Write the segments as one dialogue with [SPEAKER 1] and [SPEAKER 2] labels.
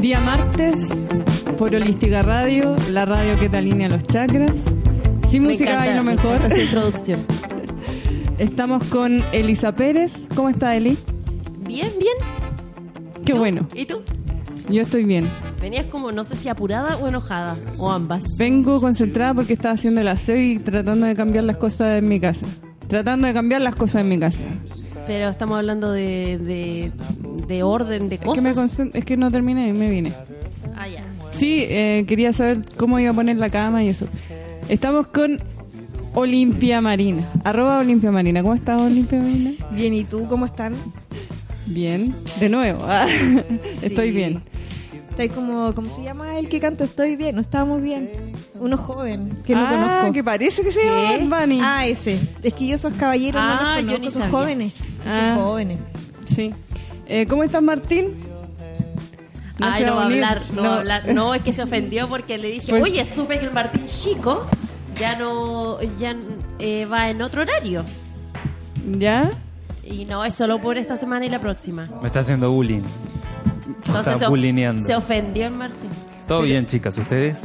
[SPEAKER 1] Día martes, por Holística Radio, la radio que te alinea los chakras. Sin
[SPEAKER 2] Me
[SPEAKER 1] música
[SPEAKER 2] encanta,
[SPEAKER 1] hay lo
[SPEAKER 2] me
[SPEAKER 1] mejor.
[SPEAKER 2] encanta Esa introducción.
[SPEAKER 1] Estamos con Elisa Pérez. ¿Cómo está Eli?
[SPEAKER 2] Bien, bien.
[SPEAKER 1] Qué
[SPEAKER 2] ¿Tú?
[SPEAKER 1] bueno.
[SPEAKER 2] ¿Y tú?
[SPEAKER 1] Yo estoy bien.
[SPEAKER 2] Venías como, no sé si apurada o enojada, o ambas.
[SPEAKER 1] Vengo concentrada porque estaba haciendo el aseo y tratando de cambiar las cosas en mi casa. Tratando de cambiar las cosas en mi casa.
[SPEAKER 2] Pero estamos hablando de, de, de orden, de
[SPEAKER 1] Es que, me
[SPEAKER 2] cosas.
[SPEAKER 1] concent- es que no terminé y me vine.
[SPEAKER 2] ah, ya.
[SPEAKER 1] Sí, eh, quería saber cómo iba a poner la cama y eso. Estamos con Olimpia Marina. Arroba Olimpia Marina. ¿Cómo está Olimpia Marina?
[SPEAKER 3] Bien, ¿y tú cómo están?
[SPEAKER 1] Bien. De nuevo. ah. Estoy
[SPEAKER 3] Sí.
[SPEAKER 1] bien.
[SPEAKER 3] Estoy como, ¿cómo se llama el que canta? Estoy bien, no estábamos bien. Uno joven que no
[SPEAKER 1] ah,
[SPEAKER 3] conozco.
[SPEAKER 1] que parece que se llama
[SPEAKER 2] ¿Qué?
[SPEAKER 1] Bad Bunny.
[SPEAKER 3] Ah, ese. Es que yo esos caballeros
[SPEAKER 2] Ah,
[SPEAKER 3] no los
[SPEAKER 2] yo ni
[SPEAKER 3] conozco, son
[SPEAKER 2] sabía.
[SPEAKER 3] jóvenes.
[SPEAKER 1] Ah.
[SPEAKER 3] Son jóvenes.
[SPEAKER 1] Sí. Eh, ¿Cómo estás, Martín?
[SPEAKER 2] Ay,
[SPEAKER 1] se
[SPEAKER 2] no va a
[SPEAKER 1] unir.
[SPEAKER 2] hablar, no, Pues- va a hablar. No, es que se ofendió porque le dije,
[SPEAKER 1] Bueno.
[SPEAKER 2] oye, supe que el Martín Chico ya no ya eh, va en otro horario.
[SPEAKER 1] ¿Ya?
[SPEAKER 2] Y no, es solo por esta semana y la próxima.
[SPEAKER 4] Me está haciendo bullying. Me
[SPEAKER 2] Entonces
[SPEAKER 4] está
[SPEAKER 2] se,
[SPEAKER 4] bullineando.
[SPEAKER 2] se ofendió el Martín.
[SPEAKER 4] Todo bien, chicas. ¿Ustedes?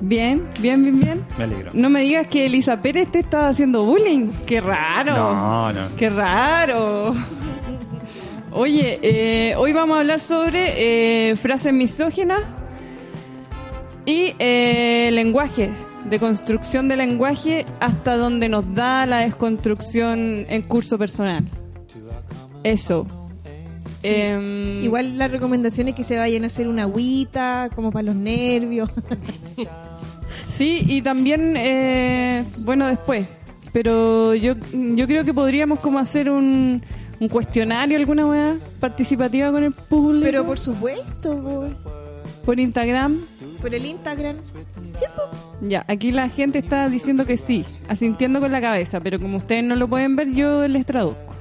[SPEAKER 1] Bien, bien, bien, bien.
[SPEAKER 4] Me alegro.
[SPEAKER 1] No me digas que Elisa Pérez te estaba haciendo bullying. ¡Qué raro!
[SPEAKER 4] No, no.
[SPEAKER 1] ¡Qué raro! Oye, eh, hoy vamos a hablar sobre eh, frases misóginas y eh, lenguaje, de construcción de lenguaje hasta donde nos da la desconstrucción en curso personal. Eso. Em,
[SPEAKER 3] Igual la recomendación es que se vayan a hacer una agüita, como para los nervios.
[SPEAKER 1] Sí, y también, eh, bueno, después. Pero yo, yo creo que podríamos como hacer un, un cuestionario, alguna weá participativa con el público.
[SPEAKER 3] Pero por supuesto, por,
[SPEAKER 1] por Instagram.
[SPEAKER 3] por el Instagram. Sí, po.
[SPEAKER 1] Ya, aquí la gente está diciendo que sí, asintiendo con la cabeza, pero como ustedes no lo pueden ver, yo les traduzco.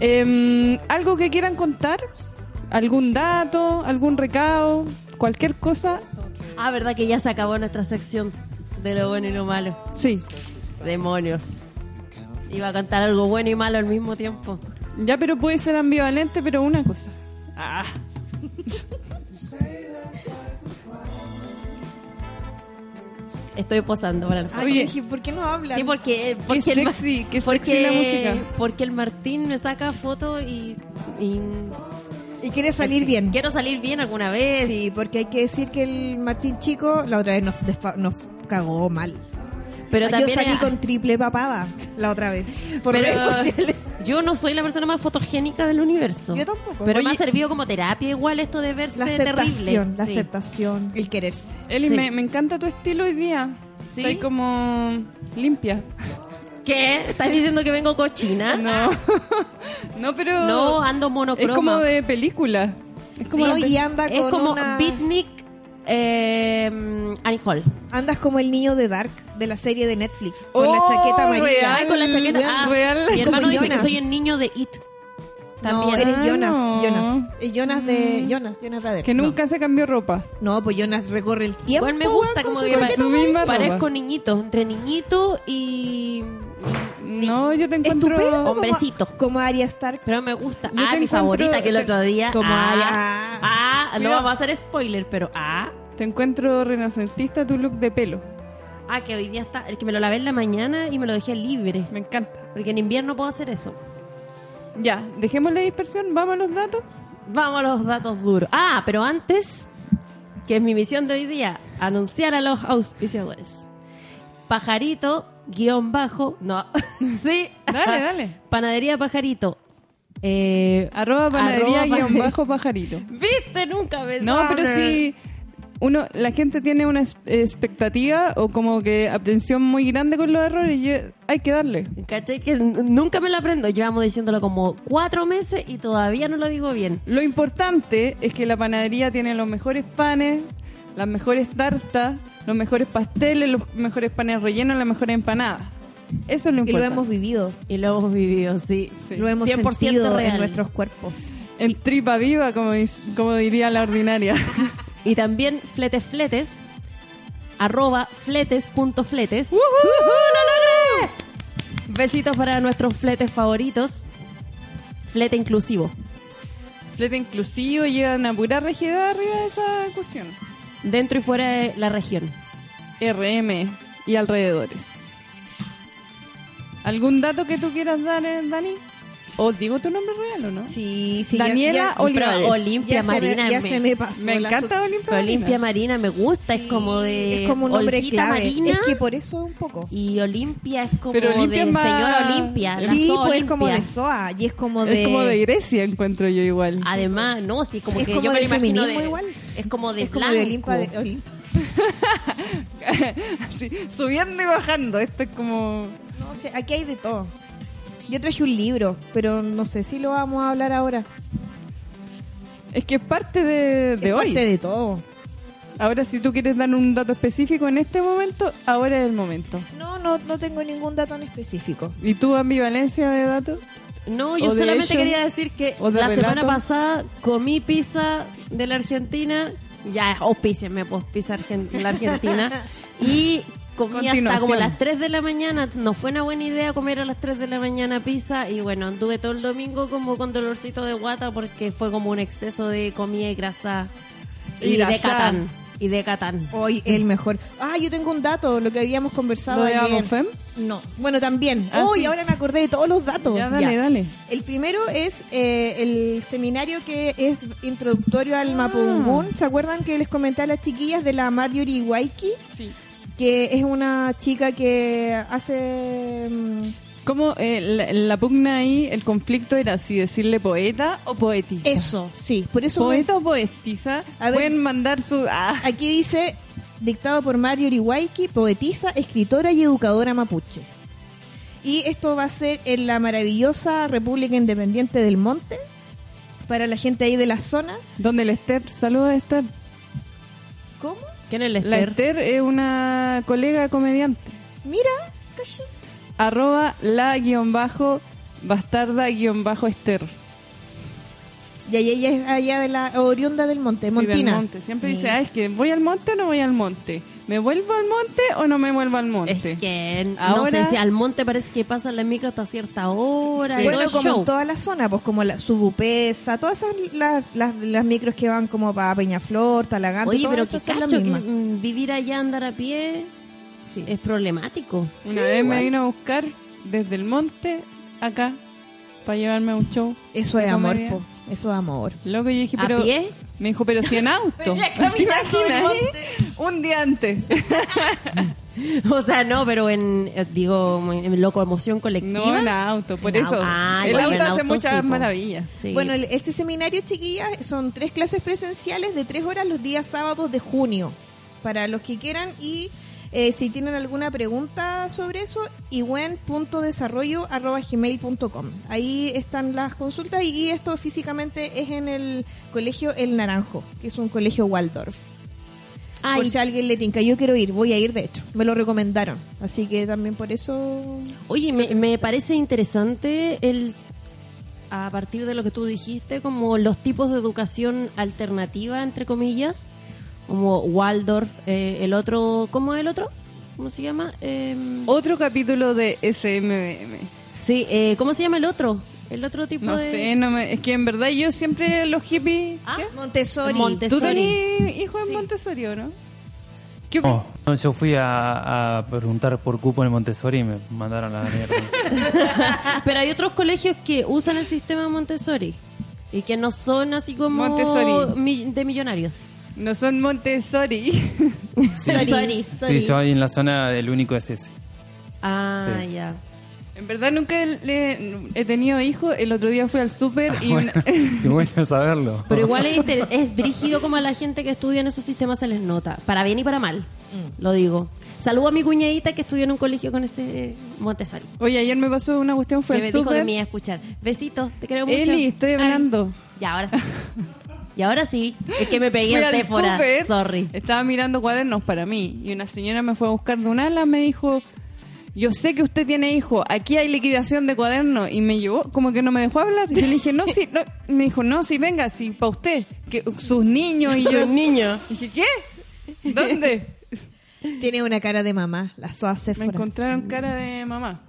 [SPEAKER 1] Em, ¿Algo que quieran contar? ¿Algún dato? ¿Algún recado? ¿Cualquier cosa?
[SPEAKER 2] Ah, verdad que ya se acabó nuestra sección de lo bueno y lo malo.
[SPEAKER 1] Sí.
[SPEAKER 2] Demonios. Iba a cantar algo bueno y malo al mismo tiempo.
[SPEAKER 1] Ya, pero puede ser ambivalente, pero una cosa. Ah.
[SPEAKER 2] Estoy posando para la foto.
[SPEAKER 3] Ay,
[SPEAKER 1] Oye.
[SPEAKER 3] dije, ¿por Ah, qué no hablan?
[SPEAKER 2] Sí, porque, porque el ma-
[SPEAKER 1] sexy, qué sexy
[SPEAKER 2] porque-
[SPEAKER 1] la música.
[SPEAKER 2] Porque el Martín me saca foto y, y
[SPEAKER 3] Y quiere salir bien.
[SPEAKER 2] quiero salir bien alguna vez.
[SPEAKER 3] Sí, porque hay que decir que el Martín Chico la otra vez nos, desfa- nos cagó mal.
[SPEAKER 2] Pero
[SPEAKER 3] yo
[SPEAKER 2] también
[SPEAKER 3] salí
[SPEAKER 2] era-
[SPEAKER 3] con triple papada la otra vez. Por
[SPEAKER 2] pero
[SPEAKER 3] redes sociales.
[SPEAKER 2] yo no soy la persona más fotogénica del universo.
[SPEAKER 3] Yo tampoco.
[SPEAKER 2] Pero me ha
[SPEAKER 3] Oye.
[SPEAKER 2] servido como terapia igual esto de verse
[SPEAKER 3] La aceptación,
[SPEAKER 2] terrible.
[SPEAKER 3] la
[SPEAKER 2] Sí.
[SPEAKER 3] aceptación, el quererse.
[SPEAKER 1] Eli,
[SPEAKER 2] Sí.
[SPEAKER 1] me, me encanta tu estilo hoy día.
[SPEAKER 2] ¿Sí?
[SPEAKER 1] Estoy como limpia.
[SPEAKER 2] ¿Qué? ¿Estás diciendo que vengo cochina?
[SPEAKER 1] No, no, pero
[SPEAKER 2] Ah. No, ando
[SPEAKER 1] es
[SPEAKER 2] monocroma.
[SPEAKER 1] como de película. Es como
[SPEAKER 3] No,
[SPEAKER 1] de
[SPEAKER 3] y anda
[SPEAKER 2] es
[SPEAKER 3] con
[SPEAKER 2] como
[SPEAKER 3] una-
[SPEAKER 2] Beatnik eh, Annie Hall.
[SPEAKER 3] Andas como el niño de Dark de la serie de Netflix
[SPEAKER 1] Oh,
[SPEAKER 3] con la chaqueta amarilla.
[SPEAKER 1] real.
[SPEAKER 2] Ay, con la chaqueta.
[SPEAKER 1] Real,
[SPEAKER 2] Ah,
[SPEAKER 1] real.
[SPEAKER 2] mi hermano
[SPEAKER 3] Como
[SPEAKER 2] dice que
[SPEAKER 3] Jonas.
[SPEAKER 2] soy el niño de It.
[SPEAKER 3] No,
[SPEAKER 2] También. Mm.
[SPEAKER 3] eres
[SPEAKER 1] Ah,
[SPEAKER 3] Jonas,
[SPEAKER 1] no.
[SPEAKER 3] Jonas. Es Jonas de Jonas, Jonas Rader.
[SPEAKER 1] que nunca se cambió ropa.
[SPEAKER 3] No. No, pues Jonas recorre el tiempo.
[SPEAKER 2] Igual me
[SPEAKER 3] weón,
[SPEAKER 2] gusta
[SPEAKER 3] con
[SPEAKER 2] como
[SPEAKER 3] su
[SPEAKER 2] que
[SPEAKER 1] chaqueta
[SPEAKER 3] chaqueta.
[SPEAKER 1] Su misma
[SPEAKER 2] pare-
[SPEAKER 1] ropa.
[SPEAKER 2] parezco niñito, entre niñito y
[SPEAKER 1] No, yo te encuentro.
[SPEAKER 3] Estupendo, como-
[SPEAKER 2] Hombrecito.
[SPEAKER 3] Como Arya Stark.
[SPEAKER 2] pero me gusta.
[SPEAKER 1] Yo
[SPEAKER 2] ah,
[SPEAKER 1] te
[SPEAKER 2] mi
[SPEAKER 1] encuentro-
[SPEAKER 2] favorita que el otro día.
[SPEAKER 3] Como
[SPEAKER 2] ah,
[SPEAKER 3] Aria.
[SPEAKER 2] Ah, no
[SPEAKER 1] Mira.
[SPEAKER 2] vamos a hacer spoiler, pero ah,
[SPEAKER 1] Te encuentro renacentista tu look de pelo.
[SPEAKER 2] ah que hoy día está, el que me lo lavé en la mañana y me lo dejé libre,
[SPEAKER 1] Me encanta.
[SPEAKER 2] porque en invierno puedo hacer eso.
[SPEAKER 1] Ya, dejemos la dispersión, vamos a los datos.
[SPEAKER 2] Vamos a los datos duros. Ah, pero antes, que es mi misión de hoy día, anunciar a los auspiciadores. Pajarito, guión bajo, no. sí.
[SPEAKER 1] Dale, dale.
[SPEAKER 2] Panadería Pajarito. Eh,
[SPEAKER 1] Arroba panadería
[SPEAKER 2] Arroba
[SPEAKER 1] guión
[SPEAKER 2] pan-
[SPEAKER 1] bajo pajarito.
[SPEAKER 2] Viste, nunca me
[SPEAKER 1] No,
[SPEAKER 2] sale.
[SPEAKER 1] pero sí. Uno, la gente tiene una es- expectativa o como que aprensión muy grande con los errores y yo- hay que darle.
[SPEAKER 2] ¿Cachai? Que n- nunca me lo aprendo. Llevamos diciéndolo como cuatro meses y todavía no lo digo bien.
[SPEAKER 1] Lo importante es que la panadería tiene los mejores panes, las mejores tartas, los mejores pasteles, los mejores panes rellenos, las mejores empanadas. Eso es lo
[SPEAKER 3] y lo
[SPEAKER 1] importante.
[SPEAKER 3] hemos vivido.
[SPEAKER 2] Y lo hemos vivido, sí.
[SPEAKER 3] Lo hemos
[SPEAKER 2] 100%
[SPEAKER 3] sentido
[SPEAKER 2] real.
[SPEAKER 3] en nuestros cuerpos.
[SPEAKER 1] En tripa viva, como, dis- como diría la ordinaria.
[SPEAKER 2] Y también fletes fletes, arroba fletes.fletes.
[SPEAKER 1] ¡Uh!
[SPEAKER 2] Besitos para nuestros fletes favoritos. Flete inclusivo.
[SPEAKER 1] flete inclusivo, llegan a pura regidad arriba de esa cuestión.
[SPEAKER 2] Dentro y fuera de la región.
[SPEAKER 1] RM y alrededores. ¿Algún dato que tú quieras dar, eh, Dani? ¿O digo tu nombre real o no?
[SPEAKER 3] Sí, sí.
[SPEAKER 1] Daniela Olivares.
[SPEAKER 2] Pero Olimpia
[SPEAKER 3] ya se me-
[SPEAKER 2] Marina
[SPEAKER 3] ya
[SPEAKER 2] me-
[SPEAKER 3] se me pasó.
[SPEAKER 1] Me
[SPEAKER 3] la
[SPEAKER 1] encanta Olimpia.
[SPEAKER 2] Pero Olimpia
[SPEAKER 1] Marina.
[SPEAKER 2] Marina me gusta, es como de.
[SPEAKER 3] Es como un nombre
[SPEAKER 2] Olguita
[SPEAKER 3] clave.
[SPEAKER 2] Marina
[SPEAKER 3] Es que por eso un poco.
[SPEAKER 2] y Olimpia es como
[SPEAKER 1] Pero Olimpia
[SPEAKER 2] de
[SPEAKER 1] es más-
[SPEAKER 2] señora Olimpia. la
[SPEAKER 3] Sí,
[SPEAKER 2] Zoo
[SPEAKER 3] pues es como
[SPEAKER 2] Olimpia.
[SPEAKER 3] de SOA y es como de... Ah.
[SPEAKER 1] Es como de Grecia, encuentro yo igual.
[SPEAKER 2] Además, no, sí, como
[SPEAKER 3] Es
[SPEAKER 2] que
[SPEAKER 3] como
[SPEAKER 2] yo me
[SPEAKER 3] de
[SPEAKER 2] lo imagino
[SPEAKER 3] feminismo
[SPEAKER 2] de-
[SPEAKER 3] igual.
[SPEAKER 2] Es como de
[SPEAKER 3] es como de
[SPEAKER 2] blanco.
[SPEAKER 3] Olimpa de Olimpa.
[SPEAKER 1] Así, subiendo y bajando. Esto es como.
[SPEAKER 3] No sé, aquí hay de todo. Yo traje un libro, pero no sé si lo vamos a hablar ahora.
[SPEAKER 1] Es que es parte de, de
[SPEAKER 3] Es
[SPEAKER 1] hoy.
[SPEAKER 3] parte de todo.
[SPEAKER 1] Ahora, si tú quieres dar un dato específico en este momento, ahora es el momento.
[SPEAKER 3] No, no, no tengo ningún dato en específico.
[SPEAKER 1] ¿Y tu ambivalencia de datos?
[SPEAKER 2] No, yo
[SPEAKER 1] O de
[SPEAKER 2] solamente
[SPEAKER 1] hecho,
[SPEAKER 2] quería decir que
[SPEAKER 1] o de
[SPEAKER 2] la semana
[SPEAKER 1] relato.
[SPEAKER 2] pasada comí pizza de la Argentina. Ya, auspícienme, pues, pizza argen- la Argentina. y comí hasta como
[SPEAKER 1] Continuación.
[SPEAKER 2] las 3 de la mañana. No fue una buena idea comer a las 3 de la mañana pizza. Y bueno, anduve todo el domingo como con dolorcito de guata porque fue como un exceso de comida y grasa. Y,
[SPEAKER 1] Y
[SPEAKER 2] de
[SPEAKER 1] grasa.
[SPEAKER 2] Catán. Y de Catán.
[SPEAKER 3] Hoy el mejor. Ah, yo tengo un dato, lo que habíamos conversado
[SPEAKER 1] ¿Lo de
[SPEAKER 3] ayer.
[SPEAKER 1] Abofem?
[SPEAKER 3] No. Bueno, también.
[SPEAKER 1] Ah,
[SPEAKER 3] Uy,
[SPEAKER 1] sí.
[SPEAKER 3] ahora me acordé de todos los datos.
[SPEAKER 1] Ya, dale, dale.
[SPEAKER 3] El primero es eh, el seminario que es introductorio al Mapungún. ¿Se acuerdan que les comenté a las chiquillas de la Marjorie Waiki?
[SPEAKER 1] Sí.
[SPEAKER 3] Que es una chica que hace... mm,
[SPEAKER 1] ¿Cómo eh, la, la pugna ahí, el conflicto era si decirle poeta o poetisa?
[SPEAKER 3] Eso, sí. Por eso...
[SPEAKER 1] ¿Poeta o poetisa?
[SPEAKER 3] A ver.
[SPEAKER 1] Pueden mandar su... Ah.
[SPEAKER 3] Aquí dice, dictado por Mario Uriwaiki, poetisa, escritora y educadora mapuche. Y esto va a ser en la maravillosa República Independiente del Monte, para la gente ahí de la zona.
[SPEAKER 1] Donde la Esther, saluda a Esther.
[SPEAKER 3] ¿Cómo?
[SPEAKER 2] ¿Quién es el
[SPEAKER 1] La
[SPEAKER 2] Esther?
[SPEAKER 1] Esther es una colega comediante.
[SPEAKER 3] Mira, calle.
[SPEAKER 1] Arroba la guión bajo bastarda guión bajo Esther.
[SPEAKER 3] Y ahí ella es allá de la oriunda del monte,
[SPEAKER 1] Sí,
[SPEAKER 3] Montina.
[SPEAKER 1] del monte. Siempre dice,
[SPEAKER 3] Mira.
[SPEAKER 1] ah, es que voy al monte o no voy al monte. ¿Me vuelvo al monte o no me vuelvo al monte?
[SPEAKER 2] Es que no
[SPEAKER 1] Ahora-
[SPEAKER 2] sé si al monte parece que pasa la micro hasta cierta hora. y todo
[SPEAKER 3] Bueno,
[SPEAKER 2] el
[SPEAKER 3] como
[SPEAKER 2] show.
[SPEAKER 3] en toda la zona, pues como la Subupesa, todas esas las, las, las micros que van como para Peñaflor, Talagante,
[SPEAKER 2] Oye,
[SPEAKER 3] todas
[SPEAKER 2] pero qué
[SPEAKER 3] esas son las
[SPEAKER 2] cacho que
[SPEAKER 3] mismas.
[SPEAKER 2] mm, vivir allá, andar a pie,
[SPEAKER 3] Sí.
[SPEAKER 2] es problemático.
[SPEAKER 1] Una
[SPEAKER 3] Sí,
[SPEAKER 1] vez
[SPEAKER 3] igual.
[SPEAKER 1] me vino a buscar desde el monte acá para llevarme a un show.
[SPEAKER 3] Eso es
[SPEAKER 1] No me
[SPEAKER 3] amor,
[SPEAKER 1] digas.
[SPEAKER 3] po. Eso es amor.
[SPEAKER 1] Loco, yo dije,
[SPEAKER 2] ¿A
[SPEAKER 1] pero.
[SPEAKER 2] pie?
[SPEAKER 1] Me dijo, pero si en auto.
[SPEAKER 3] Venía
[SPEAKER 1] ¿Te
[SPEAKER 3] caminando
[SPEAKER 1] imaginas?
[SPEAKER 3] del monte.
[SPEAKER 1] eh? Un día antes.
[SPEAKER 2] O sea, no, pero en, eh, digo, en locomoción colectiva.
[SPEAKER 1] No en auto, por
[SPEAKER 2] En
[SPEAKER 1] eso.
[SPEAKER 2] au- ah,
[SPEAKER 1] el
[SPEAKER 2] ya,
[SPEAKER 1] auto
[SPEAKER 2] en
[SPEAKER 1] hace
[SPEAKER 2] auto
[SPEAKER 1] muchas
[SPEAKER 2] sí, po.
[SPEAKER 1] maravillas.
[SPEAKER 2] Sí.
[SPEAKER 3] Bueno, el- este seminario, chiquillas, son tres clases presenciales de tres horas los días sábados de junio, para los que quieran. Y eh, si tienen alguna pregunta sobre eso, iwen.desarrollo.gmail.com. Ahí están las consultas y, y esto físicamente es en el colegio El Naranjo, que es un colegio Waldorf.
[SPEAKER 2] Ay,
[SPEAKER 3] Por si a alguien le tinca, yo quiero ir, voy a ir de hecho, me lo recomendaron. Así que también por eso...
[SPEAKER 2] Oye, me, me parece interesante el a partir de lo que tú dijiste, como los tipos de educación alternativa, entre comillas, como Waldorf, eh, el otro, ¿cómo es el otro? ¿Cómo se llama? Em,
[SPEAKER 1] Otro capítulo de SMBM.
[SPEAKER 2] Sí, eh, ¿cómo se llama el otro? El otro tipo
[SPEAKER 1] No
[SPEAKER 2] de...
[SPEAKER 1] sé, no me- es que en verdad yo siempre los hippies.
[SPEAKER 2] Ah,
[SPEAKER 3] Montessori.
[SPEAKER 2] Montes-
[SPEAKER 1] ¿Tú
[SPEAKER 2] Montessori.
[SPEAKER 1] tenés hijos en Montessori o no? ¿Qué
[SPEAKER 4] No, Oh. no, yo fui a, a preguntar por cupo en Montessori y me mandaron a la mierda.
[SPEAKER 2] Ah, Pero hay otros colegios que usan el sistema Montessori y que no son así como
[SPEAKER 1] Montessori.
[SPEAKER 2] mi- de millonarios.
[SPEAKER 1] No son Montessori.
[SPEAKER 4] Sí,
[SPEAKER 2] Sorry,
[SPEAKER 4] sí, yo ahí en la zona el único es ese.
[SPEAKER 2] Ah,
[SPEAKER 4] Sí.
[SPEAKER 2] ya.
[SPEAKER 1] En verdad nunca le- he tenido hijos. El otro día fui al súper y...
[SPEAKER 4] Bueno, qué bueno saberlo.
[SPEAKER 2] Pero igual es, inter- es brígido como a la gente que estudia en esos sistemas se les nota, para bien y para mal,
[SPEAKER 1] Mm.
[SPEAKER 2] lo digo. Saludo a mi cuñadita que estudió en un colegio con ese Montessori.
[SPEAKER 1] Oye, ayer me pasó una cuestión, fue al
[SPEAKER 2] que me dijo que
[SPEAKER 1] súper.
[SPEAKER 2] me iba a escuchar. Besitos, te creo mucho.
[SPEAKER 1] Eli, estoy hablando.
[SPEAKER 2] Ay, ya, ahora sí. Y ahora sí, es que me
[SPEAKER 1] Fui
[SPEAKER 2] pegué en
[SPEAKER 1] al
[SPEAKER 2] Sephora,
[SPEAKER 1] súper,
[SPEAKER 2] sorry.
[SPEAKER 1] Estaba mirando cuadernos para mí y una señora me fue a buscar de un ala, me dijo, yo sé que usted tiene hijo, aquí hay liquidación de cuadernos y me llevó, como que no me dejó hablar. Y yo le dije, no, sí, no. me dijo, no, sí, venga, sí, para usted, que sus niños y yo.
[SPEAKER 2] niño.
[SPEAKER 1] dije, ¿qué? ¿Dónde?
[SPEAKER 3] Tiene una cara de mamá, la SOA
[SPEAKER 1] Me
[SPEAKER 3] Sephora.
[SPEAKER 1] encontraron cara de mamá.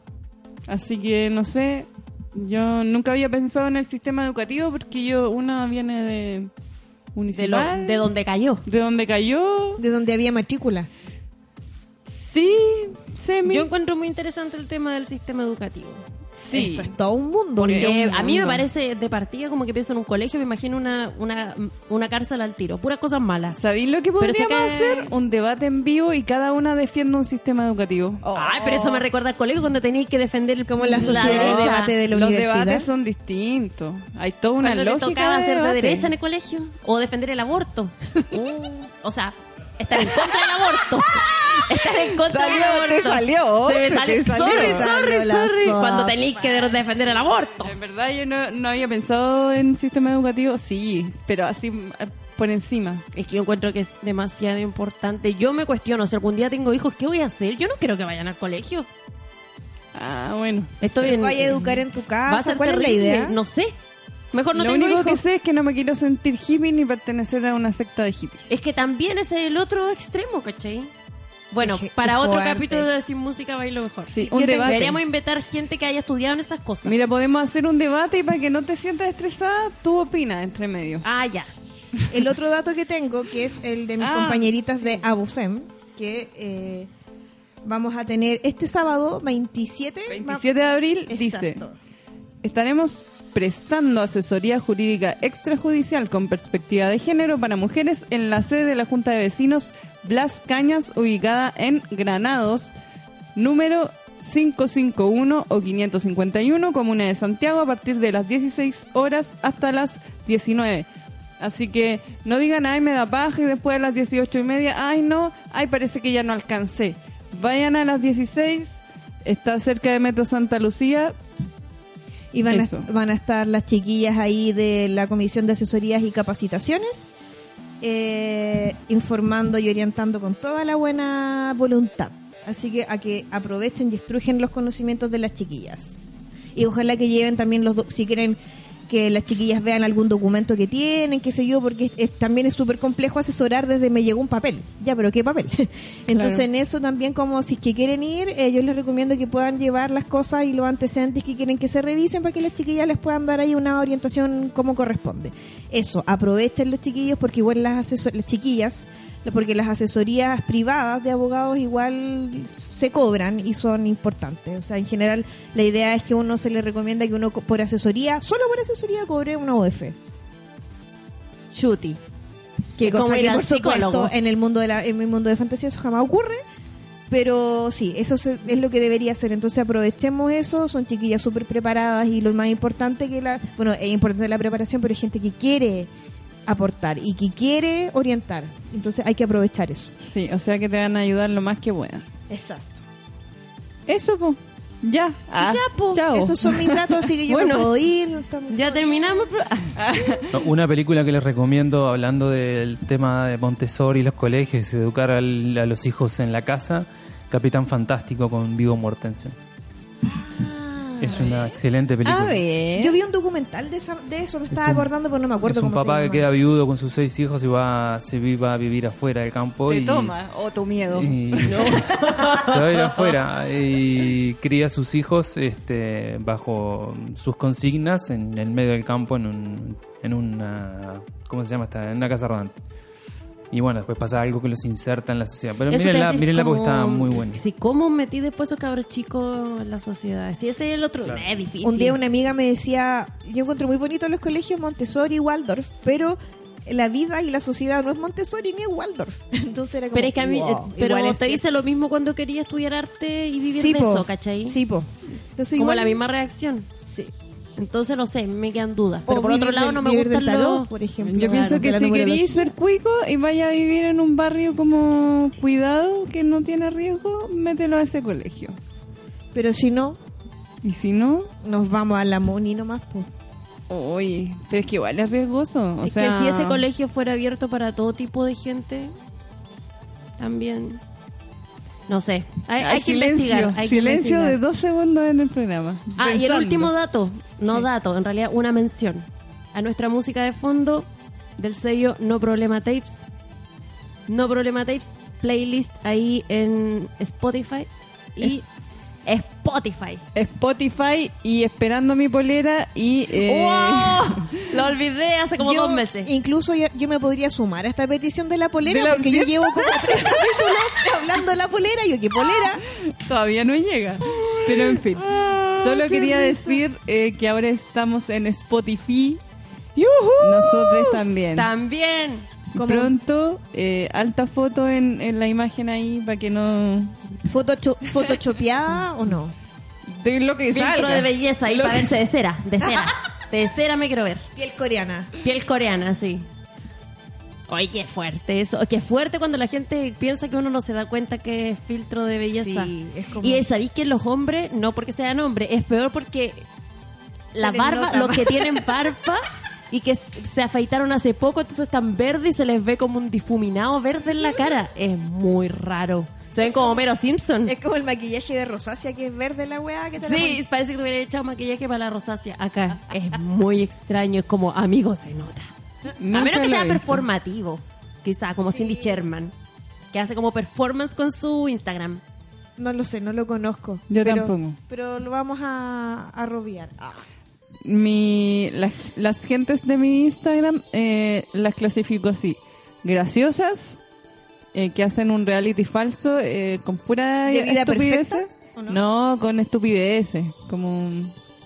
[SPEAKER 1] Así que no sé, Yo nunca había pensado en el sistema educativo porque yo una viene de
[SPEAKER 2] De, lo-
[SPEAKER 1] municipal,
[SPEAKER 2] de donde cayó.
[SPEAKER 1] de donde cayó.
[SPEAKER 3] De donde había matrícula.
[SPEAKER 1] Sí, semi.
[SPEAKER 2] Yo encuentro muy interesante el tema del sistema educativo.
[SPEAKER 1] sí.
[SPEAKER 3] Eso es todo un mundo.
[SPEAKER 1] Porque-
[SPEAKER 3] ¿no?
[SPEAKER 2] Eh,
[SPEAKER 1] un
[SPEAKER 2] a mí me
[SPEAKER 1] mundo.
[SPEAKER 2] parece de partida como que pienso en un colegio, me imagino una, una, una cárcel al tiro, puras cosas malas.
[SPEAKER 1] ¿Sabéis lo que
[SPEAKER 2] Pero sé
[SPEAKER 1] podríamos
[SPEAKER 2] que-
[SPEAKER 1] hacer? Un debate en vivo y cada una defiende un sistema educativo.
[SPEAKER 3] Oh.
[SPEAKER 2] Ay, pero eso me recuerda al colegio cuando tenéis que defender
[SPEAKER 3] Como la sociedad de
[SPEAKER 2] derecha.
[SPEAKER 3] debate de la
[SPEAKER 1] Los
[SPEAKER 3] universidad.
[SPEAKER 1] debates son distintos. Hay toda una
[SPEAKER 2] Cuando te
[SPEAKER 1] lógica.
[SPEAKER 2] tocaba
[SPEAKER 1] de
[SPEAKER 2] ser de
[SPEAKER 1] debate.
[SPEAKER 2] derecha en el colegio o defender el aborto. Uh, o sea, estar en contra del aborto. Estar en contra del
[SPEAKER 1] Salió,
[SPEAKER 2] aborto.
[SPEAKER 1] te salió,
[SPEAKER 2] Se me
[SPEAKER 1] se
[SPEAKER 2] sale.
[SPEAKER 1] te salió.
[SPEAKER 2] Sorry,
[SPEAKER 3] Salió
[SPEAKER 2] sorry,
[SPEAKER 3] la
[SPEAKER 2] sorry.
[SPEAKER 3] sopa.
[SPEAKER 2] Cuando tenéis que de- defender el aborto.
[SPEAKER 1] En verdad yo no, no había pensado en sistema educativo, sí, pero así eh, por encima.
[SPEAKER 2] Es que yo encuentro que es demasiado importante. Yo me cuestiono, si algún día tengo hijos, ¿qué voy a hacer? Yo no quiero que vayan al colegio.
[SPEAKER 1] Ah, bueno.
[SPEAKER 2] Estoy en-
[SPEAKER 3] Vaya
[SPEAKER 1] eh,
[SPEAKER 3] a educar en tu
[SPEAKER 2] va a
[SPEAKER 3] casa.
[SPEAKER 2] ser
[SPEAKER 3] ¿Cuál es la
[SPEAKER 2] terrible.
[SPEAKER 3] idea?
[SPEAKER 2] No sé. Mejor no
[SPEAKER 1] Lo
[SPEAKER 2] tengo
[SPEAKER 1] único
[SPEAKER 2] hijos.
[SPEAKER 1] que sé es que no me quiero sentir hippie ni pertenecer a una secta de hippies.
[SPEAKER 2] Es que también ese es el otro extremo, ¿cachai? Bueno,
[SPEAKER 3] Qué- qué
[SPEAKER 2] para otro
[SPEAKER 3] fuerte.
[SPEAKER 2] capítulo de Sin Música bailo mejor.
[SPEAKER 1] Sí,
[SPEAKER 3] Yo
[SPEAKER 1] un
[SPEAKER 3] tengo-
[SPEAKER 1] debate.
[SPEAKER 2] Deberíamos invitar gente que haya estudiado en esas cosas.
[SPEAKER 1] Mira, podemos hacer un debate y para que no te sientas estresada, tú opinas entre medio.
[SPEAKER 2] Ah, ya.
[SPEAKER 3] El otro dato que tengo, que es el de mis
[SPEAKER 1] Ah,
[SPEAKER 3] compañeritas de Abusem, que eh, vamos a tener este sábado 27.
[SPEAKER 2] Ah,
[SPEAKER 1] 27 de abril dice,
[SPEAKER 3] Exacto.
[SPEAKER 1] estaremos prestando asesoría jurídica extrajudicial con perspectiva de género para mujeres en la sede de la Junta de Vecinos Blas Cañas, ubicada en Granados, número 551 o 551, Comuna de Santiago, a partir de las 16 horas hasta las 19. Así que no digan, ay, me da paja y después a las 18 y media, ay, no, ay, parece que ya no alcancé. Vayan a las 16, está cerca de Metro Santa Lucía,
[SPEAKER 3] Y van a,
[SPEAKER 1] Eso.
[SPEAKER 3] van a estar las chiquillas ahí de la Comisión de Asesorías y Capacitaciones, eh, informando y orientando con toda la buena voluntad. Así que a que aprovechen y estrujen los conocimientos de las chiquillas. Y ojalá que lleven también los, do- si quieren que las chiquillas vean algún documento que tienen, qué sé yo, porque es- es- también es súper complejo asesorar desde me llegó un papel. Ya, pero ¿qué papel? Entonces
[SPEAKER 1] Claro.
[SPEAKER 3] en eso también como si es que quieren ir, eh, yo les recomiendo que puedan llevar las cosas y los antecedentes que quieren que se revisen para que las chiquillas les puedan dar ahí una orientación como corresponde. Eso, aprovechen los chiquillos porque igual las, asesor- las chiquillas, porque las asesorías privadas de abogados igual se cobran y son importantes. O sea, en general la idea es que uno se le recomienda que uno co- por asesoría, solo por asesoría cobre una OF.
[SPEAKER 2] Chuti.
[SPEAKER 3] Que
[SPEAKER 2] Es como
[SPEAKER 3] cosa
[SPEAKER 2] ir
[SPEAKER 3] que
[SPEAKER 2] al
[SPEAKER 3] por supuesto
[SPEAKER 2] psicólogo.
[SPEAKER 3] en el mundo de la, en mi mundo de fantasía eso jamás ocurre. Pero sí, eso se- es lo que debería hacer. Entonces aprovechemos eso. Son chiquillas súper preparadas y lo más importante que la... Bueno, es importante la preparación, pero hay gente que quiere aportar y que quiere orientar. Entonces hay que aprovechar eso.
[SPEAKER 1] Sí, o sea que te van a ayudar lo más que puedan.
[SPEAKER 3] Exacto.
[SPEAKER 1] Eso, po. Ya.
[SPEAKER 2] Ya, po.
[SPEAKER 1] Chao.
[SPEAKER 3] Esos son mis datos, así que yo
[SPEAKER 2] Bueno.
[SPEAKER 3] no puedo ir. no estamos-
[SPEAKER 2] Ya terminamos. el pro- Ah,
[SPEAKER 4] No, Una película que les recomiendo, hablando del tema de Montessori y los colegios, educar al- a los hijos en la casa, Capitán Fantástico con Vigo Mortensen. Es una excelente película.
[SPEAKER 1] A ver.
[SPEAKER 3] Yo vi un documental de, esa- de eso, me estaba
[SPEAKER 4] un-
[SPEAKER 3] acordando, pero no me acuerdo
[SPEAKER 4] es un
[SPEAKER 3] cómo se
[SPEAKER 4] papá que
[SPEAKER 3] llama.
[SPEAKER 4] queda viudo con sus seis hijos y va, se vi- va a vivir afuera del campo.
[SPEAKER 1] Te
[SPEAKER 4] y,
[SPEAKER 1] toma. O tu miedo.
[SPEAKER 4] y- se va a ir afuera y cría a sus hijos este, bajo sus consignas en el medio del campo en un en una ¿cómo se llama esta? en una casa rodante. Y bueno, después pasa algo que los inserta en la sociedad. Pero
[SPEAKER 2] eso te iba a
[SPEAKER 4] mírenla,
[SPEAKER 2] decir,
[SPEAKER 4] mírenla porque
[SPEAKER 2] como-
[SPEAKER 4] está muy buena.
[SPEAKER 2] Sí, ¿cómo metí después a esos cabros chicos en la sociedad? Si ese es el otro.
[SPEAKER 4] Claro.
[SPEAKER 2] Eh, difícil.
[SPEAKER 3] Un día una amiga me decía, yo encuentro muy bonito los colegios Montessori y Waldorf, pero la vida y la sociedad no es Montessori ni es Waldorf. Entonces era como,
[SPEAKER 2] Pero es que a mí.
[SPEAKER 3] wow,
[SPEAKER 2] eh, pero
[SPEAKER 3] igual es
[SPEAKER 2] te
[SPEAKER 3] cierto.
[SPEAKER 2] hice lo mismo cuando quería estudiar arte y vivir
[SPEAKER 3] Sí,
[SPEAKER 2] de
[SPEAKER 3] po.
[SPEAKER 2] eso, ¿cachai?
[SPEAKER 3] Sí, po. Entonces,
[SPEAKER 2] Como
[SPEAKER 3] igual-
[SPEAKER 2] la misma reacción.
[SPEAKER 3] Sí.
[SPEAKER 2] Entonces, no sé, me quedan dudas. Pero
[SPEAKER 3] O
[SPEAKER 2] por otro
[SPEAKER 3] vivir
[SPEAKER 2] lado,
[SPEAKER 3] del-
[SPEAKER 2] no me
[SPEAKER 3] vivir del
[SPEAKER 2] gustan
[SPEAKER 3] tarot,
[SPEAKER 2] los...
[SPEAKER 3] por ejemplo.
[SPEAKER 1] Yo pienso
[SPEAKER 3] Claro, de
[SPEAKER 1] que
[SPEAKER 3] la
[SPEAKER 1] si
[SPEAKER 3] numerología.
[SPEAKER 1] queréis ser cuico y vaya a vivir en un barrio como cuidado, que no tiene riesgo, mételo a ese colegio.
[SPEAKER 3] Pero si no,
[SPEAKER 1] Y si no,
[SPEAKER 3] nos vamos a la Muni nomás, po.
[SPEAKER 1] oye, pero es que igual es riesgoso. O
[SPEAKER 2] es
[SPEAKER 1] sea,
[SPEAKER 2] que si ese colegio fuera abierto para todo tipo de gente, también. No sé. Hay,
[SPEAKER 1] Ah,
[SPEAKER 2] hay que investigar.
[SPEAKER 1] silencio,
[SPEAKER 2] hay que
[SPEAKER 1] silencio de
[SPEAKER 2] investigar.
[SPEAKER 1] dos segundos en el programa.
[SPEAKER 2] Ah, y el
[SPEAKER 1] Pensando.
[SPEAKER 2] último dato. No
[SPEAKER 1] Sí.
[SPEAKER 2] dato, en realidad una mención. A nuestra música de fondo del sello No Problema Tapes. No Problema Tapes, playlist ahí en Spotify. Y Spotify.
[SPEAKER 1] Spotify y esperando mi polera y... eh,
[SPEAKER 2] ¡Wow! Lo olvidé hace como
[SPEAKER 3] yo,
[SPEAKER 2] dos meses.
[SPEAKER 3] Incluso ya- yo me podría sumar a esta petición de la polera
[SPEAKER 1] ¿De la
[SPEAKER 3] porque yo
[SPEAKER 1] cierta?
[SPEAKER 3] llevo como tres capítulos hablando de la polera. Yo, ¿qué polera?
[SPEAKER 1] Todavía no llega. Pero en fin.
[SPEAKER 2] ah,
[SPEAKER 1] Solo quería decir eh, que ahora estamos en Spotify. Nosotros
[SPEAKER 2] Uh,
[SPEAKER 1] también.
[SPEAKER 2] También.
[SPEAKER 3] Como
[SPEAKER 1] Pronto, eh, alta foto en, en la imagen ahí para que no.
[SPEAKER 3] fotocho- photoshopeada o no.
[SPEAKER 1] De lo que
[SPEAKER 2] Filtro
[SPEAKER 1] salga.
[SPEAKER 2] de belleza y
[SPEAKER 1] Lo
[SPEAKER 2] para
[SPEAKER 1] que-
[SPEAKER 2] verse de cera. De cera. De cera me quiero ver.
[SPEAKER 3] Piel coreana.
[SPEAKER 2] Piel coreana, sí. Ay, qué fuerte eso. Qué fuerte cuando la gente piensa que uno no se da cuenta que es filtro de belleza.
[SPEAKER 3] Sí, es como-
[SPEAKER 2] Y sabéis que los hombres, no porque sean hombres, es peor porque la
[SPEAKER 3] les
[SPEAKER 2] barba,
[SPEAKER 3] nota
[SPEAKER 2] los
[SPEAKER 3] más.
[SPEAKER 2] que tienen barba y que s- se afeitaron hace poco, entonces están verdes y se les ve como un difuminado verde en la cara. Es muy raro. Se ven como Homero Simpson.
[SPEAKER 3] Es como el maquillaje de rosácea que es verde la weá que te la
[SPEAKER 2] Sí, parece que te hubiera echado maquillaje para la rosácea. Acá es muy extraño, es como amigo se nota.
[SPEAKER 1] Nunca
[SPEAKER 2] a menos
[SPEAKER 1] lo
[SPEAKER 2] que
[SPEAKER 1] he
[SPEAKER 2] sea
[SPEAKER 1] visto.
[SPEAKER 2] performativo, quizá, como Cindy Sherman, que hace como performance con su Instagram.
[SPEAKER 3] ponen. No lo sé, no lo conozco.
[SPEAKER 1] Yo
[SPEAKER 3] pero,
[SPEAKER 1] tampoco.
[SPEAKER 3] Pero lo vamos a, a robiar. Ah.
[SPEAKER 1] Mi, la- las gentes de mi Instagram eh, las clasifico así: graciosas, eh, que hacen un reality falso eh, con pura
[SPEAKER 3] ¿De vida
[SPEAKER 1] estupidez.
[SPEAKER 3] perfecta, o
[SPEAKER 1] No, con estupideces, como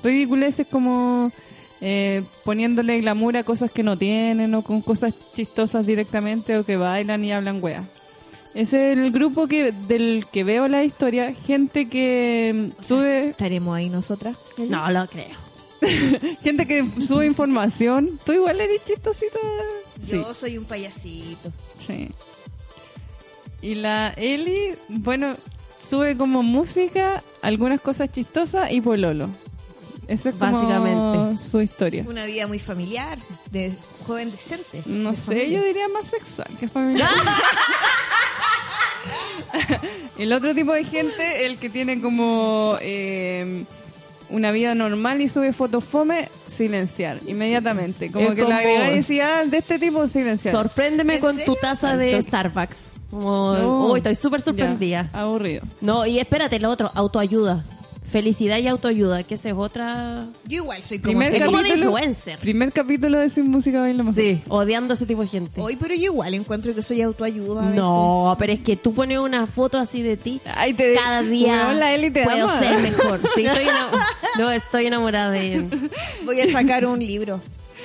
[SPEAKER 1] ridiculeces, como eh, poniéndole glamour a cosas que no tienen o con cosas chistosas directamente o que bailan y hablan weas. Es el grupo que del que veo la historia, gente que mm, sube
[SPEAKER 3] Estaremos ahí nosotras.
[SPEAKER 2] No lo creo.
[SPEAKER 1] gente que sube información. Tú igual eres chistosito. Sí,
[SPEAKER 3] Yo soy un payasito.
[SPEAKER 1] sí. Y la Eli, bueno, sube como música, algunas cosas chistosas y pololo. Esa es como
[SPEAKER 2] Básicamente.
[SPEAKER 1] su historia.
[SPEAKER 3] Una vida muy familiar, de joven decente.
[SPEAKER 1] No
[SPEAKER 3] de
[SPEAKER 1] sé,
[SPEAKER 3] familia.
[SPEAKER 1] yo diría más sexual que familiar. el otro tipo de gente, el que tiene como eh, una vida normal y sube fotos fome, silenciar inmediatamente. Como
[SPEAKER 2] Es
[SPEAKER 1] que la
[SPEAKER 2] como-
[SPEAKER 1] agregás y decía, ah, de este tipo, silenciar.
[SPEAKER 2] Sorpréndeme
[SPEAKER 3] ¿En
[SPEAKER 2] con tu
[SPEAKER 3] serio?
[SPEAKER 2] taza de
[SPEAKER 1] Entonces-
[SPEAKER 2] Starbucks. Como,
[SPEAKER 1] No.
[SPEAKER 2] uy, estoy súper
[SPEAKER 1] Ya,
[SPEAKER 2] sorprendida.
[SPEAKER 1] aburrido.
[SPEAKER 2] No, y espérate, lo otro, autoayuda. Felicidad y autoayuda, que esa es otra...
[SPEAKER 3] Yo igual soy como.
[SPEAKER 1] Primer
[SPEAKER 2] es
[SPEAKER 3] feliz.
[SPEAKER 2] como de
[SPEAKER 1] capítulo,
[SPEAKER 2] influencer.
[SPEAKER 1] primer capítulo de Sin Música Baila Mejor.
[SPEAKER 2] Sí, odiando a ese tipo de gente.
[SPEAKER 3] Hoy, pero yo igual encuentro que soy autoayuda. a veces.
[SPEAKER 2] No, pero es que tú pones una foto así de ti
[SPEAKER 1] Ay, te-
[SPEAKER 2] cada día.
[SPEAKER 1] Weón, la Eli te
[SPEAKER 2] puedo
[SPEAKER 1] ama.
[SPEAKER 2] ser mejor. Sí, estoy ena- no, estoy enamorada de
[SPEAKER 3] Voy a sacar un libro.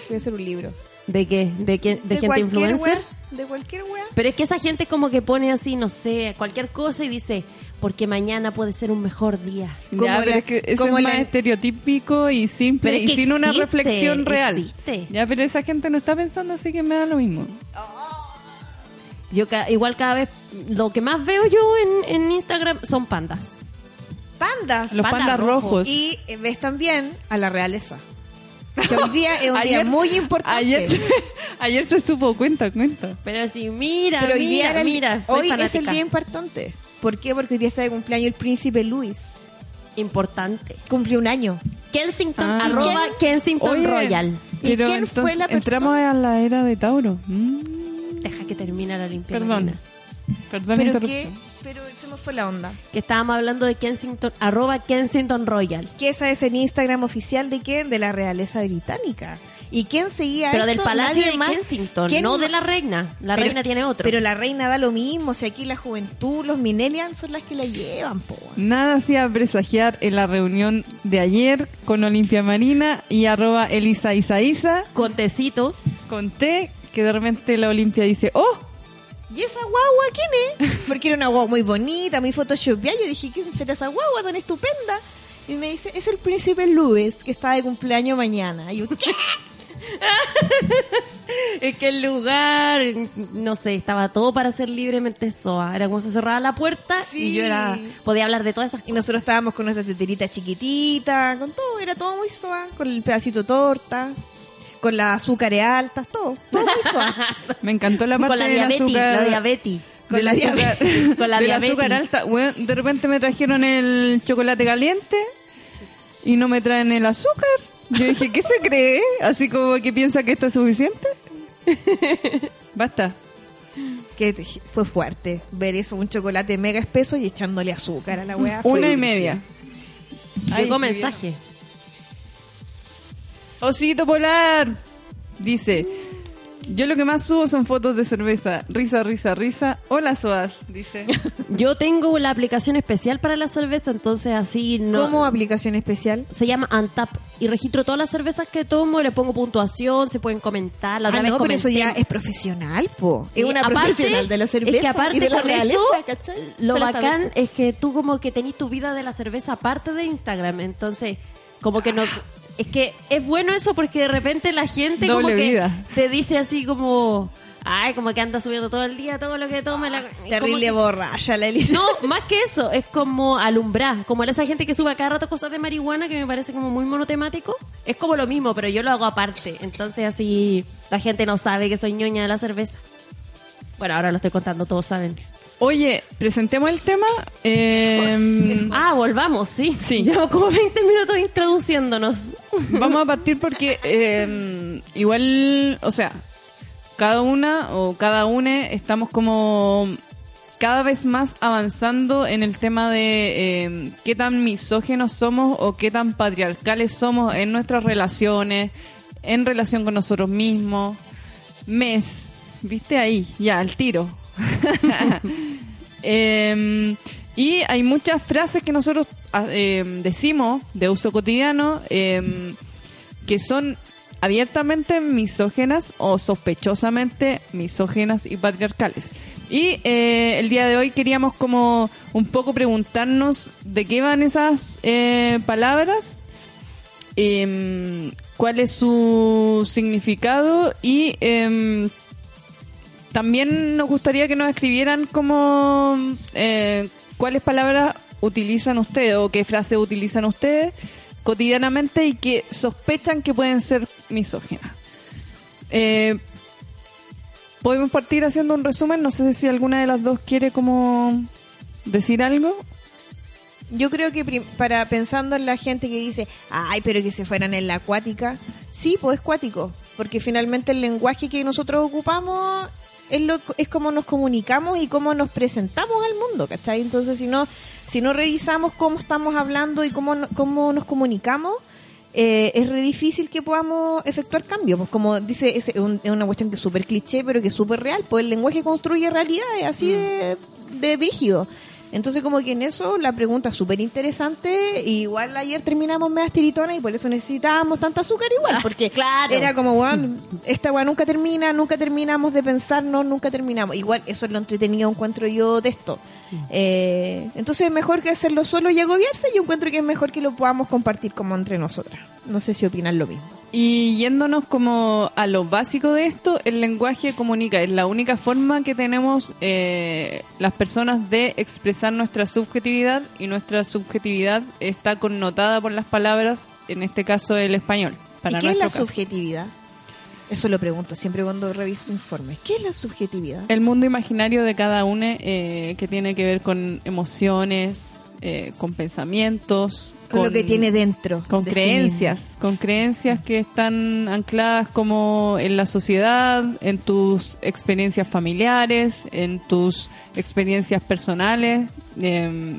[SPEAKER 3] Voy a hacer un libro.
[SPEAKER 2] de qué, de, quién- de, gente
[SPEAKER 3] cualquier
[SPEAKER 2] influencer.
[SPEAKER 3] wea, De cualquier wea.
[SPEAKER 2] Pero es que esa gente como que pone así, no sé, cualquier cosa y dice, porque mañana puede ser un mejor día.
[SPEAKER 1] Ya,
[SPEAKER 3] Como
[SPEAKER 1] pero
[SPEAKER 3] la-
[SPEAKER 1] es que eso
[SPEAKER 3] como
[SPEAKER 1] es
[SPEAKER 3] la-
[SPEAKER 1] más estereotípico y simple
[SPEAKER 2] Pero es
[SPEAKER 1] y
[SPEAKER 2] que
[SPEAKER 1] sin una
[SPEAKER 2] existe,
[SPEAKER 1] reflexión real.
[SPEAKER 2] existe.
[SPEAKER 1] Ya, pero esa gente no está pensando así que me da lo mismo.
[SPEAKER 2] Yo ca- igual cada vez lo que más veo yo en, en Instagram son pandas.
[SPEAKER 3] Pandas.
[SPEAKER 1] Los
[SPEAKER 2] Panda
[SPEAKER 1] pandas
[SPEAKER 2] rojo.
[SPEAKER 1] rojos.
[SPEAKER 3] Y eh, ves también a la realeza. Que hoy día es un día
[SPEAKER 1] Ayer-
[SPEAKER 3] muy importante.
[SPEAKER 1] Ayer, ayer se supo, cuenta, cuenta.
[SPEAKER 2] Pero sí, mira,
[SPEAKER 3] pero hoy día
[SPEAKER 2] mira,
[SPEAKER 3] era el-
[SPEAKER 2] mira, soy
[SPEAKER 3] hoy es el
[SPEAKER 2] fanática.
[SPEAKER 3] día importante. ¿Por qué? Porque hoy día está de cumpleaños el príncipe Luis.
[SPEAKER 2] importante.
[SPEAKER 3] Cumplió un año.
[SPEAKER 2] Kensington,
[SPEAKER 1] Ah.
[SPEAKER 2] arroba Kensington
[SPEAKER 1] Oye,
[SPEAKER 2] Royal.
[SPEAKER 1] Pero
[SPEAKER 3] quién fue
[SPEAKER 1] entonces
[SPEAKER 3] la persona?
[SPEAKER 1] entramos a la era de Tauro. Mm,
[SPEAKER 2] Deja que termine la limpieza.
[SPEAKER 1] perdón. Perdón la
[SPEAKER 3] Pero que,
[SPEAKER 1] interrupción.
[SPEAKER 3] pero se me fue la onda.
[SPEAKER 2] que estábamos hablando de Kensington, arroba Kensington Royal.
[SPEAKER 3] Que esa es el Instagram oficial de quién? De la realeza británica. ¿Y quién seguía
[SPEAKER 2] Pero
[SPEAKER 3] esto?
[SPEAKER 2] del palacio
[SPEAKER 3] Nadie
[SPEAKER 2] de
[SPEAKER 3] más.
[SPEAKER 2] Kensington,
[SPEAKER 3] ¿Quién
[SPEAKER 2] no
[SPEAKER 3] ma-
[SPEAKER 2] de la reina. La
[SPEAKER 3] Pero-
[SPEAKER 2] reina tiene otro.
[SPEAKER 3] Pero la reina da lo mismo, si aquí la juventud, los millennials son las que la llevan, po. weón.
[SPEAKER 1] Nada hacía presagiar en la reunión de ayer con Olimpia Marina y arroba Elisa Isaiza
[SPEAKER 2] Con tecito.
[SPEAKER 1] con T, que de repente la Olimpia dice, ¡Oh!
[SPEAKER 3] ¿Y esa guagua quién es? Porque era una guagua muy bonita, muy photoshopeada. Yo dije, ¿quién será esa guagua tan estupenda? Y me dice, es el príncipe Luis, que está de cumpleaños mañana. Y yo, ¿qué?
[SPEAKER 2] Es que el lugar, no sé, estaba todo para ser libremente soa. Era como se cerraba la puerta y
[SPEAKER 3] Sí.
[SPEAKER 2] yo era, podía hablar de todas esas
[SPEAKER 3] Y
[SPEAKER 2] cosas.
[SPEAKER 3] nosotros estábamos con nuestra teterita chiquitita, con todo, era todo muy soa, con el pedacito de torta, con las azúcares altas, todo, todo muy soa.
[SPEAKER 1] Me encantó la parte
[SPEAKER 2] Con la
[SPEAKER 1] del
[SPEAKER 2] diabetes,
[SPEAKER 1] azúcar.
[SPEAKER 2] la diabetes.
[SPEAKER 1] Con la diabetes.
[SPEAKER 2] Con la
[SPEAKER 1] del
[SPEAKER 2] diabetes.
[SPEAKER 1] azúcar alta. Bueno, de repente me trajeron el chocolate caliente y no me traen el azúcar. Yo dije, ¿qué se cree? Así como que piensa que esto es suficiente. Basta.
[SPEAKER 3] que te- Ah, fue fuerte ver eso, un chocolate mega espeso y echándole azúcar a la weá. fue
[SPEAKER 1] Una y
[SPEAKER 3] brígido.
[SPEAKER 1] media. Ay,
[SPEAKER 2] Llegó
[SPEAKER 1] qué
[SPEAKER 2] mensaje.
[SPEAKER 1] Osito Polar dice: Yo lo que más subo son fotos de cerveza. Risa, risa, risa. Hola, Soas, dice.
[SPEAKER 2] Yo tengo la aplicación especial para la cerveza, entonces así no.
[SPEAKER 3] Como aplicación especial.
[SPEAKER 2] Se llama Antap y registro todas las cervezas que tomo, le pongo puntuación, se pueden comentar. La otra
[SPEAKER 3] ah,
[SPEAKER 2] vez
[SPEAKER 3] no, pero eso
[SPEAKER 2] comenté.
[SPEAKER 3] ya es profesional, po.
[SPEAKER 2] Sí,
[SPEAKER 3] es una
[SPEAKER 2] aparte,
[SPEAKER 3] profesional de la cerveza.
[SPEAKER 2] Es que aparte
[SPEAKER 3] y de la
[SPEAKER 2] con
[SPEAKER 3] realeza,
[SPEAKER 2] eso,
[SPEAKER 3] ¿cachai?
[SPEAKER 2] lo
[SPEAKER 3] Se la
[SPEAKER 2] bacán
[SPEAKER 3] cabeza.
[SPEAKER 2] es que tú como que tenés tu vida de la cerveza aparte de Instagram, entonces como que no... Es que es bueno eso porque de repente la gente como
[SPEAKER 1] Doble
[SPEAKER 2] que
[SPEAKER 1] vida.
[SPEAKER 2] te dice así como... Ay, como que anda subiendo todo el día todo lo que toma. la- y como
[SPEAKER 3] Ah, Terrible
[SPEAKER 2] que-
[SPEAKER 3] borracha la Elisa.
[SPEAKER 2] No, más que eso, es como alumbrar, como esa gente que sube a cada rato cosas de marihuana que me parece como muy monotemático, es como lo mismo, pero yo lo hago aparte, entonces así la gente no sabe que soy ñoña de la cerveza. Bueno, ahora lo estoy contando, todos saben.
[SPEAKER 1] Oye, presentemos el tema. Eh,
[SPEAKER 2] Ah, volvamos, sí.
[SPEAKER 1] Sí.
[SPEAKER 2] Llevo como 20 minutos introduciéndonos.
[SPEAKER 1] vamos a partir porque eh, igual, o sea, cada una o cada une estamos como cada vez más avanzando en el tema de eh, qué tan misógenos somos o qué tan patriarcales somos en nuestras relaciones, en relación con nosotros mismos. Mes, viste ahí, ya, al tiro. Eh, y hay muchas frases que nosotros ah, eh, decimos de uso cotidiano eh, que son abiertamente misógenas o sospechosamente misógenas y patriarcales. Y eh, el día de hoy queríamos como un poco preguntarnos de qué van esas eh, palabras, em, cuál es su significado y... em, también nos gustaría que nos escribieran como eh, cuáles palabras utilizan ustedes o qué frases utilizan ustedes cotidianamente y que sospechan que pueden ser misóginas. Eh, Podemos partir haciendo un resumen. No sé si alguna de las dos quiere como decir algo.
[SPEAKER 3] Yo creo que prim- para pensando en la gente que dice, ay, pero que se fueran en la acuática, sí, pues es cuático, porque finalmente el lenguaje que nosotros ocupamos es lo es como nos comunicamos y cómo nos presentamos al mundo, ¿cachai? Entonces, si no si no revisamos cómo estamos hablando y cómo no- cómo nos comunicamos, eh, es re difícil que podamos efectuar cambios, pues como dice, es, un- es una cuestión que es súper cliché, pero que es súper real, pues el lenguaje construye realidades, así de, de brígido. Entonces, como que en eso, la pregunta es súper interesante. y Igual ayer terminamos medias tiritonas y por eso necesitábamos tanta azúcar igual, porque
[SPEAKER 2] claro.
[SPEAKER 3] era como, bueno, esta weá nunca termina, nunca terminamos de pensarnos, nunca terminamos. Igual, eso es lo entretenido, encuentro yo de esto. Eh, entonces, es mejor que hacerlo solo y agobiarse. Yo encuentro que es mejor que lo podamos compartir como entre nosotras. No sé si opinan lo mismo.
[SPEAKER 1] Y yéndonos como a lo básico de esto, el lenguaje comunica, es la única forma que tenemos eh, las personas de expresar nuestra subjetividad y nuestra subjetividad está connotada por las palabras, en este caso el español. Para
[SPEAKER 3] ¿Y qué es la
[SPEAKER 1] nuestro caso.
[SPEAKER 3] subjetividad? Eso lo pregunto siempre cuando reviso informes. ¿Qué es la subjetividad?
[SPEAKER 1] El mundo imaginario de cada uno eh, que tiene que ver con emociones, eh, con pensamientos.
[SPEAKER 3] Con, lo que tiene dentro.
[SPEAKER 1] con
[SPEAKER 3] de sí
[SPEAKER 1] creencias,
[SPEAKER 3] mismo.
[SPEAKER 1] con creencias que están ancladas como en la sociedad, en tus experiencias familiares, en tus experiencias personales. Eh,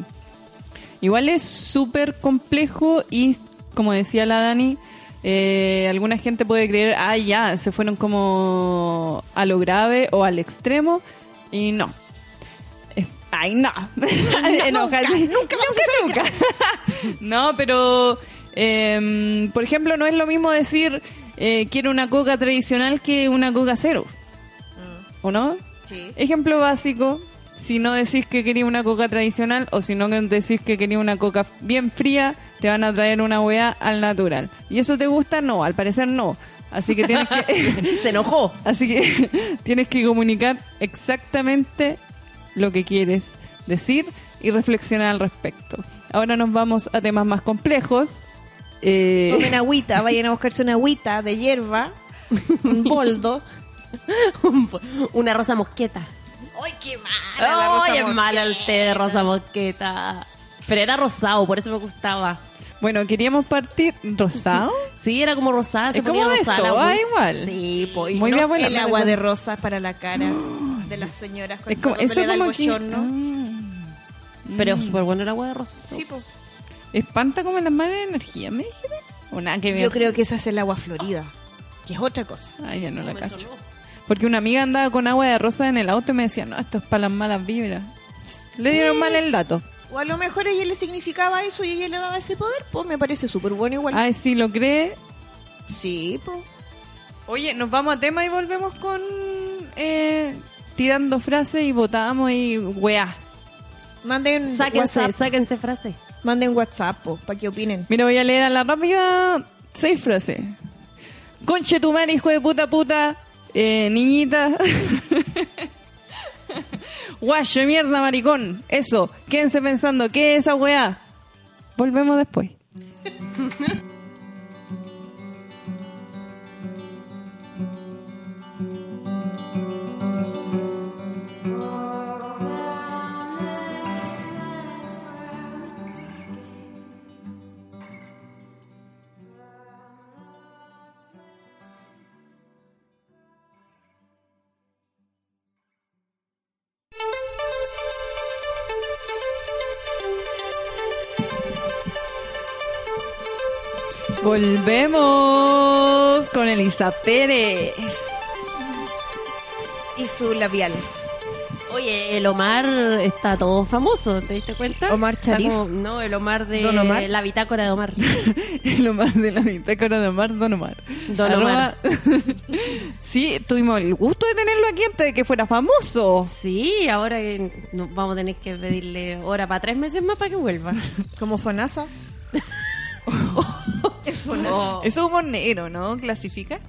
[SPEAKER 1] igual es súper complejo y, como decía la Dani, eh, alguna gente puede creer, ah, ya, se fueron como a lo grave o al extremo, y no. Eh, Ay, no. Enojadí-
[SPEAKER 3] nunca vamos a hacer
[SPEAKER 1] nunca. no, pero em, por ejemplo, no es lo mismo decir eh, quiero una coca tradicional que una coca cero. ¿O no?
[SPEAKER 3] Sí.
[SPEAKER 1] Ejemplo básico, si no decís que quería una coca tradicional o si no decís que quería una coca bien fría, te van a traer una weá al natural. ¿Y eso te gusta? No, al parecer no. Así que tienes que
[SPEAKER 2] Se enojó.
[SPEAKER 1] Así que tienes que comunicar exactamente lo que quieres decir y reflexionar al respecto. Ahora nos vamos a temas más complejos. Eh,
[SPEAKER 3] Tomen agüita, vayan a buscarse una agüita de hierba, un boldo.
[SPEAKER 2] Una rosa mosqueta.
[SPEAKER 3] ¡Ay, qué
[SPEAKER 2] ¡Ay,
[SPEAKER 3] la rosa
[SPEAKER 2] es malo el té de rosa mosqueta! Pero era rosado, por eso me gustaba.
[SPEAKER 1] bueno, queríamos partir rosado.
[SPEAKER 2] Sí, era como rosada, se
[SPEAKER 1] Es
[SPEAKER 2] ponía
[SPEAKER 1] como de
[SPEAKER 2] rosada.
[SPEAKER 3] ah,
[SPEAKER 1] soda
[SPEAKER 2] muy-
[SPEAKER 1] igual.
[SPEAKER 2] Sí, po, y
[SPEAKER 1] Muy
[SPEAKER 2] no-
[SPEAKER 1] de abuela.
[SPEAKER 3] El agua de rosas para la cara de las señoras
[SPEAKER 1] Es como,
[SPEAKER 3] cuando
[SPEAKER 1] eso
[SPEAKER 3] le da el
[SPEAKER 1] como que-
[SPEAKER 3] bochorno.
[SPEAKER 1] Mm.
[SPEAKER 2] Pero súper bueno el agua de rosa.
[SPEAKER 3] Sí, pues.
[SPEAKER 1] Ah, espanta como las malas energías, me dijeron. O nada que ver.
[SPEAKER 3] Yo creo que esa es el agua florida, que es otra cosa.
[SPEAKER 1] Ah, ya no la cacho. Porque una amiga andaba con agua de rosa en el auto y me decía, no, esto es para las malas vibras. Le dieron mal el dato.
[SPEAKER 3] O a lo mejor a ella le significaba eso y ella le daba ese poder, pues me parece súper bueno igual.
[SPEAKER 1] Ay, si lo cree.
[SPEAKER 3] Sí, pues.
[SPEAKER 1] Oye, nos vamos a tema y volvemos con eh, tirando frases y votamos y weá.
[SPEAKER 3] Manden
[SPEAKER 2] Sáquense,
[SPEAKER 3] WhatsApp,
[SPEAKER 2] sáquense frase.
[SPEAKER 3] manden WhatsApp, para que opinen.
[SPEAKER 1] Mira, voy a leer a la rápida seis frases. Conche tu madre, hijo de puta puta, eh, niñita. Guacho, de mierda, maricón. Eso, quédense pensando, ¿qué es esa weá? Volvemos después. Volvemos con Elisa Pérez.
[SPEAKER 3] Y su labial.
[SPEAKER 2] Oye, el Omar está todo famoso, ¿te diste cuenta?
[SPEAKER 3] Omar
[SPEAKER 2] Está
[SPEAKER 3] Sharif.
[SPEAKER 2] como- no, el Omar de
[SPEAKER 3] Don Omar.
[SPEAKER 2] la bitácora de Omar.
[SPEAKER 1] El Omar de la bitácora de Omar, Don Omar.
[SPEAKER 2] Don Omar.
[SPEAKER 1] sí, tuvimos el gusto de tenerlo aquí antes de que fuera famoso.
[SPEAKER 2] sí, ahora que no- vamos a tener que pedirle hora para tres meses más para que vuelva.
[SPEAKER 3] Como Fonasa.
[SPEAKER 2] Oh,
[SPEAKER 1] Eso es humor negro, ¿no? ¿Clasifica?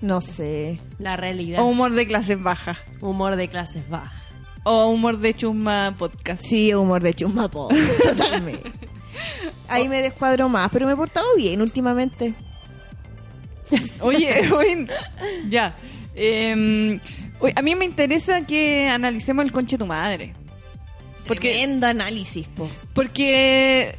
[SPEAKER 3] No sé.
[SPEAKER 2] la realidad.
[SPEAKER 1] O humor de clases bajas.
[SPEAKER 2] Humor de clases bajas.
[SPEAKER 1] O humor de chusma podcast.
[SPEAKER 3] Sí, humor de chusmapo. Totalmente. Ahí me descuadro más, pero me he portado bien últimamente.
[SPEAKER 1] Oye, oye, ya. Eh, oye, a mí me interesa que analicemos el conche tu madre. Porque-
[SPEAKER 3] Tremendo análisis, po.
[SPEAKER 1] Porque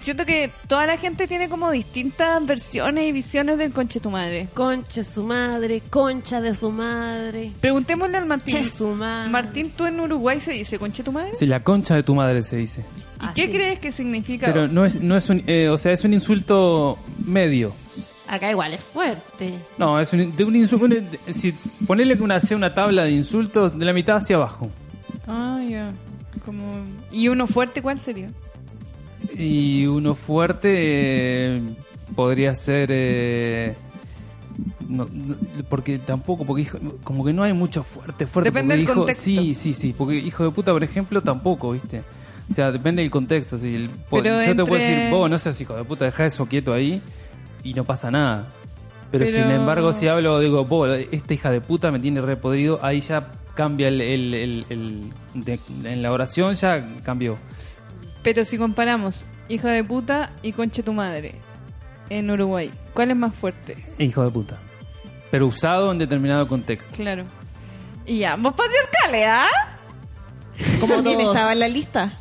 [SPEAKER 1] siento que toda la gente tiene como distintas versiones y visiones del conche tu madre.
[SPEAKER 2] Concha su madre, concha de su madre.
[SPEAKER 1] Preguntémosle al Martín.
[SPEAKER 2] Che su madre.
[SPEAKER 1] Martín, ¿tú en Uruguay se dice conche tu madre?
[SPEAKER 4] Sí, la concha de tu madre se dice.
[SPEAKER 1] ¿Y
[SPEAKER 2] Ah,
[SPEAKER 1] qué
[SPEAKER 2] sí.
[SPEAKER 1] crees que significa?
[SPEAKER 4] Pero no es, no es un, eh, o sea, es un insulto medio.
[SPEAKER 2] Acá igual es fuerte.
[SPEAKER 4] No, es un, de un insulto. Si ponerle una, sea una tabla de insultos de la mitad hacia abajo.
[SPEAKER 1] Ah, ya. Como... ¿Y uno fuerte cuál sería?
[SPEAKER 4] Y uno fuerte eh, podría ser. eh, no, no, porque tampoco, porque hijo- como que no hay mucho fuerte, fuerte.
[SPEAKER 1] Depende
[SPEAKER 4] porque
[SPEAKER 1] del
[SPEAKER 4] hijo-
[SPEAKER 1] contexto.
[SPEAKER 4] Sí, sí, sí. Porque hijo de puta, por ejemplo, tampoco, ¿viste? O sea, depende del contexto. Si el- po-
[SPEAKER 1] Pero
[SPEAKER 4] yo te puedo
[SPEAKER 1] entre-
[SPEAKER 4] decir, vos no seas hijo de puta, deja eso quieto ahí y no pasa nada. Pero,
[SPEAKER 1] Pero-
[SPEAKER 4] sin embargo, si hablo, digo, vos, esta hija de puta me tiene re podrido, ahí ya cambia el. el- el- el- de- en la oración ya cambió.
[SPEAKER 1] Pero si comparamos hija de puta y conche tu madre en Uruguay, ¿cuál es más fuerte?
[SPEAKER 4] E hijo de puta. Pero usado en determinado contexto.
[SPEAKER 1] Claro. Y ya, ambos patriarcales, ¿ah?
[SPEAKER 2] Como
[SPEAKER 3] ¿Quién
[SPEAKER 2] todos.
[SPEAKER 3] estaba en la lista?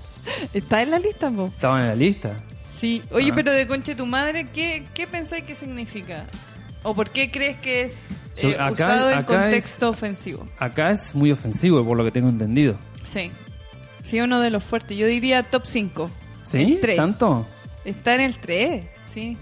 [SPEAKER 1] Está en la lista, vos.
[SPEAKER 4] Estaban en la lista.
[SPEAKER 1] Sí, oye,
[SPEAKER 4] Ah.
[SPEAKER 1] pero de conche tu madre, ¿qué, qué pensáis que significa? ¿O por qué crees que es
[SPEAKER 4] So,
[SPEAKER 1] eh,
[SPEAKER 4] acá-
[SPEAKER 1] usado en
[SPEAKER 4] acá
[SPEAKER 1] contexto ofensivo?
[SPEAKER 4] Acá es muy ofensivo, por lo que tengo entendido.
[SPEAKER 1] Sí. Sí, uno de los fuertes. Yo diría top 5.
[SPEAKER 4] ¿Sí?
[SPEAKER 1] tres.
[SPEAKER 4] ¿Tanto?
[SPEAKER 1] Está en el 3, sí.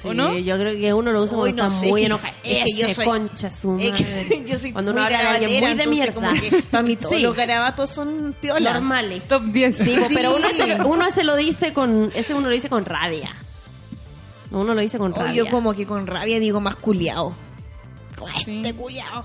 [SPEAKER 2] Sí,
[SPEAKER 1] ¿O no?
[SPEAKER 2] Yo creo que uno lo usa
[SPEAKER 3] Uy,
[SPEAKER 2] cuando
[SPEAKER 3] no
[SPEAKER 2] está
[SPEAKER 3] sé,
[SPEAKER 2] muy
[SPEAKER 3] que-
[SPEAKER 2] enojado.
[SPEAKER 3] es que yo
[SPEAKER 2] Ese
[SPEAKER 3] soy-
[SPEAKER 2] concha su
[SPEAKER 3] Es que
[SPEAKER 2] madre.
[SPEAKER 3] yo soy
[SPEAKER 2] cuando
[SPEAKER 3] muy
[SPEAKER 2] uno habla de alguien
[SPEAKER 3] garabatera,
[SPEAKER 2] muy de mierda.
[SPEAKER 3] entonces como que para mí todos
[SPEAKER 2] Sí.
[SPEAKER 3] los garabatos son piola.
[SPEAKER 2] Normales.
[SPEAKER 1] Top 10.
[SPEAKER 2] Sí,
[SPEAKER 3] Sí.
[SPEAKER 2] pero uno se, lo, uno se lo dice con. Ese uno lo dice con rabia. Uno lo dice con
[SPEAKER 3] O
[SPEAKER 2] rabia.
[SPEAKER 3] yo como que con rabia digo más culiao. Como
[SPEAKER 1] Sí.
[SPEAKER 3] Este culiao.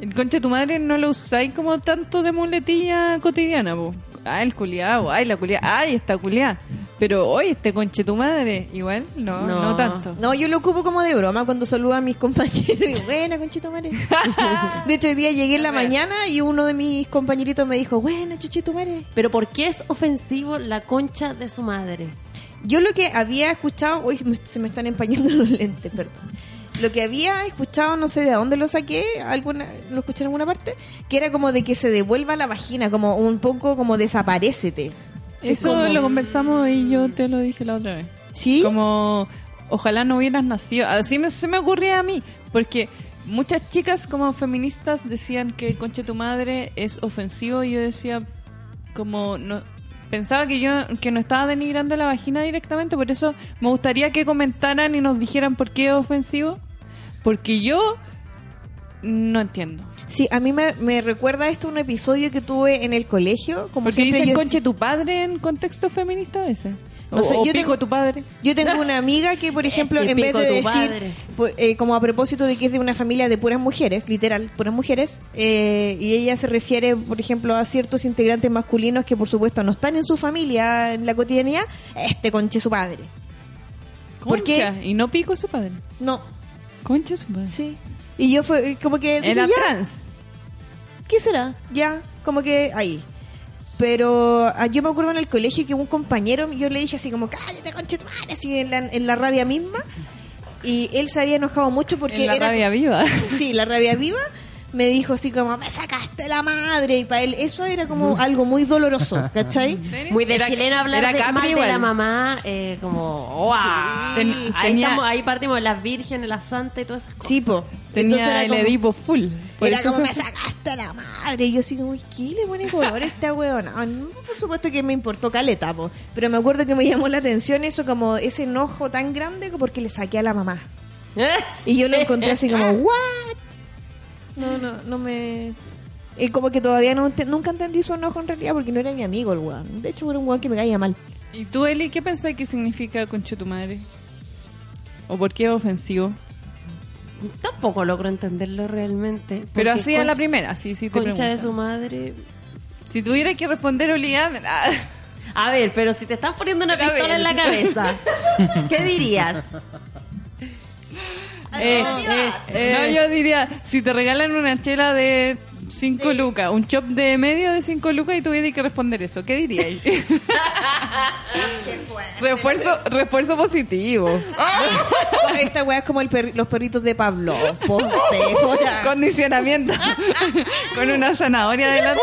[SPEAKER 1] El conche tu madre no lo usáis como tanto de muletilla cotidiana, po. Ah, el culiao, ay, la culiá, ay, esta culiá. Pero hoy este conche tu madre, igual, no, no,
[SPEAKER 2] No.
[SPEAKER 1] tanto.
[SPEAKER 3] No, yo lo ocupo como de broma cuando saludo a mis compañeros. Digo, Buena, conchito madre. De hecho, hoy día llegué en la mañana y uno de mis compañeritos me dijo, buena, chuchito madre.
[SPEAKER 2] Pero ¿por qué es ofensivo la concha de su madre?
[SPEAKER 3] Yo lo que había escuchado, uy, me- se me están empañando los lentes, perdón. Lo que había escuchado, no sé de dónde lo saqué, alguna, lo escuché en alguna parte, que era como de que se devuelva la vagina, como un poco como desaparécete.
[SPEAKER 1] Eso
[SPEAKER 2] como-
[SPEAKER 1] lo conversamos y yo te lo dije la otra vez.
[SPEAKER 3] ¿Sí?
[SPEAKER 1] Como, ojalá no hubieras nacido. Así me- se me ocurría a mí, porque muchas chicas como feministas decían que conche tu madre es ofensivo y yo decía, como, no, Pensaba que yo que no estaba denigrando la vagina directamente, por eso me gustaría que comentaran y nos dijeran por qué es ofensivo. Porque yo no entiendo.
[SPEAKER 3] Sí, a mí me, me recuerda esto a un episodio que tuve en el colegio. Como
[SPEAKER 1] Porque
[SPEAKER 3] siempre
[SPEAKER 1] dicen
[SPEAKER 3] yo-
[SPEAKER 1] conche tu padre en contexto feminista a veces.
[SPEAKER 3] No
[SPEAKER 1] O-
[SPEAKER 3] sé,
[SPEAKER 1] o
[SPEAKER 3] yo
[SPEAKER 1] pico
[SPEAKER 3] tengo-
[SPEAKER 1] tu padre.
[SPEAKER 3] Yo tengo una amiga que, por ejemplo,
[SPEAKER 2] Y
[SPEAKER 3] en vez
[SPEAKER 2] pico
[SPEAKER 3] de
[SPEAKER 2] tu
[SPEAKER 3] decir,
[SPEAKER 2] padre.
[SPEAKER 3] por- eh, como a propósito de que es de una familia de puras mujeres, literal, puras mujeres, eh, y ella se refiere, por ejemplo, a ciertos integrantes masculinos que, por supuesto, no están en su familia, en la cotidianidad, este conche su padre. ¿Por qué?
[SPEAKER 1] Concha, Y no pico su padre.
[SPEAKER 3] No,
[SPEAKER 1] Concha su padre.
[SPEAKER 3] sí. Y yo fue eh, como que... dije,
[SPEAKER 1] Mm. Era
[SPEAKER 3] "Ya,
[SPEAKER 1] trans.
[SPEAKER 3] ¿Qué será? Ya, como que ahí. Pero ah, yo me acuerdo en el colegio que un compañero, yo le dije así como, cállate, conche tu madre", así en la, en la rabia misma. Y él se había enojado mucho porque
[SPEAKER 1] en la
[SPEAKER 3] era...
[SPEAKER 1] rabia viva.
[SPEAKER 3] Sí, la rabia viva. Me dijo así como, me sacaste la madre. Y para él eso era como algo muy doloroso, ¿cachai?
[SPEAKER 2] Muy de
[SPEAKER 1] Era-
[SPEAKER 2] chileno hablar
[SPEAKER 1] era
[SPEAKER 2] de,
[SPEAKER 1] Capri
[SPEAKER 2] mal de
[SPEAKER 1] igual.
[SPEAKER 2] la mamá, eh, como, ¡guau!
[SPEAKER 1] Ten-
[SPEAKER 2] ahí,
[SPEAKER 1] tenía-
[SPEAKER 2] estamos, ahí partimos las vírgenes, las santas y todas esas cosas.
[SPEAKER 3] Sí, po. Entonces
[SPEAKER 1] Tenía
[SPEAKER 3] era
[SPEAKER 1] el
[SPEAKER 3] como-
[SPEAKER 1] Edipo full. Por
[SPEAKER 3] era
[SPEAKER 1] eso
[SPEAKER 3] como,
[SPEAKER 1] se-
[SPEAKER 3] me sacaste la madre. Y yo así como, ¿qué le pone color a esta weona? No, por supuesto que me importó caleta, po. Pero me acuerdo que me llamó la atención eso, como ese enojo tan grande porque le saqué a la mamá. Y yo lo encontré así como, ¿what? No, no, no me... Y como que todavía no ente- nunca entendí su enojo en realidad porque no era mi amigo el weón. De hecho, era un weón que me caía mal.
[SPEAKER 1] ¿Y tú, Eli, qué pensás que significa conche tu madre? ¿O por qué es ofensivo?
[SPEAKER 2] Tampoco logro entenderlo realmente.
[SPEAKER 1] Pero
[SPEAKER 2] porque
[SPEAKER 1] así a la
[SPEAKER 2] concha-
[SPEAKER 1] primera, sí, sí te
[SPEAKER 2] Concha de
[SPEAKER 1] preguntan.
[SPEAKER 2] su madre.
[SPEAKER 1] Si tuviera que responder obligada... ah,
[SPEAKER 2] A ver, pero si te están poniendo una
[SPEAKER 1] Pero a
[SPEAKER 2] pistola
[SPEAKER 1] ver.
[SPEAKER 2] en la cabeza, ¿qué dirías?
[SPEAKER 1] eh,
[SPEAKER 3] Alternativa.
[SPEAKER 1] eh, eh, no, yo diría, si te regalan una chela de 5 lucas, un chop de medio de 5 lucas y tuviera que responder eso, ¿qué diríais? refuerzo, refuerzo positivo.
[SPEAKER 3] Esta weá es como el perri- los perritos de Pablo. po, se fuera.
[SPEAKER 1] Condicionamiento. Con una zanahoria delante.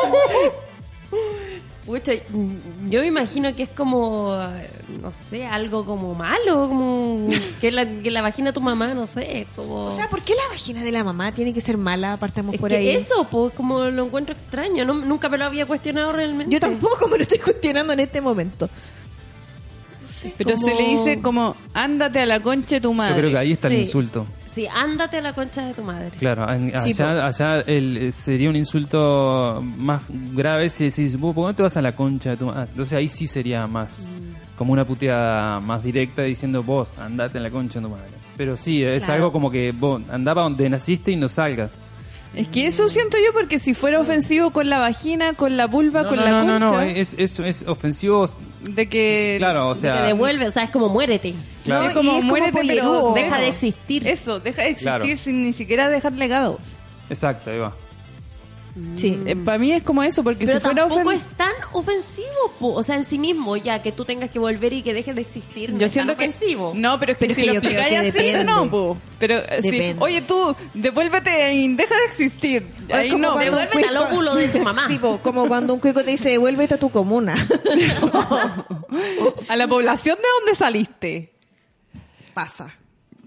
[SPEAKER 2] Pucha, mm, yo me imagino que es como, eh, no sé, algo como malo, como que la, que la vagina de tu mamá, no sé, como...
[SPEAKER 3] O sea, ¿por qué la vagina de la mamá tiene que ser mala? Partamos
[SPEAKER 2] es
[SPEAKER 3] por
[SPEAKER 2] que
[SPEAKER 3] ahí.
[SPEAKER 2] eso, pues, como lo encuentro extraño, no- nunca me lo había cuestionado realmente.
[SPEAKER 3] Yo tampoco me lo estoy cuestionando en este momento.
[SPEAKER 1] Pero se le
[SPEAKER 2] Como-
[SPEAKER 1] dice como, ándate a la concha de tu madre.
[SPEAKER 4] Yo creo que ahí está
[SPEAKER 2] Sí.
[SPEAKER 4] el insulto.
[SPEAKER 2] Sí, ándate a la concha de tu madre.
[SPEAKER 4] Claro, en-
[SPEAKER 2] Sí, po.
[SPEAKER 4] allá, allá el- eh, sería un insulto más grave si decís, "Vos, ¿por qué no te vas a la concha de tu madre? Entonces ahí sí sería más,
[SPEAKER 1] Mm.
[SPEAKER 4] como una puteada más directa diciendo, vos, andate en la concha de tu madre. Pero sí, es
[SPEAKER 2] Claro.
[SPEAKER 4] algo como que vos andaba donde naciste y no salgas.
[SPEAKER 1] Es que eso siento yo porque si fuera ofensivo con la vagina, con la vulva,
[SPEAKER 4] No,
[SPEAKER 1] con
[SPEAKER 4] no,
[SPEAKER 1] la
[SPEAKER 4] no,
[SPEAKER 1] concha, Eh,
[SPEAKER 4] no, no, es, es, es ofensivo,
[SPEAKER 1] de que
[SPEAKER 4] claro, o
[SPEAKER 2] Te
[SPEAKER 4] sea...
[SPEAKER 2] devuelve, o sea, es como muérete.
[SPEAKER 4] Claro.
[SPEAKER 1] Sí, como
[SPEAKER 3] y es como
[SPEAKER 1] muérete, pero
[SPEAKER 3] pollerudo.
[SPEAKER 2] Deja
[SPEAKER 1] cero.
[SPEAKER 2] de existir.
[SPEAKER 1] Eso, deja de existir
[SPEAKER 4] Claro.
[SPEAKER 1] sin ni siquiera dejar legados.
[SPEAKER 4] Exacto, ahí va.
[SPEAKER 1] Sí,
[SPEAKER 3] Mm.
[SPEAKER 1] para Eh, mí es como eso porque
[SPEAKER 2] Pero
[SPEAKER 1] si fuera
[SPEAKER 2] tampoco
[SPEAKER 1] ofensivo
[SPEAKER 2] es tan ofensivo, po. o sea, en sí mismo, ya que tú tengas que volver y que dejes de existir. no
[SPEAKER 1] yo
[SPEAKER 2] es tan
[SPEAKER 1] siento que
[SPEAKER 2] ofensivo.
[SPEAKER 1] no, pero es que
[SPEAKER 3] Pero es
[SPEAKER 1] si
[SPEAKER 3] que
[SPEAKER 1] lo
[SPEAKER 3] yo creo
[SPEAKER 1] explicáis
[SPEAKER 3] que
[SPEAKER 1] así
[SPEAKER 3] depende.
[SPEAKER 1] no, po. pero eh, si,
[SPEAKER 3] Depende.
[SPEAKER 1] oye tú, devuélvete y deja de existir.
[SPEAKER 3] O es
[SPEAKER 1] Ahí
[SPEAKER 3] como
[SPEAKER 1] no,
[SPEAKER 3] cuando un
[SPEAKER 2] devuélvete al
[SPEAKER 3] cuico-
[SPEAKER 2] óvulo de tu mamá.
[SPEAKER 3] Sí, po, como cuando un cuico te dice, devuélvete a tu comuna.
[SPEAKER 1] a la población de donde saliste.
[SPEAKER 3] Pasa.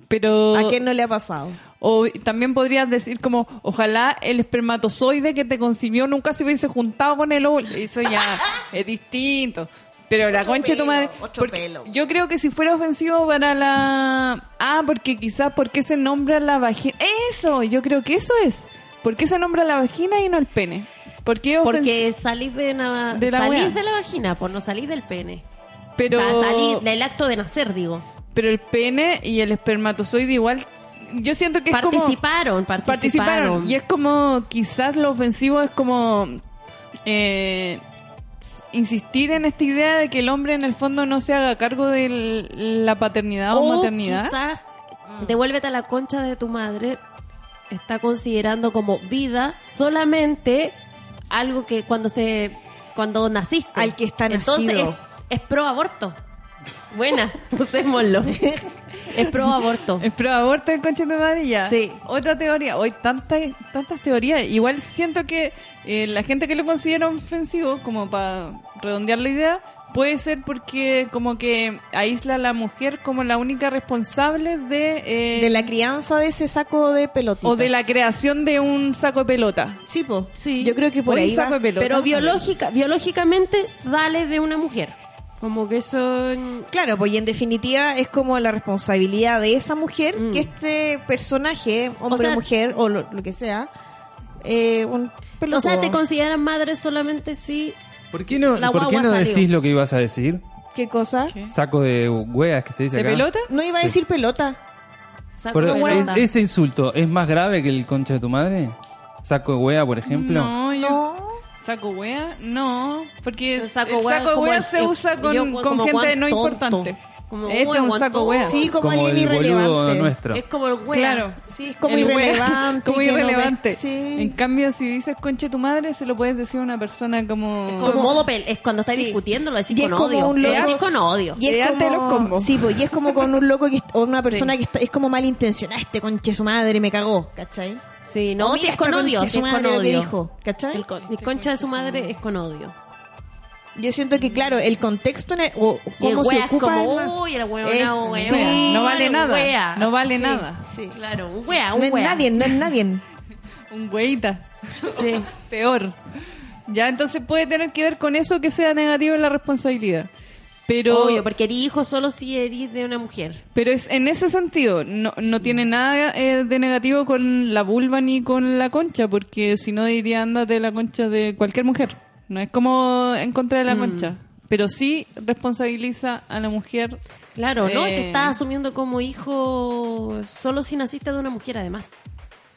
[SPEAKER 1] Pero
[SPEAKER 3] ¿A quién no le ha pasado?
[SPEAKER 1] O también podrías decir como, ojalá el espermatozoide que te concibió nunca se hubiese juntado con el óvulo. Eso ya es distinto. Pero la
[SPEAKER 3] Otro
[SPEAKER 1] concha de tu
[SPEAKER 3] pelo,
[SPEAKER 1] madre...
[SPEAKER 3] otro
[SPEAKER 1] porque
[SPEAKER 3] pelo.
[SPEAKER 1] Yo creo que si fuera ofensivo para la... Ah, porque quizás, ¿por qué se nombra la vagina? Eso, yo creo que eso es. ¿Por qué se nombra la vagina y no el pene? ¿Por qué
[SPEAKER 2] Porque
[SPEAKER 1] ofensivo?
[SPEAKER 2] salís de, la-
[SPEAKER 1] De la
[SPEAKER 2] salís
[SPEAKER 1] wea.
[SPEAKER 2] de la vagina, por no salís del pene.
[SPEAKER 1] Pero...
[SPEAKER 2] O sea, salís del acto de nacer, digo.
[SPEAKER 1] Pero el pene y el espermatozoide igual... Yo siento que es como...
[SPEAKER 2] Participaron, participaron.
[SPEAKER 1] Y es como, quizás lo ofensivo es como eh, s- insistir en esta idea de que el hombre en el fondo no se haga cargo de l- la paternidad o,
[SPEAKER 2] O
[SPEAKER 1] maternidad.
[SPEAKER 2] quizás devuélvete a la concha de tu madre está considerando como vida solamente algo que cuando se cuando naciste.
[SPEAKER 3] Al que está
[SPEAKER 2] Entonces
[SPEAKER 3] nacido.
[SPEAKER 2] es, es pro aborto. Buena, usémoslo. es pro aborto.
[SPEAKER 1] Es pro aborto en concha de madre y ya.
[SPEAKER 2] Sí.
[SPEAKER 1] Otra teoría. Hoy tantas tantas teorías. Igual siento que eh, la gente que lo considera ofensivo, como para redondear la idea, Puede ser porque como que aísla a la mujer como la única responsable de... eh,
[SPEAKER 3] De la crianza de ese saco de pelotitas.
[SPEAKER 1] o de la creación de un saco de pelota.
[SPEAKER 3] Sí, po.
[SPEAKER 2] Sí.
[SPEAKER 3] Yo creo que por
[SPEAKER 1] Un
[SPEAKER 3] ahí
[SPEAKER 1] saco
[SPEAKER 3] va.
[SPEAKER 1] de pelota.
[SPEAKER 2] Pero biológica, biológicamente sale de una mujer. Como que eso... mm,
[SPEAKER 3] Claro, pues y en definitiva es como la responsabilidad de esa mujer
[SPEAKER 2] Mm.
[SPEAKER 3] que este personaje, hombre o
[SPEAKER 2] sea-
[SPEAKER 3] mujer o lo, lo que sea, eh, un pelotudo.
[SPEAKER 2] O sea, te consideran madre solamente si...
[SPEAKER 4] ¿Por qué no,
[SPEAKER 2] La
[SPEAKER 4] ¿por qué
[SPEAKER 2] guagua
[SPEAKER 4] no
[SPEAKER 2] salió.
[SPEAKER 4] decís lo que ibas a decir?
[SPEAKER 3] ¿Qué cosa?
[SPEAKER 4] Saco de hueas que se dice
[SPEAKER 1] ¿De
[SPEAKER 4] acá.
[SPEAKER 1] pelota?
[SPEAKER 3] No iba a decir pelota.
[SPEAKER 2] saco
[SPEAKER 4] Por-
[SPEAKER 2] de
[SPEAKER 4] es-
[SPEAKER 2] pelota.
[SPEAKER 4] ¿Ese insulto es más grave que el concha de tu madre? ¿Saco de hueá, por ejemplo?
[SPEAKER 1] No, yo...
[SPEAKER 3] No.
[SPEAKER 1] ¿Saco wea? No, porque
[SPEAKER 2] El
[SPEAKER 1] es-
[SPEAKER 2] saco
[SPEAKER 1] el
[SPEAKER 2] wea
[SPEAKER 1] saco
[SPEAKER 2] es como
[SPEAKER 1] wea
[SPEAKER 2] el-
[SPEAKER 1] se
[SPEAKER 2] el-
[SPEAKER 1] usa con,
[SPEAKER 2] yo,
[SPEAKER 1] con
[SPEAKER 2] como
[SPEAKER 1] gente
[SPEAKER 2] guan
[SPEAKER 1] no
[SPEAKER 2] tonto.
[SPEAKER 1] importante.
[SPEAKER 2] Como,
[SPEAKER 1] este es
[SPEAKER 2] "Uy,
[SPEAKER 1] un
[SPEAKER 2] guan
[SPEAKER 1] saco
[SPEAKER 2] tonto".
[SPEAKER 1] wea.
[SPEAKER 3] Sí, como,
[SPEAKER 4] Como
[SPEAKER 3] alguien
[SPEAKER 4] el boludo
[SPEAKER 3] irrelevante.
[SPEAKER 4] nuestro.
[SPEAKER 2] Es como el wea.
[SPEAKER 1] Claro.
[SPEAKER 3] Sí, es como
[SPEAKER 1] El wea,
[SPEAKER 3] irrelevante.
[SPEAKER 1] como
[SPEAKER 3] que no ve-
[SPEAKER 1] irrelevante. En
[SPEAKER 3] Sí.
[SPEAKER 1] cambio, si dices conche tu madre, se lo puedes decir a una persona como...
[SPEAKER 2] Como
[SPEAKER 3] Como-
[SPEAKER 2] modo pel- es cuando estás
[SPEAKER 3] Sí.
[SPEAKER 2] discutiendo, lo decís
[SPEAKER 3] Y es
[SPEAKER 2] con
[SPEAKER 3] como
[SPEAKER 2] odio.
[SPEAKER 3] un
[SPEAKER 2] Lo
[SPEAKER 3] loco-
[SPEAKER 2] decís con odio.
[SPEAKER 3] Y
[SPEAKER 1] Le
[SPEAKER 3] es
[SPEAKER 1] dan telos
[SPEAKER 3] como,
[SPEAKER 1] combo.
[SPEAKER 3] sí, pues, y es como con un loco que, o una persona que está- es como malintencionada, este conche su madre me cagó, ¿cachai?
[SPEAKER 2] Sí, no,
[SPEAKER 3] O
[SPEAKER 2] si
[SPEAKER 3] mira
[SPEAKER 2] es con
[SPEAKER 3] esta
[SPEAKER 2] odio,
[SPEAKER 3] concha
[SPEAKER 2] si
[SPEAKER 3] su
[SPEAKER 2] es con
[SPEAKER 3] madre lo que
[SPEAKER 2] odio.
[SPEAKER 3] dijo, ¿cachai?
[SPEAKER 2] El, con- el concha de su madre es con odio.
[SPEAKER 3] Yo siento que, claro, el contexto en el- o
[SPEAKER 2] Y el
[SPEAKER 3] cómo se
[SPEAKER 2] wea es
[SPEAKER 3] ocupa. el ma-
[SPEAKER 2] como, uy, era
[SPEAKER 3] Es-
[SPEAKER 2] huevona o
[SPEAKER 3] sí,
[SPEAKER 2] huevona".
[SPEAKER 1] no vale
[SPEAKER 2] Un
[SPEAKER 1] nada.
[SPEAKER 2] wea.
[SPEAKER 1] No vale
[SPEAKER 3] Sí,
[SPEAKER 1] nada.
[SPEAKER 3] sí.
[SPEAKER 2] Claro, un wea, Ah, un
[SPEAKER 3] No es
[SPEAKER 2] wea.
[SPEAKER 3] nadie, no es nadie.
[SPEAKER 1] Un weita.
[SPEAKER 2] Sí.
[SPEAKER 1] Peor. Ya, entonces puede tener que ver con eso que sea negativo en la responsabilidad. Pero,
[SPEAKER 2] Obvio, porque eres hijo solo si eres de una mujer.
[SPEAKER 1] pero es en ese sentido, no, no tiene nada eh, de negativo con la vulva ni con la concha, porque si no diría ándate la concha de cualquier mujer. No es como en contra de
[SPEAKER 2] Mm.
[SPEAKER 1] la concha. Pero sí responsabiliza a la mujer.
[SPEAKER 2] Claro, ¿no?
[SPEAKER 1] Eh.
[SPEAKER 2] Te estás asumiendo como hijo solo si naciste de una mujer, además.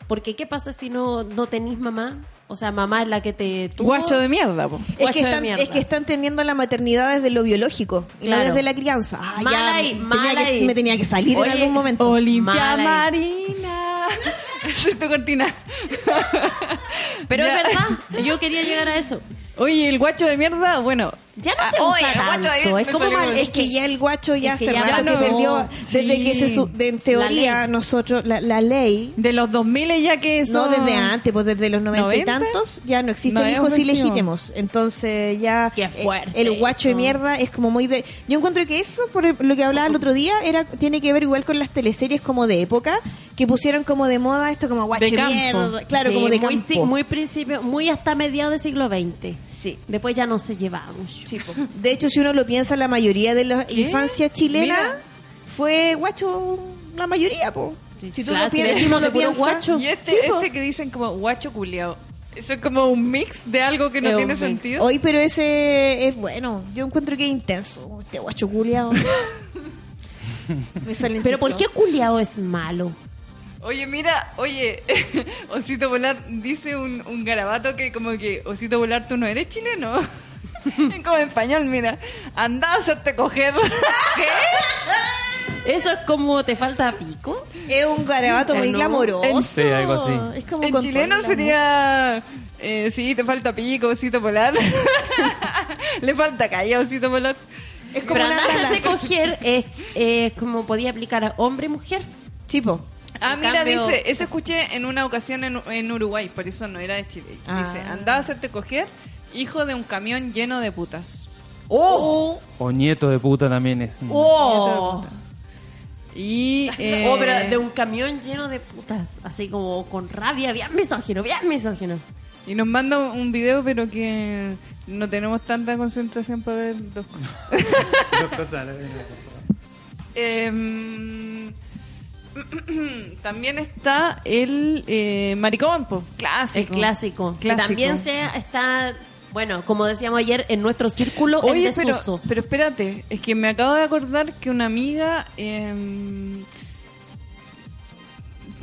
[SPEAKER 2] Porque, ¿qué pasa si no, no tenís mamá? O sea, mamá es la que te tuvo.
[SPEAKER 1] Guacho de mierda, po.
[SPEAKER 3] Es
[SPEAKER 2] Guacho
[SPEAKER 3] que,
[SPEAKER 2] de
[SPEAKER 3] están,
[SPEAKER 2] mierda.
[SPEAKER 3] es que están teniendo la maternidad desde lo biológico y no
[SPEAKER 2] Claro.
[SPEAKER 3] desde la crianza. Ah, ya,
[SPEAKER 2] Mala
[SPEAKER 3] me
[SPEAKER 2] y-
[SPEAKER 3] tenía
[SPEAKER 2] mala
[SPEAKER 3] que-
[SPEAKER 2] y-
[SPEAKER 3] me tenía que salir
[SPEAKER 2] Oye,
[SPEAKER 3] en algún momento.
[SPEAKER 1] Olimpia
[SPEAKER 2] Mala ahí.
[SPEAKER 1] Marina. Esa es tu cortina.
[SPEAKER 2] Pero
[SPEAKER 1] Ya.
[SPEAKER 2] es verdad, yo quería llegar a eso.
[SPEAKER 1] Oye, el guacho de mierda, bueno,
[SPEAKER 2] Ya no
[SPEAKER 1] Ah,
[SPEAKER 2] se
[SPEAKER 1] oye,
[SPEAKER 2] usa
[SPEAKER 1] el guacho de
[SPEAKER 2] tanto.
[SPEAKER 1] ahí
[SPEAKER 2] Es
[SPEAKER 1] me
[SPEAKER 2] como
[SPEAKER 1] salió
[SPEAKER 2] mal-
[SPEAKER 1] el-
[SPEAKER 3] Es que ya el guacho ya
[SPEAKER 2] Es que
[SPEAKER 3] hace
[SPEAKER 2] ya
[SPEAKER 3] rato
[SPEAKER 1] no.
[SPEAKER 3] se perdió.
[SPEAKER 1] Sí.
[SPEAKER 3] Desde que se su- de- en teoría
[SPEAKER 2] ley.
[SPEAKER 3] nosotros, la, la ley,
[SPEAKER 1] De los 2000 ya que eso...
[SPEAKER 3] no desde antes, pues desde los noventa y
[SPEAKER 1] ¿Noventa?
[SPEAKER 3] tantos, ya no existen
[SPEAKER 1] No, es
[SPEAKER 3] hijos
[SPEAKER 1] ofensivo.
[SPEAKER 3] ilegítimos. Entonces ya
[SPEAKER 2] Qué
[SPEAKER 3] eh,
[SPEAKER 2] fuerte
[SPEAKER 3] el guacho de
[SPEAKER 2] eso.
[SPEAKER 3] mierda es como muy de... Yo encuentro que eso, por lo que hablaba el otro día, era tiene que ver igual con las teleseries como de época, que pusieron como de moda esto como guacho
[SPEAKER 1] De campo.
[SPEAKER 3] mierda. Claro,
[SPEAKER 2] Sí,
[SPEAKER 3] como de
[SPEAKER 2] muy,
[SPEAKER 3] campo.
[SPEAKER 2] sí, muy principio, muy hasta mediados del siglo XX.
[SPEAKER 3] Sí.
[SPEAKER 2] Después ya no se llevaba mucho.
[SPEAKER 3] De hecho, si uno lo piensa, la mayoría de la infancia chilena
[SPEAKER 1] Mira.
[SPEAKER 3] fue guacho, la mayoría, po. Si tú
[SPEAKER 2] claro,
[SPEAKER 3] lo
[SPEAKER 2] si
[SPEAKER 3] piensas, si uno
[SPEAKER 2] decimos de
[SPEAKER 3] lo
[SPEAKER 2] puro
[SPEAKER 3] piensa,
[SPEAKER 2] guacho.
[SPEAKER 1] Y este,
[SPEAKER 3] Sí, po.
[SPEAKER 1] este que dicen como guacho culiao. Eso es como un mix de algo que no
[SPEAKER 2] Es un
[SPEAKER 1] tiene
[SPEAKER 2] mix.
[SPEAKER 1] sentido.
[SPEAKER 3] Hoy, pero ese es bueno. Yo encuentro que es intenso. Este guacho culiao. Me salen
[SPEAKER 2] Pero ¿por qué
[SPEAKER 3] chistosos.
[SPEAKER 2] culiao es malo?
[SPEAKER 1] Oye, mira, oye, Osito Volar dice un, un garabato que como que, Osito Volar, tú no eres chileno. Es como en español, mira. Anda a hacerte coger.
[SPEAKER 2] ¿Eso es como te falta pico?
[SPEAKER 3] Es un garabato muy
[SPEAKER 2] No.
[SPEAKER 3] glamoroso.
[SPEAKER 4] Sí, algo así.
[SPEAKER 3] Es como
[SPEAKER 1] En
[SPEAKER 3] con
[SPEAKER 1] chileno
[SPEAKER 3] todo el
[SPEAKER 1] sería... Eh, sí, te falta pico, Osito Polar. Le falta calle, a Osito Polar.
[SPEAKER 3] amor. Es como
[SPEAKER 2] Pero
[SPEAKER 3] una
[SPEAKER 2] andarse a
[SPEAKER 3] tala.
[SPEAKER 2] coger es, es como podía aplicar a hombre y mujer.
[SPEAKER 3] Tipo.
[SPEAKER 1] Ah,
[SPEAKER 2] En
[SPEAKER 1] mira,
[SPEAKER 2] cambio-
[SPEAKER 1] dice, eso escuché en una ocasión en, en Uruguay, por eso no era de Chile.
[SPEAKER 3] Ah.
[SPEAKER 1] Dice, andá a hacerte coger, hijo de un camión lleno de putas.
[SPEAKER 3] ¡Oh!
[SPEAKER 4] O nieto de puta también es. un-
[SPEAKER 2] ¡Oh!
[SPEAKER 1] Y... eh,
[SPEAKER 2] Oh, pero de un camión lleno de putas, así como con rabia, bien misógino, bien misógino.
[SPEAKER 1] Y nos manda un video, pero que no tenemos tanta concentración para ver dos cosas. Em, también está el eh, maricón, po, clásico.
[SPEAKER 2] El clásico. Que
[SPEAKER 1] Clásico.
[SPEAKER 2] también se está, bueno, como decíamos ayer, en nuestro círculo
[SPEAKER 1] Oye,
[SPEAKER 2] el
[SPEAKER 1] pero,
[SPEAKER 2] desuso.
[SPEAKER 1] pero espérate, es que me acabo de acordar que una amiga em,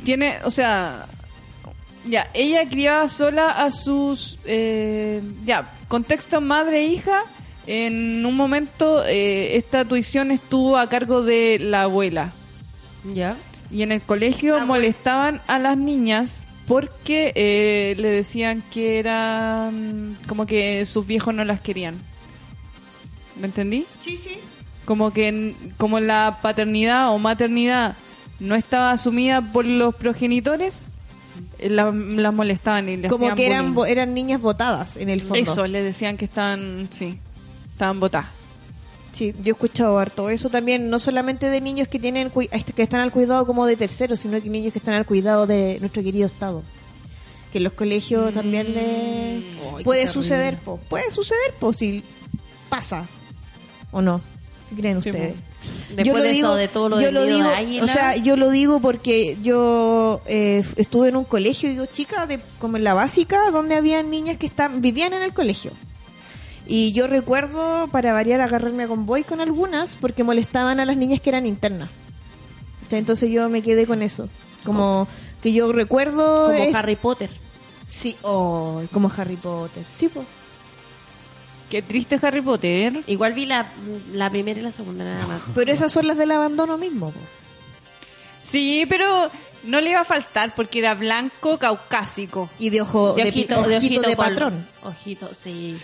[SPEAKER 1] tiene, o sea, ya, ella criaba sola a sus, eh, ya, contexto madre-hija, en un momento eh, esta tuición estuvo a cargo de la abuela
[SPEAKER 2] ¿Ya?
[SPEAKER 1] y en el colegio molestaban a las niñas porque eh, le decían que eran como que sus viejos no las querían. ¿Me entendí?
[SPEAKER 3] Sí, sí.
[SPEAKER 1] Como que en- como la paternidad o maternidad no estaba asumida por los progenitores, eh, la- las molestaban y le
[SPEAKER 3] Como
[SPEAKER 1] hacían
[SPEAKER 3] que eran,
[SPEAKER 1] bullying.
[SPEAKER 3] vo- eran niñas votadas en el fondo.
[SPEAKER 1] Eso, le decían que estaban, sí, estaban botadas.
[SPEAKER 3] Sí, yo he escuchado harto eso también, no solamente de niños que tienen cui- este, que están al cuidado como de terceros, sino que niños que están al cuidado de nuestro querido Estado. Que en los colegios también le
[SPEAKER 2] qué
[SPEAKER 3] puede
[SPEAKER 2] terrible.
[SPEAKER 3] suceder, po. puede suceder, po, si pasa o no. ¿Qué creen
[SPEAKER 1] Sí,
[SPEAKER 3] ustedes?
[SPEAKER 1] po.
[SPEAKER 2] Después de eso, de todo lo
[SPEAKER 3] yo
[SPEAKER 2] del nido de
[SPEAKER 3] digo,
[SPEAKER 2] águila.
[SPEAKER 3] o sea, yo lo digo porque yo eh, estuve en un colegio yo chica de como en la básica donde había niñas que están vivían en el colegio. Y yo recuerdo, para variar, agarrarme a convoy con algunas porque molestaban a las niñas que eran internas. ¿Cachai? Entonces yo me quedé con eso. Como que yo recuerdo...
[SPEAKER 2] como
[SPEAKER 3] es-
[SPEAKER 2] Harry Potter.
[SPEAKER 3] Sí, oh, como Harry Potter. Sí, pues.
[SPEAKER 1] Qué triste Harry Potter.
[SPEAKER 2] Igual vi la, la primera y la segunda nada más.
[SPEAKER 3] Pero esas son las del abandono mismo. po.
[SPEAKER 1] Sí, pero no le iba a faltar porque era blanco caucásico.
[SPEAKER 3] Y de ojo de, pi- ojito, de
[SPEAKER 2] con-
[SPEAKER 3] patrón.
[SPEAKER 2] Ojito, sí.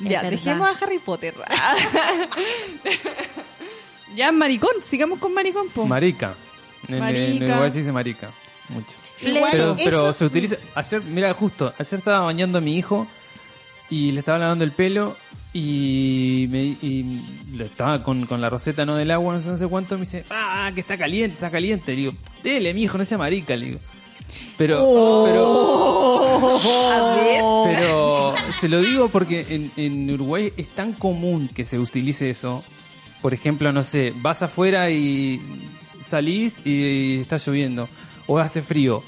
[SPEAKER 1] ya,
[SPEAKER 2] verdad.
[SPEAKER 1] dejemos a Harry Potter. ya, maricón, sigamos con maricón, po.
[SPEAKER 4] Marica. En, en- en
[SPEAKER 1] Marica.
[SPEAKER 4] Uruguay se dice marica. Mucho.
[SPEAKER 3] Igual
[SPEAKER 4] Pero,
[SPEAKER 3] eso-
[SPEAKER 4] pero se utiliza. Ayer, mira, justo. Ayer estaba bañando a mi hijo y le estaba lavando el pelo y, me, y lo estaba con, con la roseta no del agua, no sé, no sé cuánto. Me dice, ah, que está caliente, está caliente. Le digo, dele, mi hijo, no sea marica. Le digo. Pero,
[SPEAKER 3] Oh.
[SPEAKER 4] pero, pero se lo digo porque en, en Uruguay es tan común que se utilice eso. Por ejemplo, no sé, vas afuera y salís y está lloviendo o hace frío.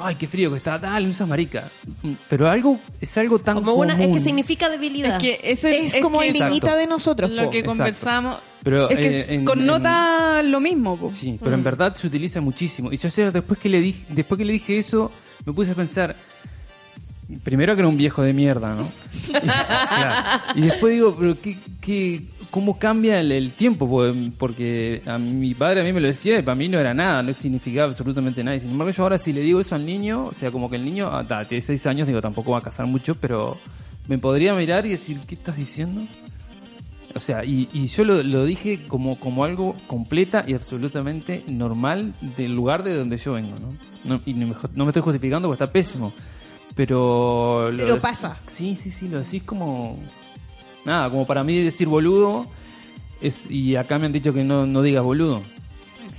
[SPEAKER 4] Ay, qué frío que está, dale, no seas marica. Mm, Pero algo es algo tan
[SPEAKER 2] Como una, es
[SPEAKER 4] común.
[SPEAKER 2] que significa debilidad.
[SPEAKER 1] Es que eso
[SPEAKER 3] Es, como
[SPEAKER 1] que
[SPEAKER 3] el
[SPEAKER 4] Exacto.
[SPEAKER 3] niñita de nosotros.
[SPEAKER 1] lo
[SPEAKER 3] po.
[SPEAKER 1] que
[SPEAKER 4] Exacto.
[SPEAKER 1] conversamos.
[SPEAKER 4] Pero,
[SPEAKER 1] es que
[SPEAKER 4] eh,
[SPEAKER 1] s-
[SPEAKER 4] en-
[SPEAKER 1] connota lo mismo, po.
[SPEAKER 4] Sí, pero en verdad se utiliza muchísimo. Y yo sé, después que le dije, después que le dije eso, me puse a pensar. Primero que era un viejo de mierda, ¿no? Claro. Y después digo, pero qué, qué- ¿cómo cambia el, el tiempo? Po- em, Porque a mi padre a mí me lo decía y para mí no era nada, no significaba absolutamente nada. Y sin embargo, yo ahora si le digo eso al niño, o sea, como que el niño, ah, ta, tiene seis años, digo, tampoco va a casar mucho, pero me podría mirar y decir, ¿qué estás diciendo? O sea, y, y yo lo, lo dije como, como algo completa y absolutamente normal del lugar de donde yo vengo, ¿no? No, y no me, no me estoy justificando porque está pésimo. Pero. lo
[SPEAKER 3] Pero
[SPEAKER 4] decí-
[SPEAKER 3] pasa.
[SPEAKER 4] Sí, sí, sí, lo decís como. Nada, como para mí decir boludo. Es, y acá me han dicho que no, no digas boludo.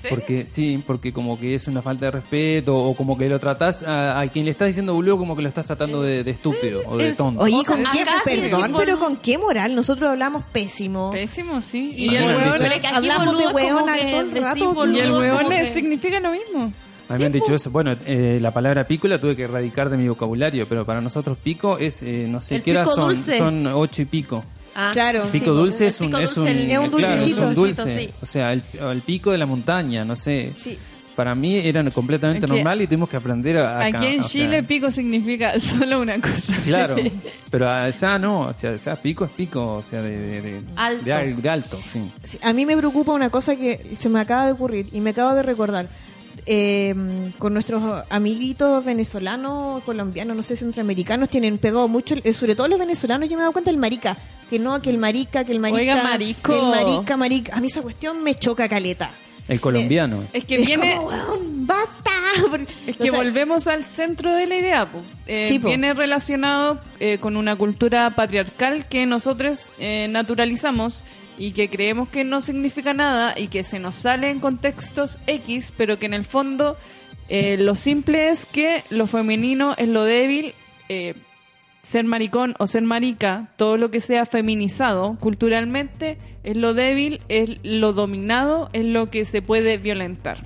[SPEAKER 4] Porque sí, porque como que es una falta de respeto o como que lo tratás a, a quien le estás diciendo boludo como que lo estás tratando de, de estúpido o de
[SPEAKER 2] Es-
[SPEAKER 4] tonto.
[SPEAKER 3] Oye,
[SPEAKER 2] O sea,
[SPEAKER 3] ¿con
[SPEAKER 1] Ah,
[SPEAKER 3] qué,
[SPEAKER 2] acá sí
[SPEAKER 3] perdón,
[SPEAKER 2] decimos-
[SPEAKER 3] pero con qué moral? Nosotros hablamos pésimo.
[SPEAKER 1] Pésimo, sí.
[SPEAKER 4] Y el
[SPEAKER 1] hueón-
[SPEAKER 4] dicho.
[SPEAKER 2] Pero es que aquí
[SPEAKER 3] Hablamos
[SPEAKER 2] boludo
[SPEAKER 3] de
[SPEAKER 2] es como
[SPEAKER 3] hueona
[SPEAKER 2] que
[SPEAKER 3] todo el
[SPEAKER 2] decís
[SPEAKER 3] rato,
[SPEAKER 2] boludo,
[SPEAKER 1] Y el
[SPEAKER 2] como
[SPEAKER 1] hueón
[SPEAKER 2] que-
[SPEAKER 1] le significa lo mismo.
[SPEAKER 4] A mí me han dicho eso. Bueno, eh, la palabra pico la tuve que erradicar de mi vocabulario, pero para nosotros pico es, eh, no sé
[SPEAKER 2] El
[SPEAKER 4] qué era,
[SPEAKER 2] pico
[SPEAKER 4] son,
[SPEAKER 2] dulce.
[SPEAKER 4] son ocho y pico.
[SPEAKER 2] Ah,
[SPEAKER 3] Claro.
[SPEAKER 4] Pico
[SPEAKER 3] sí,
[SPEAKER 4] dulce
[SPEAKER 2] el
[SPEAKER 4] es un,
[SPEAKER 2] pico
[SPEAKER 4] es un,
[SPEAKER 2] dulce, el-
[SPEAKER 3] Es un
[SPEAKER 4] claro,
[SPEAKER 3] dulcecito.
[SPEAKER 4] es un dulce.
[SPEAKER 2] Dulcecito, sí.
[SPEAKER 4] O sea, el, el pico de la montaña, no sé.
[SPEAKER 3] Sí.
[SPEAKER 4] Para mí era completamente
[SPEAKER 1] Aquí-
[SPEAKER 4] normal y tuvimos que aprender a, acá,
[SPEAKER 1] Aquí en
[SPEAKER 4] o sea,
[SPEAKER 1] Chile pico significa solo una cosa.
[SPEAKER 4] Claro, pero allá no, o sea, allá pico es pico, o sea, de, de- de-
[SPEAKER 2] Alto.
[SPEAKER 4] de al- de alto, sí.
[SPEAKER 3] Sí, A mí me preocupa una cosa que se me acaba de ocurrir y me acabo de recordar. Eh, con nuestros amiguitos venezolanos, colombianos, no sé, centroamericanos, tienen pegado mucho, el- eh, sobre todo los venezolanos, yo me he dado cuenta del marica. Que no, que el marica, que el marica.
[SPEAKER 1] Oiga, marico.
[SPEAKER 3] El marica, marica. A mí esa cuestión me choca caleta.
[SPEAKER 2] Eh,
[SPEAKER 4] El colombiano.
[SPEAKER 1] Es que
[SPEAKER 3] Es
[SPEAKER 1] viene.
[SPEAKER 3] como, "Weón, ¡Basta!
[SPEAKER 1] Es que
[SPEAKER 3] O sea,
[SPEAKER 1] volvemos al centro de la idea. po. Eh,
[SPEAKER 3] Sí, po.
[SPEAKER 1] Viene relacionado eh, con una cultura patriarcal que nosotros eh, naturalizamos y que creemos que no significa nada y que se nos sale en contextos X, pero que en el fondo eh, lo simple es que lo femenino es lo débil. eh, ser maricón o ser marica, todo lo que sea feminizado culturalmente es lo débil, es lo dominado, es lo que se puede violentar.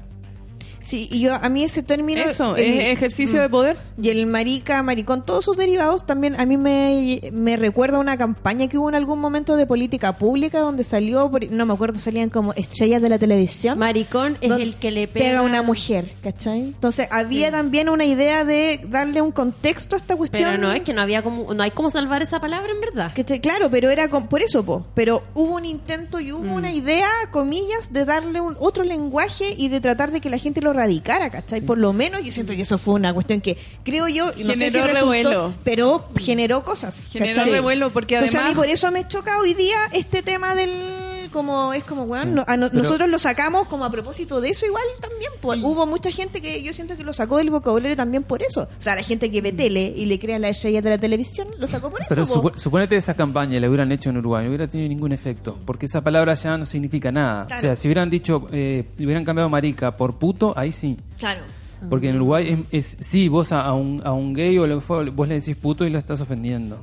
[SPEAKER 3] Sí, y yo, a mí ese término.
[SPEAKER 1] Eso,
[SPEAKER 3] el-
[SPEAKER 1] es ejercicio
[SPEAKER 3] mm.
[SPEAKER 1] de poder.
[SPEAKER 3] Y el marica, maricón, todos sus derivados también a mí me, me recuerda a una campaña que hubo en algún momento de política pública donde salió, por- no me acuerdo, salían como estrellas de la televisión.
[SPEAKER 2] Maricón es
[SPEAKER 3] donde
[SPEAKER 2] el que le pega,
[SPEAKER 3] pega a una mujer, ¿cachai? Entonces había también una idea de darle un contexto a esta cuestión.
[SPEAKER 2] Pero no, es que no había como, no hay cómo salvar esa palabra en verdad.
[SPEAKER 3] ¿Cachai? Claro, pero era con- por eso, po. pero hubo un intento y
[SPEAKER 1] Mm.
[SPEAKER 3] hubo una idea, comillas, de darle un otro lenguaje y de tratar de que la gente lo radicara, ¿cachai? Por lo menos yo siento que eso fue una cuestión que creo yo, y no sé si
[SPEAKER 1] Generó
[SPEAKER 3] resultó,
[SPEAKER 1] revuelo.
[SPEAKER 3] pero generó cosas.
[SPEAKER 1] Generó
[SPEAKER 3] ¿cachai?
[SPEAKER 1] revuelo porque
[SPEAKER 3] Entonces, a mí
[SPEAKER 1] además-
[SPEAKER 3] por eso me choca hoy día este tema del como, es como, weón,
[SPEAKER 4] Sí.
[SPEAKER 3] no- a no-
[SPEAKER 4] Pero-
[SPEAKER 3] nosotros lo sacamos como a propósito de eso igual también. pues, Hubo mucha gente que yo siento que lo sacó del vocabulario también por eso. O sea, la gente que ve tele y le crea las estrellas de la televisión, lo sacó por eso.
[SPEAKER 4] Pero
[SPEAKER 3] po.
[SPEAKER 4] supu- suponete esa campaña la hubieran hecho en Uruguay, no hubiera tenido ningún efecto, porque esa palabra ya no significa nada.
[SPEAKER 3] Claro.
[SPEAKER 4] O sea, si hubieran dicho, eh, hubieran cambiado marica por puto, ahí sí.
[SPEAKER 3] Claro.
[SPEAKER 4] Porque
[SPEAKER 1] Ah.
[SPEAKER 4] en Uruguay es, es- sí, vos a, a un, a un gay o lo que fue, vos le decís puto y lo estás ofendiendo.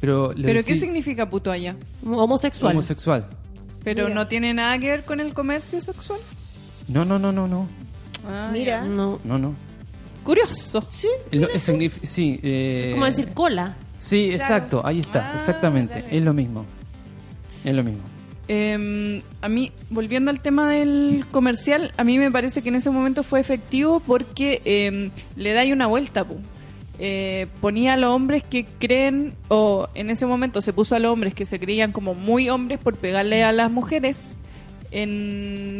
[SPEAKER 4] Pero, le
[SPEAKER 1] ¿Pero qué
[SPEAKER 4] decís
[SPEAKER 1] significa puto allá?
[SPEAKER 2] Homosexual.
[SPEAKER 4] Homosexual.
[SPEAKER 1] ¿Pero
[SPEAKER 3] Mira.
[SPEAKER 1] no tiene nada que ver con el comercio sexual?
[SPEAKER 4] No, no, no, no, no.
[SPEAKER 1] Ah,
[SPEAKER 3] Mira.
[SPEAKER 2] No.
[SPEAKER 4] No, no.
[SPEAKER 1] ya. Curioso.
[SPEAKER 3] Sí.
[SPEAKER 4] Lo- es signif- sí, eh,
[SPEAKER 2] ¿Cómo decir cola?
[SPEAKER 4] Sí, exacto, ahí está,
[SPEAKER 1] Ah,
[SPEAKER 4] exactamente.
[SPEAKER 1] dale.
[SPEAKER 4] Es lo mismo. Es lo mismo.
[SPEAKER 1] Eh, a mí, volviendo al tema del comercial, a mí me parece que en ese momento fue efectivo porque eh, le da ahí una vuelta. pu. Eh, ponía a los hombres que creen, o en ese momento se puso a los hombres que se creían como muy hombres por pegarle a las mujeres,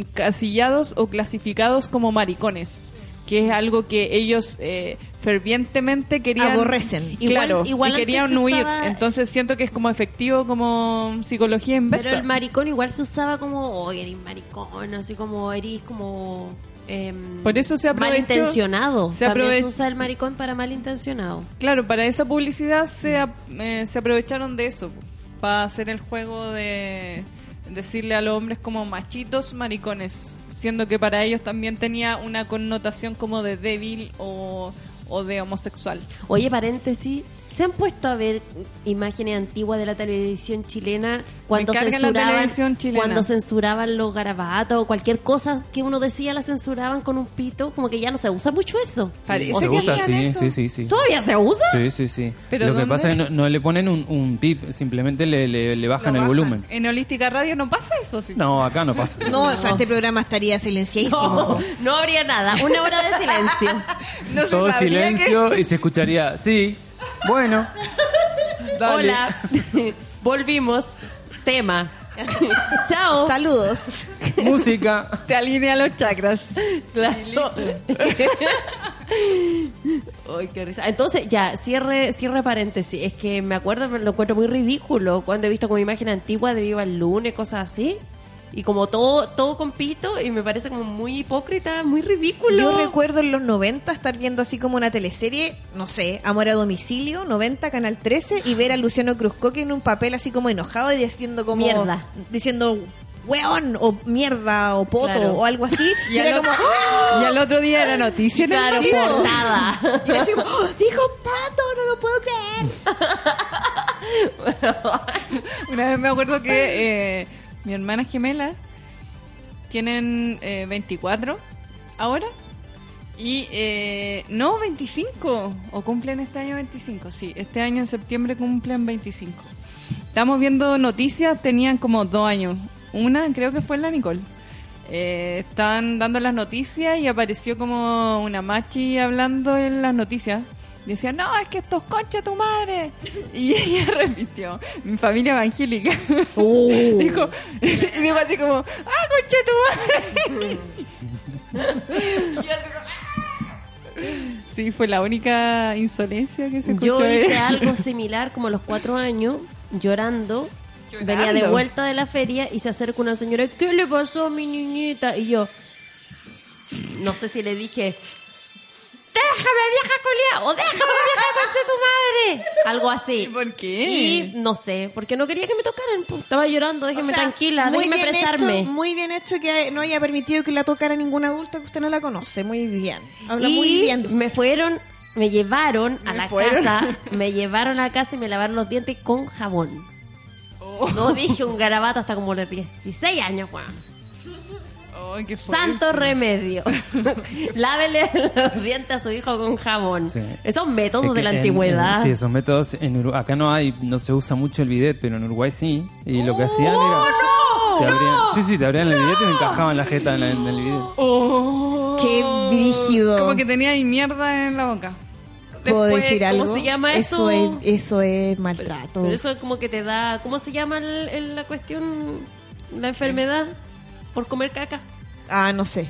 [SPEAKER 1] encasillados o clasificados como maricones, que es algo que ellos eh, fervientemente querían.
[SPEAKER 3] Aborrecen.
[SPEAKER 2] Igual-
[SPEAKER 1] Claro,
[SPEAKER 2] igual
[SPEAKER 1] y
[SPEAKER 2] antes
[SPEAKER 1] querían
[SPEAKER 2] se
[SPEAKER 1] huir.
[SPEAKER 2] usaba-
[SPEAKER 1] Entonces siento que es como efectivo, como psicología inversa.
[SPEAKER 2] Pero el maricón igual se usaba como, oye, eres maricón, así como eres como... em,
[SPEAKER 1] Por eso se aprovechó-
[SPEAKER 2] Malintencionado.
[SPEAKER 1] se
[SPEAKER 2] También
[SPEAKER 1] aprove-
[SPEAKER 2] se usa el maricón para malintencionado.
[SPEAKER 1] Claro, para esa publicidad se, ap- eh, se aprovecharon de eso, po, para hacer el juego de decirle a los hombres como machitos, maricones, siendo que para ellos también tenía una connotación como de débil o, o de homosexual.
[SPEAKER 2] Oye, paréntesis, ¿se han puesto a ver imágenes antiguas de la televisión chilena cuando
[SPEAKER 1] carga la
[SPEAKER 2] censuraban,
[SPEAKER 1] televisión chilena.
[SPEAKER 2] cuando censuraban los garabatos o cualquier cosa que uno decía la censuraban con un pito? Como que ya no se usa mucho eso.
[SPEAKER 1] Parece
[SPEAKER 2] O
[SPEAKER 4] Se
[SPEAKER 2] sea,
[SPEAKER 1] que
[SPEAKER 4] usa,
[SPEAKER 1] hacían
[SPEAKER 4] sí,
[SPEAKER 1] eso.
[SPEAKER 4] sí, sí, sí.
[SPEAKER 2] ¿Todavía se usa?
[SPEAKER 4] Sí, sí, sí.
[SPEAKER 1] ¿Pero
[SPEAKER 4] lo que
[SPEAKER 1] dónde?
[SPEAKER 4] pasa es que no, no le ponen un, un pip, simplemente le, le- le bajan
[SPEAKER 3] Lo bajan.
[SPEAKER 4] el volumen.
[SPEAKER 1] En Holística Radio no pasa eso, sí.
[SPEAKER 4] No, acá no pasa.
[SPEAKER 3] No, o sea, este programa estaría silenciadísimo.
[SPEAKER 2] No, no habría nada. Una hora de silencio.
[SPEAKER 1] No se
[SPEAKER 4] Todo
[SPEAKER 1] sabría que-
[SPEAKER 4] silencio y se escucharía, sí, bueno, dale.
[SPEAKER 2] Hola, volvimos. Tema. Chao.
[SPEAKER 3] Saludos.
[SPEAKER 4] música.
[SPEAKER 1] Te alinea los chakras.
[SPEAKER 2] Claro. Ay, qué risa. Entonces, ya, cierre, cierre paréntesis. Es que me acuerdo, me lo encuentro muy ridículo cuando he visto como imagen antigua de Viva el Lunes, cosas así. Y como todo, todo con pito, y me parece como muy hipócrita, muy ridículo.
[SPEAKER 3] Yo recuerdo en los 90 estar viendo así como una teleserie, no sé, Amor a Domicilio, 90, Canal 13, y ver a Luciano Cruzcoque en un papel así como enojado y diciendo como...
[SPEAKER 2] Mierda.
[SPEAKER 3] Diciendo, weón, o mierda, o poto,
[SPEAKER 2] Claro.
[SPEAKER 3] o algo así.
[SPEAKER 1] Y
[SPEAKER 3] Y
[SPEAKER 1] al,
[SPEAKER 3] era como... "Oh",
[SPEAKER 1] otro, ¡Ah! y al otro día era noticia. en el
[SPEAKER 2] Claro,
[SPEAKER 1] país.
[SPEAKER 2] portada.
[SPEAKER 3] Y era así como, "Oh, dijo pato, no lo puedo creer.
[SPEAKER 1] Una vez me acuerdo que eh, mi hermana gemela tienen eh, 24 ahora y eh, no 25 o cumplen este año 25, sí, este año en septiembre cumplen 25. Estamos viendo noticias, tenían como dos años. Una creo que fue la Nicole. Eh, estaban dando las noticias y apareció como una machi hablando en las noticias. Decía, no, es que estos concha tu madre. Y ella repitió, mi familia evangélica. dijo, y dijo así como, ah, concha tu madre. Y así como, "Ah". Sí, fue la única insolencia que se escuchó.
[SPEAKER 2] Yo hice
[SPEAKER 1] Eh.
[SPEAKER 2] algo similar como a los cuatro años, llorando.
[SPEAKER 1] Llorando.
[SPEAKER 2] Venía de vuelta de la feria y se acerca una señora, ¿qué le pasó a mi niñita? Y yo, no sé si le dije, déjame vieja culia o déjame vieja concha de su madre. Algo así.
[SPEAKER 1] ¿Y por qué?
[SPEAKER 2] Y no sé, porque no quería que me tocaran. po. Estaba llorando, déjeme
[SPEAKER 3] O sea,
[SPEAKER 2] tranquila,
[SPEAKER 3] muy
[SPEAKER 2] déjeme
[SPEAKER 3] bien
[SPEAKER 2] expresarme.
[SPEAKER 3] hecho- muy bien hecho que no haya permitido que la tocara ningún adulto que usted no la conoce. Muy bien. Habla
[SPEAKER 2] y
[SPEAKER 3] muy bien. de usted.
[SPEAKER 2] me fueron, me llevaron a
[SPEAKER 1] Me
[SPEAKER 2] la
[SPEAKER 1] fueron.
[SPEAKER 2] casa, me llevaron a la casa y me lavaron los dientes con jabón. No dije un garabato hasta como los 16 años, Juan.
[SPEAKER 1] Ay, qué fuerte.
[SPEAKER 2] Santo remedio. Lávele los dientes a su hijo con jabón.
[SPEAKER 4] Sí.
[SPEAKER 2] Esos métodos
[SPEAKER 4] Es que
[SPEAKER 2] de la
[SPEAKER 4] en-
[SPEAKER 2] antigüedad.
[SPEAKER 4] en- sí, esos métodos. En Uru- acá no hay, no se usa mucho el bidet, pero en Uruguay sí. Y lo que hacían era. te abrían- sí, sí, te abrían el bidet y te encajaban la jeta en, la- en el bidet.
[SPEAKER 1] Oh.
[SPEAKER 3] Qué brígido.
[SPEAKER 1] Como que tenía ahí mierda en la boca.
[SPEAKER 3] ¿Puedo
[SPEAKER 2] Después,
[SPEAKER 3] decir
[SPEAKER 2] ¿cómo
[SPEAKER 3] algo?
[SPEAKER 2] se llama eso?
[SPEAKER 3] es, eso es maltrato.
[SPEAKER 2] Pero eso es como que te da. ¿Cómo se llama el- el- la cuestión? La enfermedad por comer caca.
[SPEAKER 3] Ah, no sé.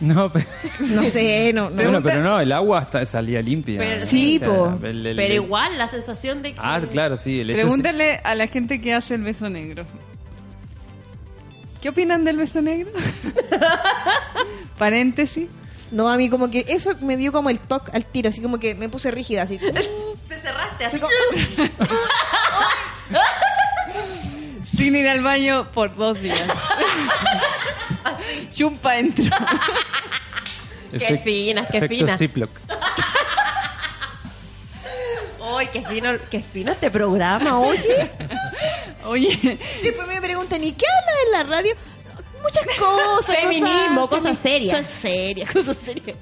[SPEAKER 4] No, pero,
[SPEAKER 3] No sé, no. no.
[SPEAKER 4] bueno, pero no, el agua hasta salía limpia.
[SPEAKER 2] Pero-
[SPEAKER 3] Sí, po.
[SPEAKER 4] el- Ah, el-
[SPEAKER 2] Pero
[SPEAKER 4] el-
[SPEAKER 2] igual, la sensación de que.
[SPEAKER 4] Ah, claro, sí. El hecho es-
[SPEAKER 1] Pregúntale a la gente que hace el beso negro. ¿Qué opinan del beso negro? Paréntesis.
[SPEAKER 3] No, a mí como que eso me dio como el toque al tiro, así como que me puse rígida, así.
[SPEAKER 2] Te cerraste así
[SPEAKER 3] así
[SPEAKER 2] como...
[SPEAKER 3] como-
[SPEAKER 1] Sin ir al baño por dos días. Chumpa entra.
[SPEAKER 2] Qué finas, qué
[SPEAKER 4] efecto
[SPEAKER 2] finas.
[SPEAKER 4] Ziploc.
[SPEAKER 2] ¡Ay, qué fino, qué fino este programa, oye!
[SPEAKER 1] Oye,
[SPEAKER 3] Después me preguntan, ¿y qué habla en la radio? Muchas cosas.
[SPEAKER 2] Feminismo, cosas serias.
[SPEAKER 3] Soy seria.
[SPEAKER 2] Cosa seria.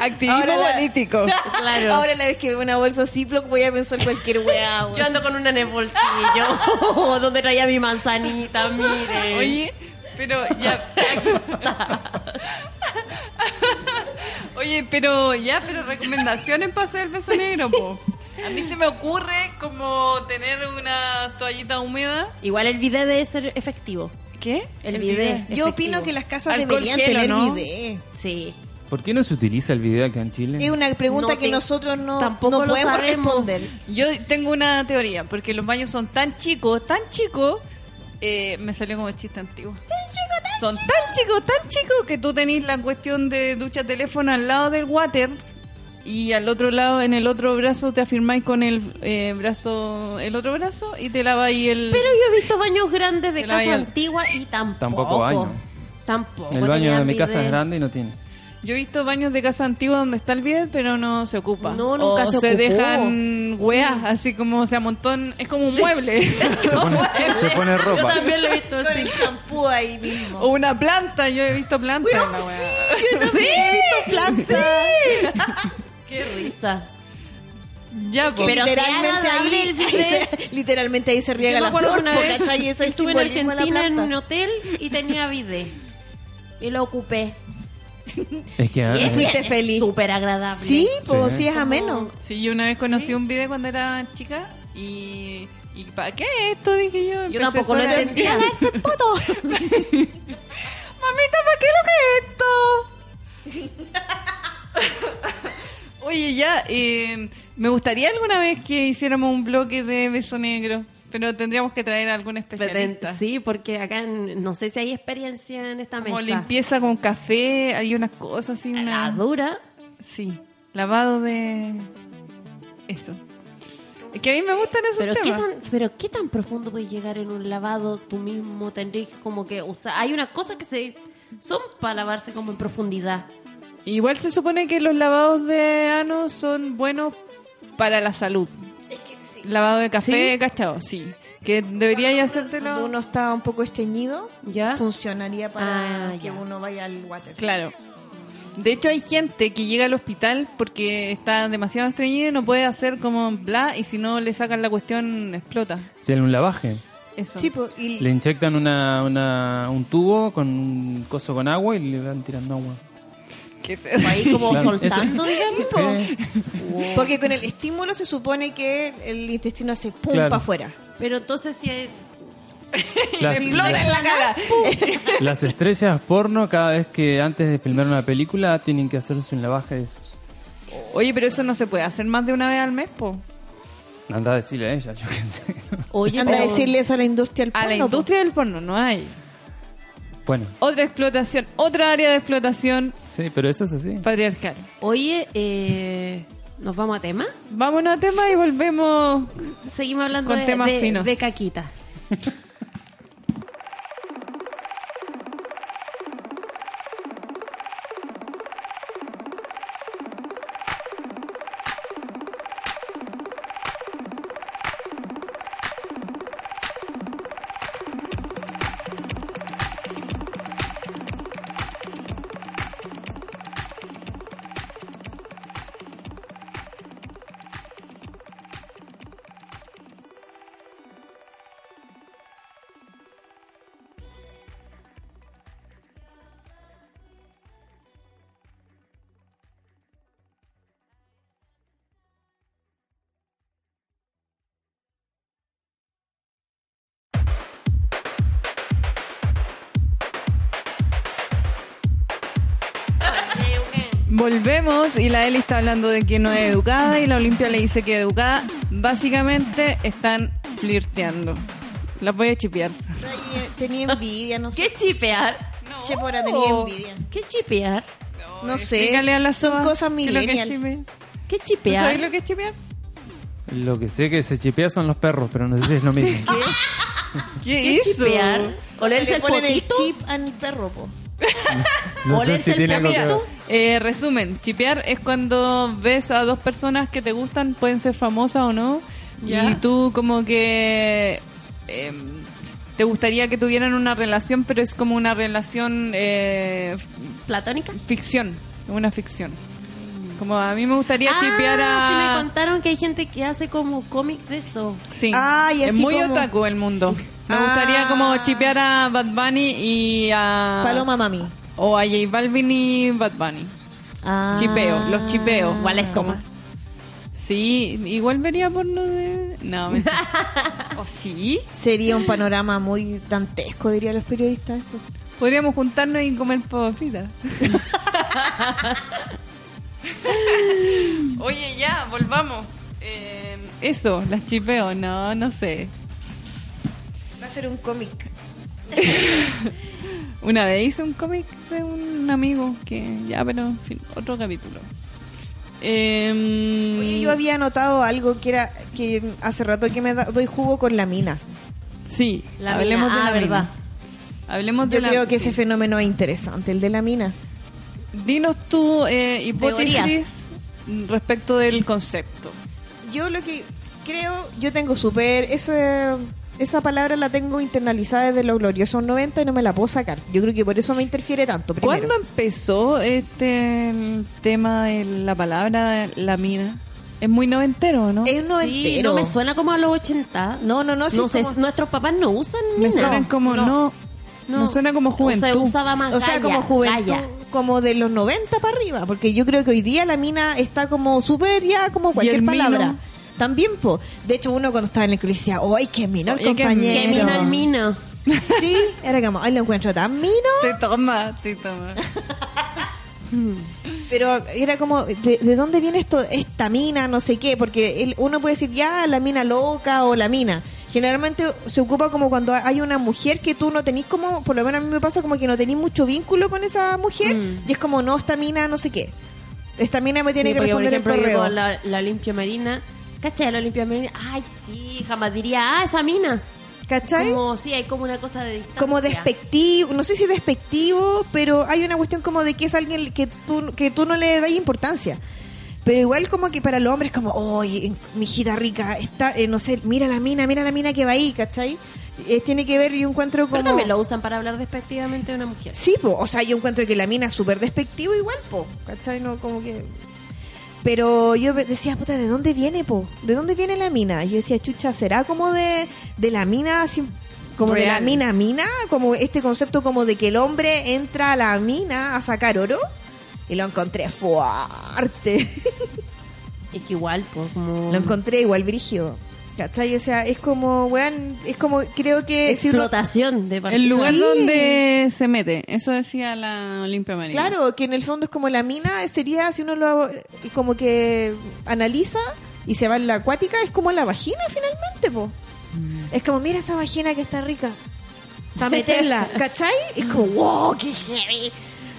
[SPEAKER 1] activismo
[SPEAKER 3] Ahora la-
[SPEAKER 1] político.
[SPEAKER 2] Claro.
[SPEAKER 3] Ahora la vez que veo una bolsa Ziploc voy a pensar cualquier weá. weón.
[SPEAKER 2] Yo ando con una en el bolsillo, donde traía mi manzanita, mire.
[SPEAKER 1] Oye, pero ya. Oye, pero ya, pero recomendaciones para hacer el beso negro, po. A mí se me ocurre como tener una toallita húmeda.
[SPEAKER 2] Igual el video debe ser efectivo.
[SPEAKER 1] ¿Qué?
[SPEAKER 2] El bidet.
[SPEAKER 3] Yo opino que las casas
[SPEAKER 1] Alcohol
[SPEAKER 3] deberían
[SPEAKER 1] gel, ¿o
[SPEAKER 3] tener
[SPEAKER 1] no?
[SPEAKER 3] bidet.
[SPEAKER 2] Sí.
[SPEAKER 4] ¿Por qué no se utiliza el video acá en Chile?
[SPEAKER 3] Es una pregunta
[SPEAKER 2] No
[SPEAKER 3] que
[SPEAKER 2] te-
[SPEAKER 3] nosotros no,
[SPEAKER 2] tampoco
[SPEAKER 3] no
[SPEAKER 2] lo
[SPEAKER 3] podemos
[SPEAKER 2] sabemos.
[SPEAKER 3] responder.
[SPEAKER 1] Yo tengo una teoría, porque los baños son tan chicos, tan chicos, eh, me salió como chiste antiguo. Son tan chicos, tan chicos que tú tenés la cuestión de ducha teléfono al lado del water y al otro lado, en el otro brazo, te afirmáis con el eh, brazo, el otro brazo y te laváis el.
[SPEAKER 2] Pero yo he visto baños grandes de
[SPEAKER 1] Pero
[SPEAKER 2] casa
[SPEAKER 1] hay el-
[SPEAKER 2] antigua y tampoco.
[SPEAKER 4] Tampoco baño.
[SPEAKER 2] Tampoco.
[SPEAKER 4] el baño de
[SPEAKER 2] tenían
[SPEAKER 4] mi casa es
[SPEAKER 2] bidet.
[SPEAKER 4] grande y no tiene.
[SPEAKER 1] Yo he visto baños de casa antigua donde está el bidet, pero no se ocupa.
[SPEAKER 2] No, nunca
[SPEAKER 1] O
[SPEAKER 2] se ocupó.
[SPEAKER 1] dejan weas, así como se amontón, es como un mueble.
[SPEAKER 4] Se pone, se pone
[SPEAKER 2] Yo
[SPEAKER 4] ropa.
[SPEAKER 2] también lo he visto
[SPEAKER 3] Con
[SPEAKER 2] así.
[SPEAKER 3] el champú ahí mismo.
[SPEAKER 1] o una planta, yo he visto plantas en la wea.
[SPEAKER 3] he visto plantas.
[SPEAKER 2] Qué risa.
[SPEAKER 1] Ya, pues.
[SPEAKER 2] Pero
[SPEAKER 3] literalmente
[SPEAKER 2] sea agradable
[SPEAKER 3] ahí,
[SPEAKER 2] el bidet.
[SPEAKER 3] ahí se- literalmente ahí se
[SPEAKER 2] Yo me
[SPEAKER 3] riega la
[SPEAKER 2] acuerdo
[SPEAKER 3] flor,
[SPEAKER 2] una
[SPEAKER 3] po,
[SPEAKER 2] vez
[SPEAKER 3] ¿cachai? Es el
[SPEAKER 2] estuve en
[SPEAKER 3] simbolismo de la
[SPEAKER 2] Argentina en
[SPEAKER 3] planta.
[SPEAKER 2] un hotel y tenía bidet. Y lo ocupé.
[SPEAKER 4] Es que
[SPEAKER 2] Y
[SPEAKER 4] ah,
[SPEAKER 2] es-
[SPEAKER 3] Fuiste
[SPEAKER 2] es
[SPEAKER 3] feliz.
[SPEAKER 2] Súper agradable.
[SPEAKER 3] Sí, pues
[SPEAKER 4] Sí.
[SPEAKER 3] sí es ameno.
[SPEAKER 1] Sí, yo una vez conocí un video cuando era chica y, y ¿para qué esto? Dije yo.
[SPEAKER 2] Yo
[SPEAKER 1] empecé
[SPEAKER 2] tampoco lo
[SPEAKER 1] sola.
[SPEAKER 2] entendía.
[SPEAKER 3] este poto!
[SPEAKER 1] Mamita, ¿para qué lo que es esto? Oye, ya, eh, me gustaría alguna vez que hiciéramos un bloque de beso negro, pero tendríamos que traer a algún especialista.
[SPEAKER 2] Sí, porque acá en- no sé si hay experiencia en esta mesa.
[SPEAKER 1] Como limpieza con café, hay unas cosas así,
[SPEAKER 2] La
[SPEAKER 1] una...
[SPEAKER 2] dura.
[SPEAKER 1] Sí, lavado de... Eso. Es que a mí me gustan esos
[SPEAKER 2] Pero qué,
[SPEAKER 1] temas.
[SPEAKER 2] tan, pero qué tan profundo puedes llegar en un lavado tú mismo. Tendrías como que usar. Hay unas cosas que se son para lavarse como en profundidad.
[SPEAKER 1] Igual se supone que los lavados de ano son buenos para la salud. Lavado de café,
[SPEAKER 2] ¿Sí?
[SPEAKER 1] cachado, sí. Que debería ya
[SPEAKER 3] Cuando
[SPEAKER 1] hacértelo.
[SPEAKER 3] uno está un poco estreñido,
[SPEAKER 2] ¿Ya?
[SPEAKER 3] funcionaría para
[SPEAKER 2] Ah,
[SPEAKER 3] que
[SPEAKER 2] ya.
[SPEAKER 3] uno vaya al water.
[SPEAKER 1] Claro. De hecho, hay gente que llega al hospital porque está demasiado estreñida y no puede hacer como bla, y si no le sacan la cuestión, explota.
[SPEAKER 4] si en un lavaje.
[SPEAKER 1] Eso.
[SPEAKER 3] Sí, po, y
[SPEAKER 4] Le inyectan una, una- un tubo con un coso con agua y le van tirando agua.
[SPEAKER 1] Que te-
[SPEAKER 2] Ahí como
[SPEAKER 4] Claro,
[SPEAKER 2] soltando,
[SPEAKER 4] ese-
[SPEAKER 2] digamos.
[SPEAKER 4] Sí.
[SPEAKER 3] porque con el estímulo se supone que el intestino hace pum
[SPEAKER 4] Claro.
[SPEAKER 3] pa' afuera.
[SPEAKER 2] Pero entonces si hay-
[SPEAKER 4] Las,
[SPEAKER 1] Explota en la cara.
[SPEAKER 4] las estrellas porno cada vez que antes de filmar una película tienen que hacerse un lavaje de esos.
[SPEAKER 1] Oye, pero eso no se puede hacer más de una vez al mes, po.
[SPEAKER 4] Anda a decirle a ella, yo qué sé.
[SPEAKER 2] Oye,
[SPEAKER 3] Anda a
[SPEAKER 2] pero-
[SPEAKER 3] decirle eso a la industria del pues.
[SPEAKER 1] A la
[SPEAKER 3] porno, po.
[SPEAKER 1] industria del porno no hay.
[SPEAKER 4] Bueno,
[SPEAKER 1] Otra explotación, otra área de explotación
[SPEAKER 4] sí, pero eso es así.
[SPEAKER 1] patriarcal.
[SPEAKER 2] Oye, eh, ¿nos vamos a tema?
[SPEAKER 1] Vámonos a tema y volvemos.
[SPEAKER 2] Seguimos hablando
[SPEAKER 1] Con
[SPEAKER 2] de,
[SPEAKER 1] temas
[SPEAKER 2] de-
[SPEAKER 1] finos.
[SPEAKER 2] de caquita.
[SPEAKER 1] Volvemos y la Eli está hablando de que no es educada y la Olimpia le dice que es educada. Básicamente están flirteando. Las voy a chipear.
[SPEAKER 3] Está ahí, eh, Tenía envidia, no
[SPEAKER 2] ¿Qué
[SPEAKER 3] sé.
[SPEAKER 2] chipear?
[SPEAKER 3] Che, pora, tenía envidia.
[SPEAKER 2] ¿Qué chipear?
[SPEAKER 3] No sé.
[SPEAKER 1] Explícale a la
[SPEAKER 3] Son
[SPEAKER 1] Soa
[SPEAKER 3] cosas
[SPEAKER 1] qué es lo que es
[SPEAKER 3] millennial.
[SPEAKER 1] chipear.
[SPEAKER 2] ¿Qué
[SPEAKER 1] ¿Tú
[SPEAKER 3] Pues
[SPEAKER 2] chipear?
[SPEAKER 1] sabes lo que es chipear?
[SPEAKER 4] Lo que sé que se chipea son los perros, pero no sé si es lo mismo.
[SPEAKER 1] ¿Qué,
[SPEAKER 2] ¿Qué
[SPEAKER 1] hizo?
[SPEAKER 2] chipear? ¿Olerse
[SPEAKER 3] Le
[SPEAKER 2] el
[SPEAKER 3] ponen
[SPEAKER 2] potito?
[SPEAKER 3] el chip al perro, po.
[SPEAKER 4] No sé
[SPEAKER 2] Olerse
[SPEAKER 4] si
[SPEAKER 2] el
[SPEAKER 4] tiene algo que ver.
[SPEAKER 2] potito.
[SPEAKER 1] Eh, resumen, chipear es cuando ves a dos personas que te gustan, pueden ser famosas o no,
[SPEAKER 2] Ya.
[SPEAKER 1] y tú como que eh, te gustaría que tuvieran una relación, pero es como una relación eh,
[SPEAKER 2] ¿Platónica?
[SPEAKER 1] ficción, una ficción. Como a mí me gustaría
[SPEAKER 2] Ah,
[SPEAKER 1] chipear
[SPEAKER 2] sí me
[SPEAKER 1] a...
[SPEAKER 2] contaron que hay gente que hace como cómic de eso.
[SPEAKER 1] Sí,
[SPEAKER 3] Ay,
[SPEAKER 1] es
[SPEAKER 3] así
[SPEAKER 1] muy
[SPEAKER 3] como-
[SPEAKER 1] otaku el mundo. Me gustaría
[SPEAKER 3] Ah.
[SPEAKER 1] como chipear a Bad Bunny y a...
[SPEAKER 3] Paloma mami.
[SPEAKER 1] O a J Balvin y Bad Bunny.
[SPEAKER 3] Ah.
[SPEAKER 1] Chipeo, los chipeos.
[SPEAKER 2] Igual es como-
[SPEAKER 1] Sí, igual vería porno de... No, mentira. ¿O sí?
[SPEAKER 3] Sería un panorama muy dantesco, dirían los periodistas. eso.
[SPEAKER 1] Podríamos juntarnos y comer papas fritas. Oye, ya, volvamos. Eh, eso, las chipeo, no, no sé.
[SPEAKER 3] Va a ser un cómic.
[SPEAKER 1] Una vez hice un cómic de un amigo que ya, pero en fin, otro capítulo. Em,
[SPEAKER 3] Oye, yo había notado algo que era que hace rato que me da- doy jugo con la mina.
[SPEAKER 1] Sí,
[SPEAKER 2] La
[SPEAKER 1] hablemos
[SPEAKER 2] mina.
[SPEAKER 1] de
[SPEAKER 2] Ah,
[SPEAKER 1] la mina.
[SPEAKER 2] verdad.
[SPEAKER 1] Hablemos
[SPEAKER 3] Yo
[SPEAKER 1] de la
[SPEAKER 3] creo que
[SPEAKER 1] sí.
[SPEAKER 3] ese fenómeno es interesante, el de la mina.
[SPEAKER 1] Dinos tu eh, hipótesis respecto del concepto.
[SPEAKER 3] Yo lo que creo, yo tengo súper. eso, eh, Esa palabra la tengo internalizada desde los gloriosos 90 y no me la puedo sacar. Yo creo que por eso me interfiere tanto. primero.
[SPEAKER 1] ¿Cuándo empezó este el tema de la palabra la mina? Es muy noventero, ¿no?
[SPEAKER 3] Es noventero.
[SPEAKER 2] Sí, no me suena como a los 80.
[SPEAKER 3] No, no, no, sí,
[SPEAKER 2] sé,
[SPEAKER 3] como-
[SPEAKER 2] nuestros papás no usan
[SPEAKER 1] me
[SPEAKER 2] mina.
[SPEAKER 1] suena como
[SPEAKER 3] no,
[SPEAKER 1] no,
[SPEAKER 2] No.
[SPEAKER 1] me suena como
[SPEAKER 2] O sea,
[SPEAKER 1] juventud.
[SPEAKER 2] usaba más
[SPEAKER 3] O sea,
[SPEAKER 2] galla,
[SPEAKER 3] como juventud,
[SPEAKER 2] galla.
[SPEAKER 3] como de los 90 para arriba, porque yo creo que hoy día la mina está como súper ya, como cualquier
[SPEAKER 1] el mino?
[SPEAKER 3] palabra. También, po. De hecho, uno cuando estaba en el colegio decía, ¡ay, qué mino el
[SPEAKER 1] Oye, qué
[SPEAKER 3] compañero!
[SPEAKER 2] Que mino el mino.
[SPEAKER 3] Sí, era como, ¡ay, lo encuentro tan mino!
[SPEAKER 1] Te toma, te toma.
[SPEAKER 3] Pero era como, ¿de, de dónde viene esto? Esta mina, no sé qué, porque el- uno puede decir ya la mina loca o la mina. Generalmente se ocupa como cuando hay una mujer que tú no tenés como, por lo menos a mí me pasa como que no tenés mucho vínculo con esa mujer y es como, no, esta mina, no sé qué. Esta mina me tiene
[SPEAKER 2] Mm. Sí, porque,
[SPEAKER 3] que
[SPEAKER 2] por ejemplo,
[SPEAKER 3] responder el
[SPEAKER 2] yo
[SPEAKER 3] correo.
[SPEAKER 2] con la, la Olimpia Marina. ¿Cachai? de La Olimpia Marina. Ay, sí, jamás diría, ah, esa mina.
[SPEAKER 3] ¿Cachai? Como,
[SPEAKER 2] Como, sí, hay como una cosa de distancia.
[SPEAKER 3] despectivo, no sé si despectivo, pero hay una cuestión como de que es alguien que tú, que tú no le das importancia. Pero igual como que para los hombres como, oye, mi hijita rica, está, eh, no sé, mira la mina, mira la mina que va ahí, ¿cachai? Eh, tiene que ver, yo encuentro como...
[SPEAKER 2] Pero también lo usan para hablar despectivamente de una mujer.
[SPEAKER 3] Sí, po. o sea, yo encuentro que la mina es súper despectivo igual, po. ¿Cachai? No, como que... Pero yo ve- decía, puta, ¿de dónde viene, po? ¿De dónde viene la mina? Y yo decía, chucha, ¿será como de, de la mina, así, como de la
[SPEAKER 1] Real.
[SPEAKER 3] mina mina? Como este concepto como de que el hombre entra a la mina a sacar oro. Y lo encontré fuerte.
[SPEAKER 2] Es que igual, pues, como.
[SPEAKER 3] lo encontré igual brígido. ¿Cachai? O sea, es como, weón, es como, creo que... si uno-
[SPEAKER 2] Explotación de
[SPEAKER 1] El lugar
[SPEAKER 3] Sí.
[SPEAKER 1] donde se mete, eso decía la Olimpia Marina.
[SPEAKER 3] Claro, que en el fondo es como la mina, sería si uno lo como que analiza y se va en la acuática, es como la vagina finalmente, po. Es como, mira esa vagina que está rica. Para meterla, ¿cachai? Es como, wow, qué heavy.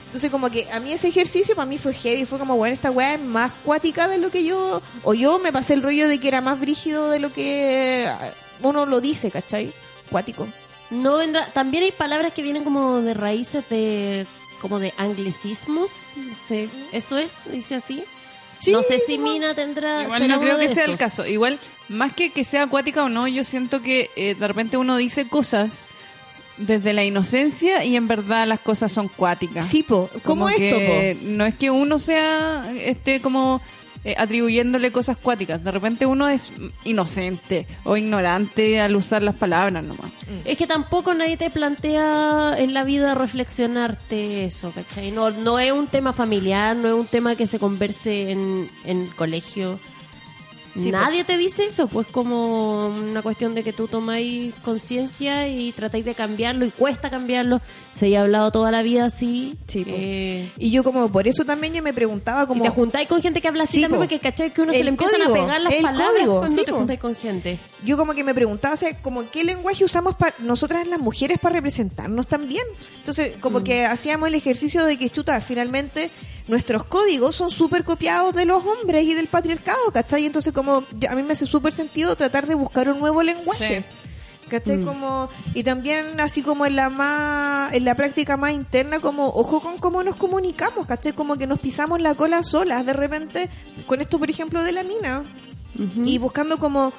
[SPEAKER 3] Entonces como que a mí ese ejercicio para mí fue heavy, fue como, bueno, esta weá es más acuática de lo que yo, o yo me pasé el rollo de que era más brígido de lo que ah, uno lo dice, ¿cachai? Cuático.
[SPEAKER 2] No vendrá. También hay palabras que vienen como de raíces de. como de anglicismos. No sé. Eso es, dice así.
[SPEAKER 3] Sí,
[SPEAKER 2] no sé si Mina tendrá.
[SPEAKER 1] Igual
[SPEAKER 2] será
[SPEAKER 1] no creo
[SPEAKER 2] uno de
[SPEAKER 1] que sea el
[SPEAKER 2] esos.
[SPEAKER 1] caso. Igual, más que que sea acuática o no, yo siento que eh, de repente uno dice cosas desde la inocencia y en verdad las cosas son cuáticas.
[SPEAKER 3] Sí, po. ¿Cómo
[SPEAKER 1] Como
[SPEAKER 3] esto,
[SPEAKER 1] que
[SPEAKER 3] po?
[SPEAKER 1] No es que uno sea, esté como eh, atribuyéndole cosas cuáticas. De repente uno es inocente o ignorante al usar las palabras nomás.
[SPEAKER 2] Es que tampoco nadie te plantea en la vida reflexionarte eso, ¿cachai? No, no es un tema familiar, no es un tema que se converse en, en el colegio.
[SPEAKER 3] Sí,
[SPEAKER 2] Nadie te dice eso, pues como una cuestión de que tú tomáis conciencia y tratáis de cambiarlo y cuesta cambiarlo. Se ha hablado toda la vida así.
[SPEAKER 3] Sí, po.
[SPEAKER 2] eh,
[SPEAKER 3] Y yo como por eso también yo me preguntaba
[SPEAKER 2] y
[SPEAKER 3] como...
[SPEAKER 2] te juntáis con gente que habla así
[SPEAKER 3] Sí,
[SPEAKER 2] también
[SPEAKER 3] po.
[SPEAKER 2] porque cachai que uno se
[SPEAKER 3] El
[SPEAKER 2] le empiezan
[SPEAKER 3] código,
[SPEAKER 2] a pegar las
[SPEAKER 3] el
[SPEAKER 2] palabras
[SPEAKER 3] código,
[SPEAKER 2] cuando
[SPEAKER 3] sí,
[SPEAKER 2] te
[SPEAKER 3] po.
[SPEAKER 2] juntáis con gente.
[SPEAKER 3] yo como que me preguntaba, o sea, como qué lenguaje usamos para nosotras las mujeres para representarnos también. Entonces, como que hacíamos el ejercicio de que chuta, finalmente nuestros códigos son súper copiados de los hombres y del patriarcado, ¿cachai? Entonces, como yo- a mí me hace súper sentido tratar de buscar un nuevo lenguaje. ¿Cachai?
[SPEAKER 2] Mm.
[SPEAKER 3] Como, y también así como en la más, en la práctica más interna, como ojo con cómo nos comunicamos, ¿cachai? Como que nos pisamos la cola solas de repente, con esto por ejemplo de la mina, y buscando como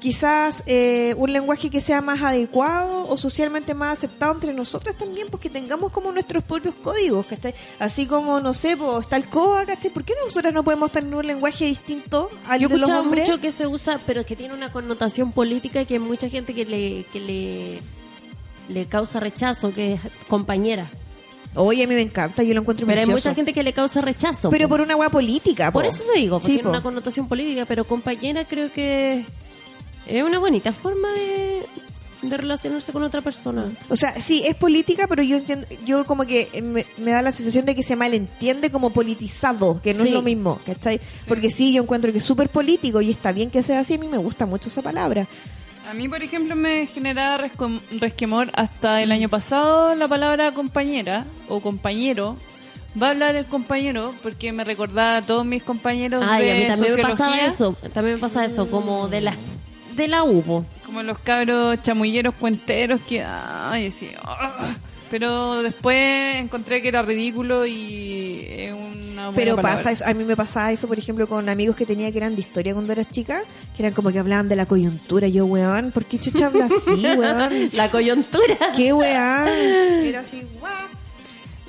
[SPEAKER 3] quizás eh, un lenguaje que sea más adecuado o socialmente más aceptado entre nosotras también, porque tengamos como nuestros propios códigos, ¿cachai? Así como, no sé, pues, está el COA, ¿cachai? ¿Por qué nosotras no podemos tener un lenguaje distinto al
[SPEAKER 2] Yo
[SPEAKER 3] de los
[SPEAKER 2] escuchaba
[SPEAKER 3] hombres?
[SPEAKER 2] mucho que se usa, pero es que tiene una connotación política que hay mucha gente que le, que le, le causa rechazo, que es compañera.
[SPEAKER 3] Oye, a mí me encanta, yo lo encuentro
[SPEAKER 2] Pero hay
[SPEAKER 3] precioso.
[SPEAKER 2] mucha gente que le causa rechazo.
[SPEAKER 3] Pero
[SPEAKER 2] po. Ah,
[SPEAKER 3] por una hueá política,
[SPEAKER 2] Por
[SPEAKER 3] po.
[SPEAKER 2] eso te digo, porque
[SPEAKER 3] Sí,
[SPEAKER 2] tiene
[SPEAKER 3] po.
[SPEAKER 2] una connotación política, pero compañera creo que es una bonita forma de, de relacionarse con otra persona.
[SPEAKER 3] O sea, sí, es política, pero yo entiendo- yo como que eh, me, me da la sensación de que se malentiende como politizado, que no
[SPEAKER 2] Sí.
[SPEAKER 3] es lo mismo, ¿cachai? Porque sí, yo encuentro que es súper político y está bien que sea así, a mí me gusta mucho esa palabra.
[SPEAKER 1] A mí, por ejemplo, me generaba rescom- resquemor hasta el año pasado la palabra compañera o compañero. Va a hablar el compañero porque me recordaba a todos mis compañeros
[SPEAKER 2] Ay,
[SPEAKER 1] de
[SPEAKER 2] a mí también me
[SPEAKER 1] sociología,
[SPEAKER 2] pasaba eso, también me pasa eso, como de la, de la UPO.
[SPEAKER 1] como los cabros chamulleros cuenteros que ay, sí, ah. pero después encontré que era ridículo y es una buena
[SPEAKER 3] Pero
[SPEAKER 1] palabra.
[SPEAKER 3] pasa eso, a mí me pasaba eso, por ejemplo, con amigos que tenía que eran de historia cuando eras chica, que eran como que hablaban de la coyuntura, yo, weón, ¿por qué chucha habla así, weón?
[SPEAKER 2] La coyuntura.
[SPEAKER 3] ¿Qué weón? Era así, guau.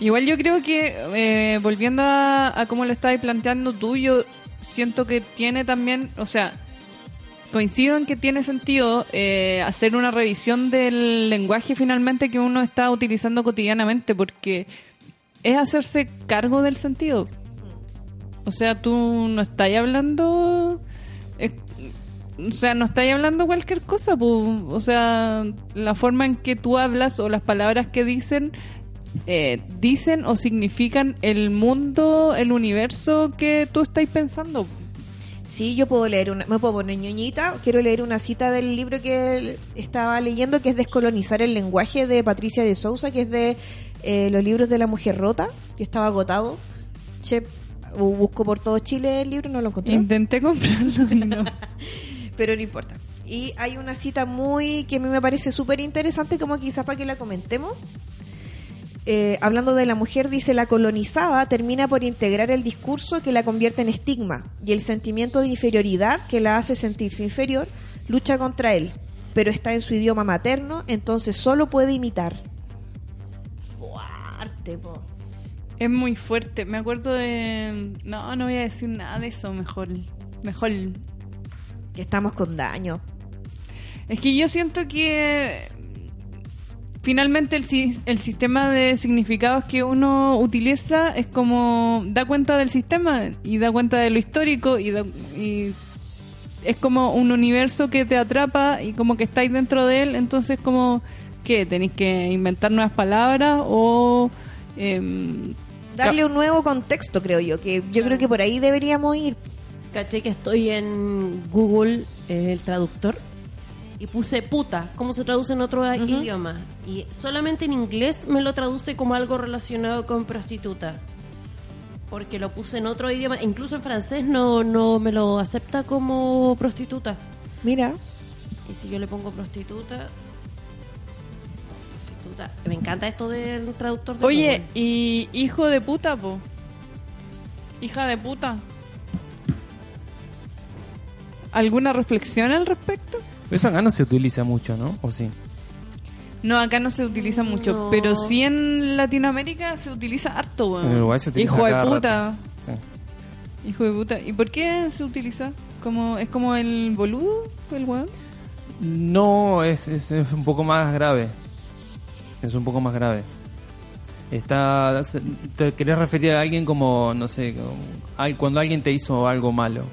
[SPEAKER 1] Igual yo creo que, eh, volviendo a, a cómo lo estabas planteando tú, yo siento que tiene también, o sea, coincido en que tiene sentido eh, hacer una revisión del lenguaje finalmente que uno está utilizando cotidianamente, porque es hacerse cargo del sentido. O sea, tú no estás hablando... eh, o sea, no estáis hablando cualquier cosa, pu. o sea, la forma en que tú hablas o las palabras que dicen eh, dicen o significan el mundo, el universo que tú estáis pensando.
[SPEAKER 3] Sí, yo puedo leer una, me puedo poner ñoñita, quiero leer una cita del libro que él estaba leyendo que es Descolonizar el lenguaje de Patricia de Sousa, que es de eh, los libros de la mujer rota, que estaba agotado. Che, bu- busco por todo Chile el libro, no lo encontré.
[SPEAKER 1] Intenté comprarlo y no.
[SPEAKER 3] pero no importa. Y hay una cita muy que a mí me parece súper interesante, como quizás para que la comentemos. Eh, hablando de la mujer, dice, la colonizada termina por integrar el discurso que la convierte en estigma y el sentimiento de inferioridad que la hace sentirse inferior, lucha contra él, pero está en su idioma materno, entonces solo puede imitar. Fuerte, po.
[SPEAKER 1] Es muy fuerte. Me acuerdo de. No, no voy a decir nada de eso. Mejor. Mejor.
[SPEAKER 3] Que estamos con daño.
[SPEAKER 1] Es que yo siento que. Finalmente, el, si- el sistema de significados que uno utiliza es como. da cuenta del sistema y da cuenta de lo histórico y, da- y es como un universo que te atrapa y como que estáis dentro de él, entonces como que tenéis que inventar nuevas palabras o em,
[SPEAKER 3] Darle un nuevo contexto, creo yo, que yo creo que por ahí deberíamos ir.
[SPEAKER 2] Caché que estoy en Google, eh, el traductor, y puse puta, ¿cómo se traduce en otro idioma? Y solamente en inglés me lo traduce como algo relacionado con prostituta. Porque lo puse en otro idioma, incluso en francés no, no me lo acepta como prostituta.
[SPEAKER 3] Mira,
[SPEAKER 2] Y si yo le pongo prostituta. prostituta. Me encanta esto del traductor de
[SPEAKER 1] Oye,
[SPEAKER 2] Google.
[SPEAKER 1] y hijo de puta, po. Hija de puta. ¿Alguna reflexión al respecto?
[SPEAKER 4] Eso acá no se utiliza mucho, ¿no? ¿O sí?
[SPEAKER 1] No, acá no se utiliza mucho,
[SPEAKER 2] Mm, No.
[SPEAKER 1] pero sí en Latinoamérica se utiliza harto, weón.
[SPEAKER 4] En Uruguay Eh, se utiliza
[SPEAKER 1] Hijo de
[SPEAKER 4] cada
[SPEAKER 1] puta.
[SPEAKER 4] rato. Sí.
[SPEAKER 1] Hijo de puta. ¿Y por qué se utiliza? Como, ¿Es como el boludo? ¿El weón?
[SPEAKER 4] No, es, es, es un poco más grave. Es un poco más grave. Está, te querés referir a alguien como, no sé, como- al- cuando alguien te hizo algo malo.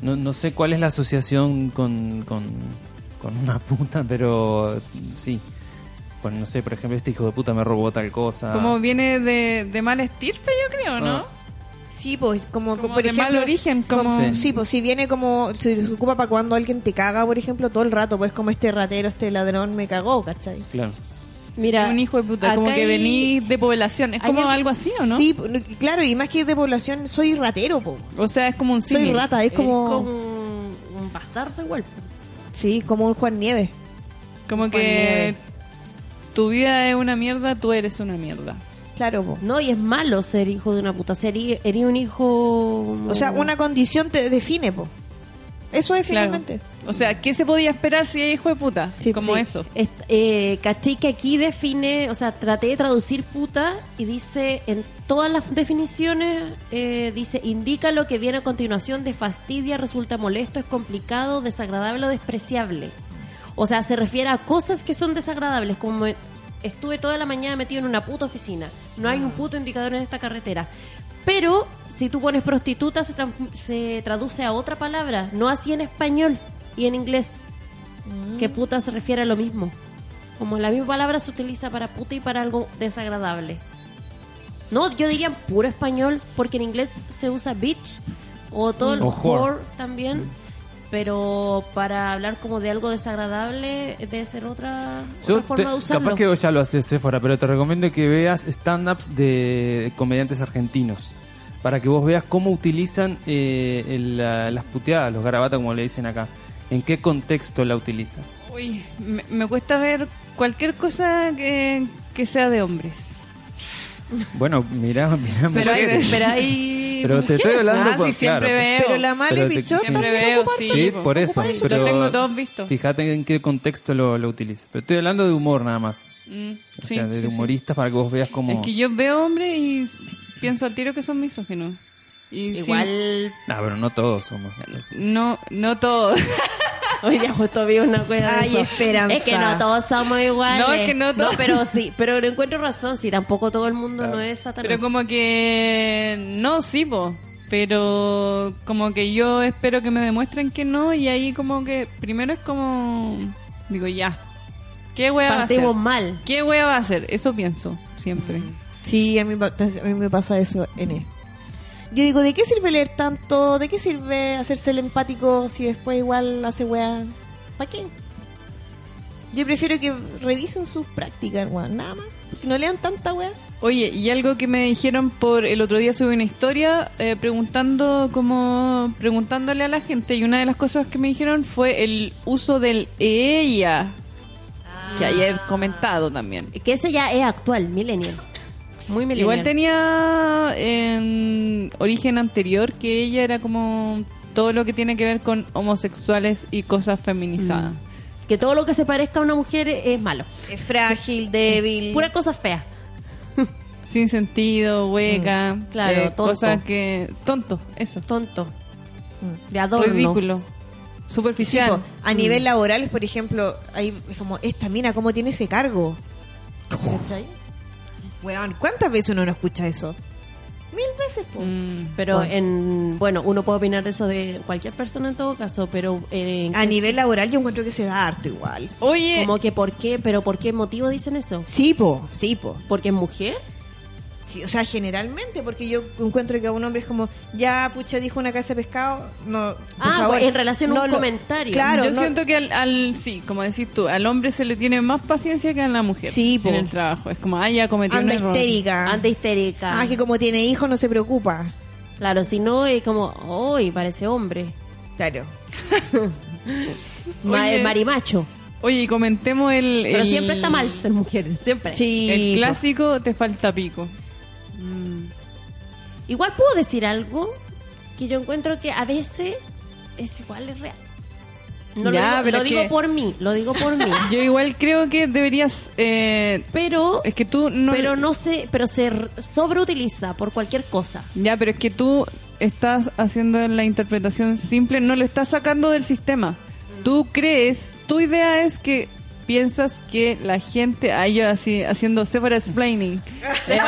[SPEAKER 4] No, no sé cuál es la asociación con, con, con una puta, pero sí. Con, no sé, por ejemplo, este hijo de puta me robó tal cosa.
[SPEAKER 1] Como viene de, de mal estirpe, yo creo, ¿no?
[SPEAKER 4] Ah.
[SPEAKER 3] Sí, pues, como,
[SPEAKER 1] Como
[SPEAKER 3] por
[SPEAKER 1] de
[SPEAKER 3] ejemplo,
[SPEAKER 1] mal origen, como...
[SPEAKER 4] Sí.
[SPEAKER 3] Sí. pues si viene como, se ocupa para cuando alguien te caga, por ejemplo, todo el rato, pues como este ratero, este ladrón me cagó, ¿cachai?
[SPEAKER 4] Claro.
[SPEAKER 2] Mira,
[SPEAKER 1] un hijo de puta, como
[SPEAKER 2] acá
[SPEAKER 1] que
[SPEAKER 2] hay-
[SPEAKER 1] venís de población. Es
[SPEAKER 2] hay
[SPEAKER 1] como
[SPEAKER 2] algo-
[SPEAKER 1] algo así, ¿o no?
[SPEAKER 3] Sí, po- no, claro, y más que de población, soy ratero, po.
[SPEAKER 1] O sea, es como un
[SPEAKER 3] soy
[SPEAKER 1] símil.
[SPEAKER 3] rata, es como,
[SPEAKER 2] Es como un, un bastardo igual.
[SPEAKER 3] sí, como un Juan Nieves.
[SPEAKER 1] Como que tu vida es una mierda, tú eres una mierda.
[SPEAKER 3] Claro, po.
[SPEAKER 2] No, y es malo ser hijo de una puta. Ser hi- eres un hijo...
[SPEAKER 3] O sea, una condición te define, po. Eso es finalmente.
[SPEAKER 1] O sea, ¿qué se podía esperar si es hijo de puta? como
[SPEAKER 2] Sí.
[SPEAKER 1] eso.
[SPEAKER 2] Es- eh, caché que aquí define, o sea, traté de traducir puta y dice en todas las definiciones, eh, dice, indica lo que viene a continuación de fastidia, resulta molesto, es complicado, desagradable o despreciable. O sea, se refiere a cosas que son desagradables, como me- estuve toda la mañana metido en una puta oficina, no
[SPEAKER 1] Ah.
[SPEAKER 2] hay un puto indicador en esta carretera. Pero si tú pones prostituta se, tran- se traduce a otra palabra, no así en español y en inglés
[SPEAKER 4] Mm.
[SPEAKER 2] que puta se refiere a lo mismo. Como la misma palabra se utiliza para puta y para algo desagradable. No, yo diría en puro español, porque en inglés se usa bitch o todo el
[SPEAKER 4] O whore. Mm.
[SPEAKER 2] whore también. Pero para hablar como de algo desagradable debe ser otra,
[SPEAKER 4] Yo
[SPEAKER 2] otra forma
[SPEAKER 4] te-
[SPEAKER 2] de usarlo.
[SPEAKER 4] capaz que ya lo hace Sephora, pero te recomiendo que veas stand-ups de comediantes argentinos. Para que vos veas cómo utilizan eh, el, la- las puteadas, los garabatos, como le dicen acá. ¿En qué contexto la utilizan?
[SPEAKER 1] Uy, me, me cuesta ver cualquier cosa que, que sea de hombres.
[SPEAKER 4] Bueno, mirá, mirá
[SPEAKER 1] Pero hay-
[SPEAKER 4] mujeres.
[SPEAKER 1] pero hay
[SPEAKER 4] Pero te estoy
[SPEAKER 1] mujeres.
[SPEAKER 4] hablando
[SPEAKER 1] Ah,
[SPEAKER 4] por-
[SPEAKER 1] sí, siempre
[SPEAKER 4] claro.
[SPEAKER 1] veo.
[SPEAKER 3] Pero la mala
[SPEAKER 4] Pero
[SPEAKER 3] y
[SPEAKER 4] te-
[SPEAKER 3] pichón
[SPEAKER 4] siempre
[SPEAKER 1] Siempre
[SPEAKER 3] también
[SPEAKER 1] veo,
[SPEAKER 3] ocupan-
[SPEAKER 1] sí.
[SPEAKER 4] Sí,
[SPEAKER 1] po.
[SPEAKER 4] por eso.
[SPEAKER 3] eso?
[SPEAKER 4] Pero
[SPEAKER 1] Los tengo todos vistos.
[SPEAKER 4] Fíjate en qué contexto lo, lo utilizas. Pero estoy hablando de humor nada más.
[SPEAKER 1] Mm,
[SPEAKER 4] O
[SPEAKER 1] sí,
[SPEAKER 4] sea, de
[SPEAKER 1] sí, sí.
[SPEAKER 4] humoristas para que vos veas cómo...
[SPEAKER 1] Es que yo veo hombres y pienso al tiro que son misóginos. Y sí,
[SPEAKER 2] Igual,
[SPEAKER 4] Ah, pero no todos somos.
[SPEAKER 1] no, no todos.
[SPEAKER 2] hoy día justo vi una cueva de
[SPEAKER 3] Ay,
[SPEAKER 2] eso.
[SPEAKER 3] Esperanza.
[SPEAKER 2] Es que no todos somos iguales.
[SPEAKER 1] No, es que no todos.
[SPEAKER 2] pero sí, pero le encuentro razón, sí, tampoco todo el mundo no es satanás.
[SPEAKER 1] Pero como que no, sí, po. Pero como que yo espero que me demuestren que no y ahí como que primero es como digo ya. ¿Qué wea va a hacer?
[SPEAKER 2] Partimos mal.
[SPEAKER 1] ¿Qué wea va a hacer? Eso pienso siempre.
[SPEAKER 3] Sí, a mí, pa- a mí me pasa eso, N. Yo digo, ¿de qué sirve leer tanto? ¿De qué sirve hacerse el empático si después igual hace weá? ¿Para qué? Yo prefiero que revisen sus prácticas, weón, nada más. Que no lean tanta weá.
[SPEAKER 1] Oye, y algo que me dijeron por el otro día subí una historia eh, preguntando como preguntándole a la gente y una de las cosas que me dijeron fue el uso del ella que
[SPEAKER 2] Ah.
[SPEAKER 1] ayer comentado también.
[SPEAKER 2] Que ese ya es actual, millennial. Muy millennial.
[SPEAKER 1] Igual tenía en origen anterior que ella era como todo lo que tiene que ver con homosexuales y cosas feminizadas.
[SPEAKER 2] Que todo lo que se parezca a una mujer es, es malo.
[SPEAKER 3] Es frágil, débil.
[SPEAKER 2] Pura cosa fea.
[SPEAKER 1] Sin sentido, hueca, eh,
[SPEAKER 2] claro, tonto.
[SPEAKER 1] cosas que... Tonto, eso.
[SPEAKER 2] Tonto.
[SPEAKER 3] Mm.
[SPEAKER 2] De adorno.
[SPEAKER 1] Ridículo.
[SPEAKER 3] Sí, po.
[SPEAKER 1] Superficial.
[SPEAKER 3] a nivel laboral, por ejemplo, hay es como, esta mina, ¿cómo tiene ese cargo? ¿Cachai? Weón, ¿cuántas veces uno no escucha eso? Mil veces, po.
[SPEAKER 1] Mm.
[SPEAKER 2] Pero
[SPEAKER 3] Bueno.
[SPEAKER 2] en... Bueno, uno puede opinar de eso de cualquier persona en todo caso, pero... En
[SPEAKER 3] A
[SPEAKER 2] que-
[SPEAKER 3] nivel laboral yo encuentro que se da harto igual.
[SPEAKER 1] Oye,
[SPEAKER 2] Como que por qué, pero por qué motivo dicen eso.
[SPEAKER 3] Sí, po, sí, po.
[SPEAKER 2] ¿Porque es mujer?
[SPEAKER 3] Sí, o sea, generalmente, porque yo encuentro que a un hombre es como, ya, pucha, dijo una casa de pescado, no, por
[SPEAKER 2] Ah,
[SPEAKER 3] favor,
[SPEAKER 2] en relación a un
[SPEAKER 3] no lo-
[SPEAKER 2] comentario.
[SPEAKER 3] Claro,
[SPEAKER 1] yo
[SPEAKER 3] no-
[SPEAKER 1] siento que al, al- Sí, como decís tú, al hombre se le tiene más paciencia que a la mujer.
[SPEAKER 3] Sí, po.
[SPEAKER 1] En el trabajo. Es como, ah, ya cometió un
[SPEAKER 3] anda
[SPEAKER 1] error.
[SPEAKER 3] histérica.
[SPEAKER 2] Ante histérica.
[SPEAKER 3] Ah, que como tiene hijos no se preocupa.
[SPEAKER 2] Claro, si no es como... hoy parece hombre!
[SPEAKER 3] Claro.
[SPEAKER 2] Ma-
[SPEAKER 1] Oye.
[SPEAKER 2] marimacho.
[SPEAKER 1] Oye, y comentemos el...
[SPEAKER 2] Pero
[SPEAKER 1] el-
[SPEAKER 2] siempre está mal ser mujer. Siempre.
[SPEAKER 3] Eh. Sí.
[SPEAKER 1] El
[SPEAKER 3] po.
[SPEAKER 1] clásico te falta pico.
[SPEAKER 2] Igual puedo decir algo que yo encuentro que a veces es igual, es real. No
[SPEAKER 1] Ya,
[SPEAKER 2] lo digo,
[SPEAKER 1] pero
[SPEAKER 2] lo
[SPEAKER 1] es
[SPEAKER 2] digo
[SPEAKER 1] que-
[SPEAKER 2] por mí, lo digo por mí.
[SPEAKER 1] Yo igual creo que deberías. eh,
[SPEAKER 2] Pero,
[SPEAKER 1] es que tú no.
[SPEAKER 2] pero no se, pero se r- sobreutiliza por cualquier cosa.
[SPEAKER 1] Ya, pero es que tú estás haciendo la
[SPEAKER 2] Mm.
[SPEAKER 1] interpretación simple, no lo estás sacando del sistema. Tú crees, tu idea es que piensas que la gente, ah, yo así, haciendo Sephora explaining. Eh,
[SPEAKER 2] ¡Qué buen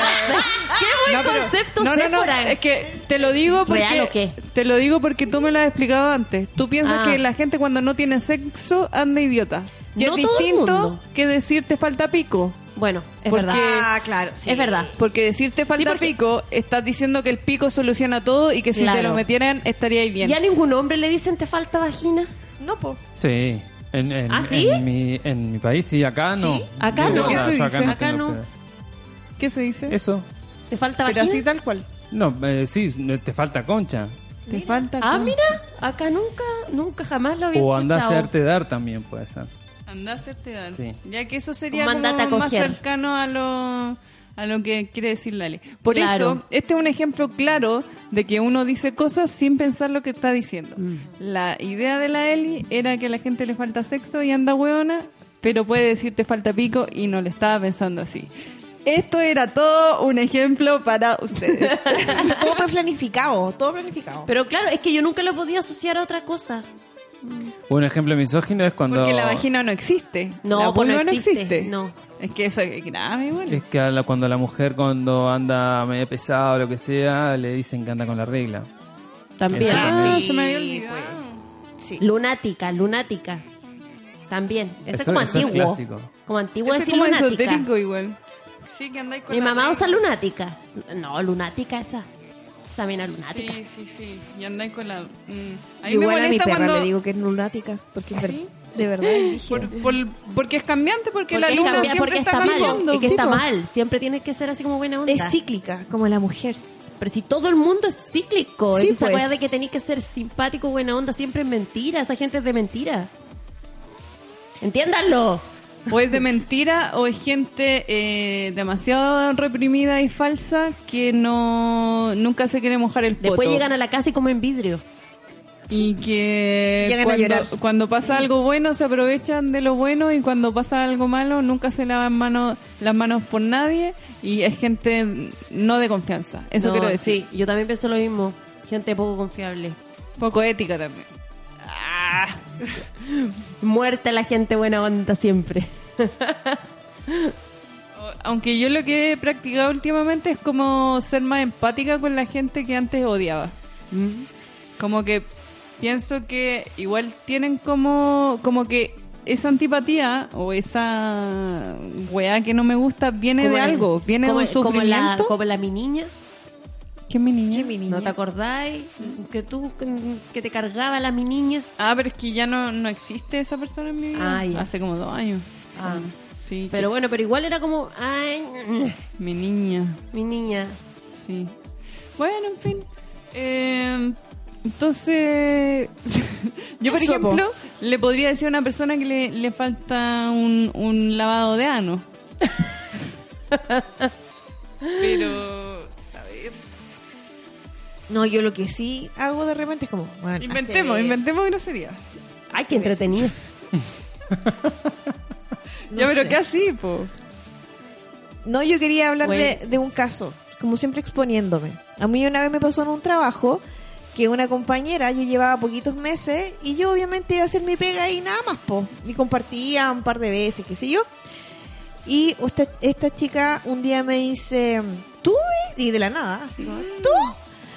[SPEAKER 1] no, pero-
[SPEAKER 2] concepto,
[SPEAKER 1] no, no, no,
[SPEAKER 2] Sephora!
[SPEAKER 1] es que te lo digo porque
[SPEAKER 2] ¿Real o qué?
[SPEAKER 1] te lo digo porque tú me lo has explicado antes. Tú piensas
[SPEAKER 2] Ah.
[SPEAKER 1] que la gente cuando no tiene sexo anda idiota. Y
[SPEAKER 2] No
[SPEAKER 1] es
[SPEAKER 2] todo el
[SPEAKER 1] distinto
[SPEAKER 2] mundo.
[SPEAKER 1] que decir te falta pico.
[SPEAKER 2] Bueno, es
[SPEAKER 1] Porque-
[SPEAKER 2] verdad.
[SPEAKER 3] Ah, claro. sí.
[SPEAKER 2] Es verdad.
[SPEAKER 1] Porque decirte falta
[SPEAKER 2] Sí, porque-
[SPEAKER 1] pico, estás diciendo que el pico soluciona todo y que si te
[SPEAKER 2] Claro.
[SPEAKER 1] lo metieran estaría ahí bien.
[SPEAKER 2] ¿Y a ningún hombre le dicen te falta vagina?
[SPEAKER 3] No, po.
[SPEAKER 4] Sí. En, en-
[SPEAKER 2] ¿Ah, sí?
[SPEAKER 4] en mi, en mi país, sí, acá no.
[SPEAKER 3] ¿Sí?
[SPEAKER 2] Acá
[SPEAKER 4] Yo-
[SPEAKER 2] no.
[SPEAKER 4] o sea,
[SPEAKER 1] ¿Qué se
[SPEAKER 4] yo
[SPEAKER 1] dice?
[SPEAKER 4] no
[SPEAKER 2] Acá
[SPEAKER 4] tengo
[SPEAKER 2] no.
[SPEAKER 4] pedo.
[SPEAKER 1] ¿Qué se dice?
[SPEAKER 4] Eso.
[SPEAKER 2] ¿Te falta
[SPEAKER 1] Pero
[SPEAKER 2] vagina?
[SPEAKER 1] así tal cual.
[SPEAKER 4] No, eh, sí, te falta concha.
[SPEAKER 1] Te falta
[SPEAKER 2] Ah,
[SPEAKER 1] con-
[SPEAKER 2] mira, acá nunca, nunca jamás lo había
[SPEAKER 4] O anda a
[SPEAKER 2] escuchado.
[SPEAKER 4] hacerte dar también puede ser.
[SPEAKER 1] Andá a hacerte dar.
[SPEAKER 4] Sí.
[SPEAKER 1] Ya que eso sería
[SPEAKER 2] O
[SPEAKER 1] como
[SPEAKER 2] mandate a
[SPEAKER 1] más
[SPEAKER 2] coger.
[SPEAKER 1] cercano a lo, a lo que quiere decir Lali. Por
[SPEAKER 2] Claro.
[SPEAKER 1] eso, este es un ejemplo claro de que uno dice cosas sin pensar lo que está diciendo.
[SPEAKER 2] Mm.
[SPEAKER 1] La idea de la Eli era que a la gente le falta sexo y anda hueona, pero puede decirte falta pico y no le estaba pensando así. Esto era todo un ejemplo para ustedes.
[SPEAKER 3] Todo fue planificado, todo planificado.
[SPEAKER 2] Pero claro, es que yo nunca lo podía asociar a otra cosa.
[SPEAKER 4] Un ejemplo misógino es cuando...
[SPEAKER 1] Porque la vagina no existe.
[SPEAKER 2] No,
[SPEAKER 1] la
[SPEAKER 2] pues no
[SPEAKER 1] vulva
[SPEAKER 2] existe, no.
[SPEAKER 1] Es que eso es grave, igual.
[SPEAKER 4] Es que a la- cuando la mujer cuando anda medio pesada o lo que sea, le dicen que anda con la regla.
[SPEAKER 2] También.
[SPEAKER 4] Eso
[SPEAKER 1] Ah,
[SPEAKER 3] Sí,
[SPEAKER 1] se me había
[SPEAKER 2] pues.
[SPEAKER 1] olvidado.
[SPEAKER 2] Lunática, lunática. También. Eso,
[SPEAKER 4] Eso-
[SPEAKER 2] es como
[SPEAKER 4] eso es
[SPEAKER 2] antiguo.
[SPEAKER 4] clásico.
[SPEAKER 2] como antiguo
[SPEAKER 1] Ese
[SPEAKER 2] decir
[SPEAKER 1] como
[SPEAKER 2] lunática.
[SPEAKER 1] esotérico igual. Sí, que andáis con
[SPEAKER 2] Mi
[SPEAKER 1] la
[SPEAKER 2] mamá
[SPEAKER 1] regla.
[SPEAKER 2] usa lunática. No, lunática esa. Esa mina lunática.
[SPEAKER 1] Sí, sí, sí. Y andáis con la... mm. A mí
[SPEAKER 3] Yo
[SPEAKER 1] me
[SPEAKER 3] igual a mi
[SPEAKER 1] molesta
[SPEAKER 3] perra
[SPEAKER 1] cuando... ¿Ah,
[SPEAKER 3] le digo que es lunática, porque es ver-
[SPEAKER 1] Sí.
[SPEAKER 3] de verdad es brígida.
[SPEAKER 1] por- por- porque es cambiante, porque, la
[SPEAKER 2] es
[SPEAKER 1] luna
[SPEAKER 2] cambia-
[SPEAKER 1] siempre
[SPEAKER 2] porque
[SPEAKER 1] está,
[SPEAKER 2] está mal.
[SPEAKER 1] cambiando.
[SPEAKER 2] Es que
[SPEAKER 3] Sí,
[SPEAKER 2] está
[SPEAKER 3] po.
[SPEAKER 2] mal. Siempre tiene que ser así como buena onda.
[SPEAKER 3] Es cíclica, como la mujer.
[SPEAKER 2] Pero si todo el mundo es cíclico,
[SPEAKER 3] Sí,
[SPEAKER 2] es esa
[SPEAKER 3] pues.
[SPEAKER 2] weá de que tenés que ser simpático, buena onda, siempre es mentira, esa gente es de mentira. Entiéndanlo.
[SPEAKER 1] O es de mentira o es gente eh, demasiado reprimida y falsa que no nunca se quiere mojar el poto.
[SPEAKER 2] Después llegan a la casa y comen vidrio.
[SPEAKER 1] Y que
[SPEAKER 3] Llegan a llorar.
[SPEAKER 1] cuando, cuando pasa algo bueno se aprovechan de lo bueno y cuando pasa algo malo nunca se lavan mano, las manos por nadie y es gente no de confianza. Eso
[SPEAKER 2] No,
[SPEAKER 1] quiero decir.
[SPEAKER 2] Sí, yo también pienso lo mismo. Gente poco confiable.
[SPEAKER 1] Poco ética también.
[SPEAKER 2] Muerta la gente buena onda siempre.
[SPEAKER 1] Aunque yo lo que he practicado últimamente es como ser más empática con la gente que antes odiaba.
[SPEAKER 2] Mm.
[SPEAKER 1] Como que pienso que igual tienen como, como que esa antipatía o esa weá que no me gusta viene
[SPEAKER 2] Como
[SPEAKER 1] de
[SPEAKER 2] la-
[SPEAKER 1] algo, viene de
[SPEAKER 2] como-
[SPEAKER 1] un
[SPEAKER 2] Como la,
[SPEAKER 1] sufrimiento.
[SPEAKER 2] como la mi niña.
[SPEAKER 1] ¿Qué mi niña?
[SPEAKER 2] ¿No te acordáis? Que tú, que te cargaba la mi niña.
[SPEAKER 1] Ah, pero es que ya no, no existe esa persona en mi vida.
[SPEAKER 2] Ah, ya.
[SPEAKER 1] Hace como dos años.
[SPEAKER 2] Ah.
[SPEAKER 1] Sí,
[SPEAKER 2] Pero bueno, pero igual era como, ay,
[SPEAKER 1] mi niña.
[SPEAKER 2] mi niña.
[SPEAKER 1] Sí. Bueno, en fin. Eh, entonces, yo por
[SPEAKER 3] Eso, po.
[SPEAKER 1] ejemplo, le podría decir a una persona que le, le falta un, un lavado de ano. Pero, a ver,
[SPEAKER 3] No, yo lo que sí hago de repente es como, bueno,
[SPEAKER 1] inventemos,
[SPEAKER 3] hazte-
[SPEAKER 1] inventemos grosería.
[SPEAKER 2] Ay, qué entretenido.
[SPEAKER 1] ya, pero
[SPEAKER 3] sé.
[SPEAKER 1] ¿qué así, po?
[SPEAKER 3] No, yo quería hablar
[SPEAKER 2] Bueno.
[SPEAKER 3] de, de un caso, como siempre exponiéndome. A mí una vez me pasó en un trabajo que una compañera, yo llevaba poquitos meses y yo obviamente iba a hacer mi pega y nada más, po. Y compartía un par de veces, qué sé yo. Y esta, esta chica un día me dice, tú, eh?", y de la nada, así como, tú,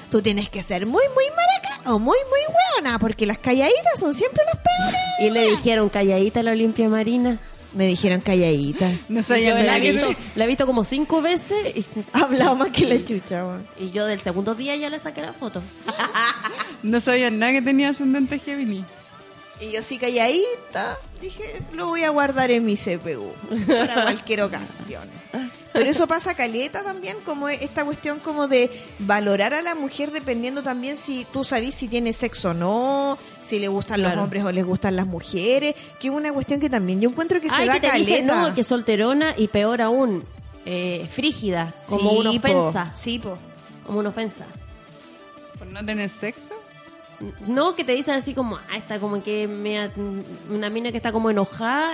[SPEAKER 3] tú tienes que ser muy, muy maraca o muy, muy hueona, porque las calladitas son siempre las peores.
[SPEAKER 2] Y le dijeron calladita a la Olimpia Marina.
[SPEAKER 3] Me dijeron calladita.
[SPEAKER 1] No
[SPEAKER 2] Yo
[SPEAKER 1] sabía
[SPEAKER 2] la
[SPEAKER 1] nada
[SPEAKER 2] he
[SPEAKER 1] que
[SPEAKER 2] visto, la he visto como cinco veces y,
[SPEAKER 3] Hablaba más que la chucha, weón.
[SPEAKER 2] y yo del segundo día ya le saqué la foto.
[SPEAKER 1] no sabía nada que tenía ascendente Gemini.
[SPEAKER 3] Y yo sí calladita, dije, lo voy a guardar en mi CPU para cualquier ocasión. Pero eso pasa caleta también, como e, esta cuestión como de valorar a la mujer dependiendo también si tú sabes si tiene sexo o no, si le gustan los
[SPEAKER 2] Claro.
[SPEAKER 3] hombres o les gustan las mujeres, que es una cuestión que también yo encuentro que se
[SPEAKER 2] Ay,
[SPEAKER 3] da
[SPEAKER 2] que te
[SPEAKER 3] caleta.
[SPEAKER 2] dicen, no, que solterona y peor aún, eh, frígida, como
[SPEAKER 3] Sí,
[SPEAKER 2] una
[SPEAKER 3] po,
[SPEAKER 2] ofensa.
[SPEAKER 3] Sí, po.
[SPEAKER 2] Como una ofensa.
[SPEAKER 1] ¿Por no tener sexo?
[SPEAKER 2] No, que te dicen así como, ah, está como que mea- una mina que está como enojada.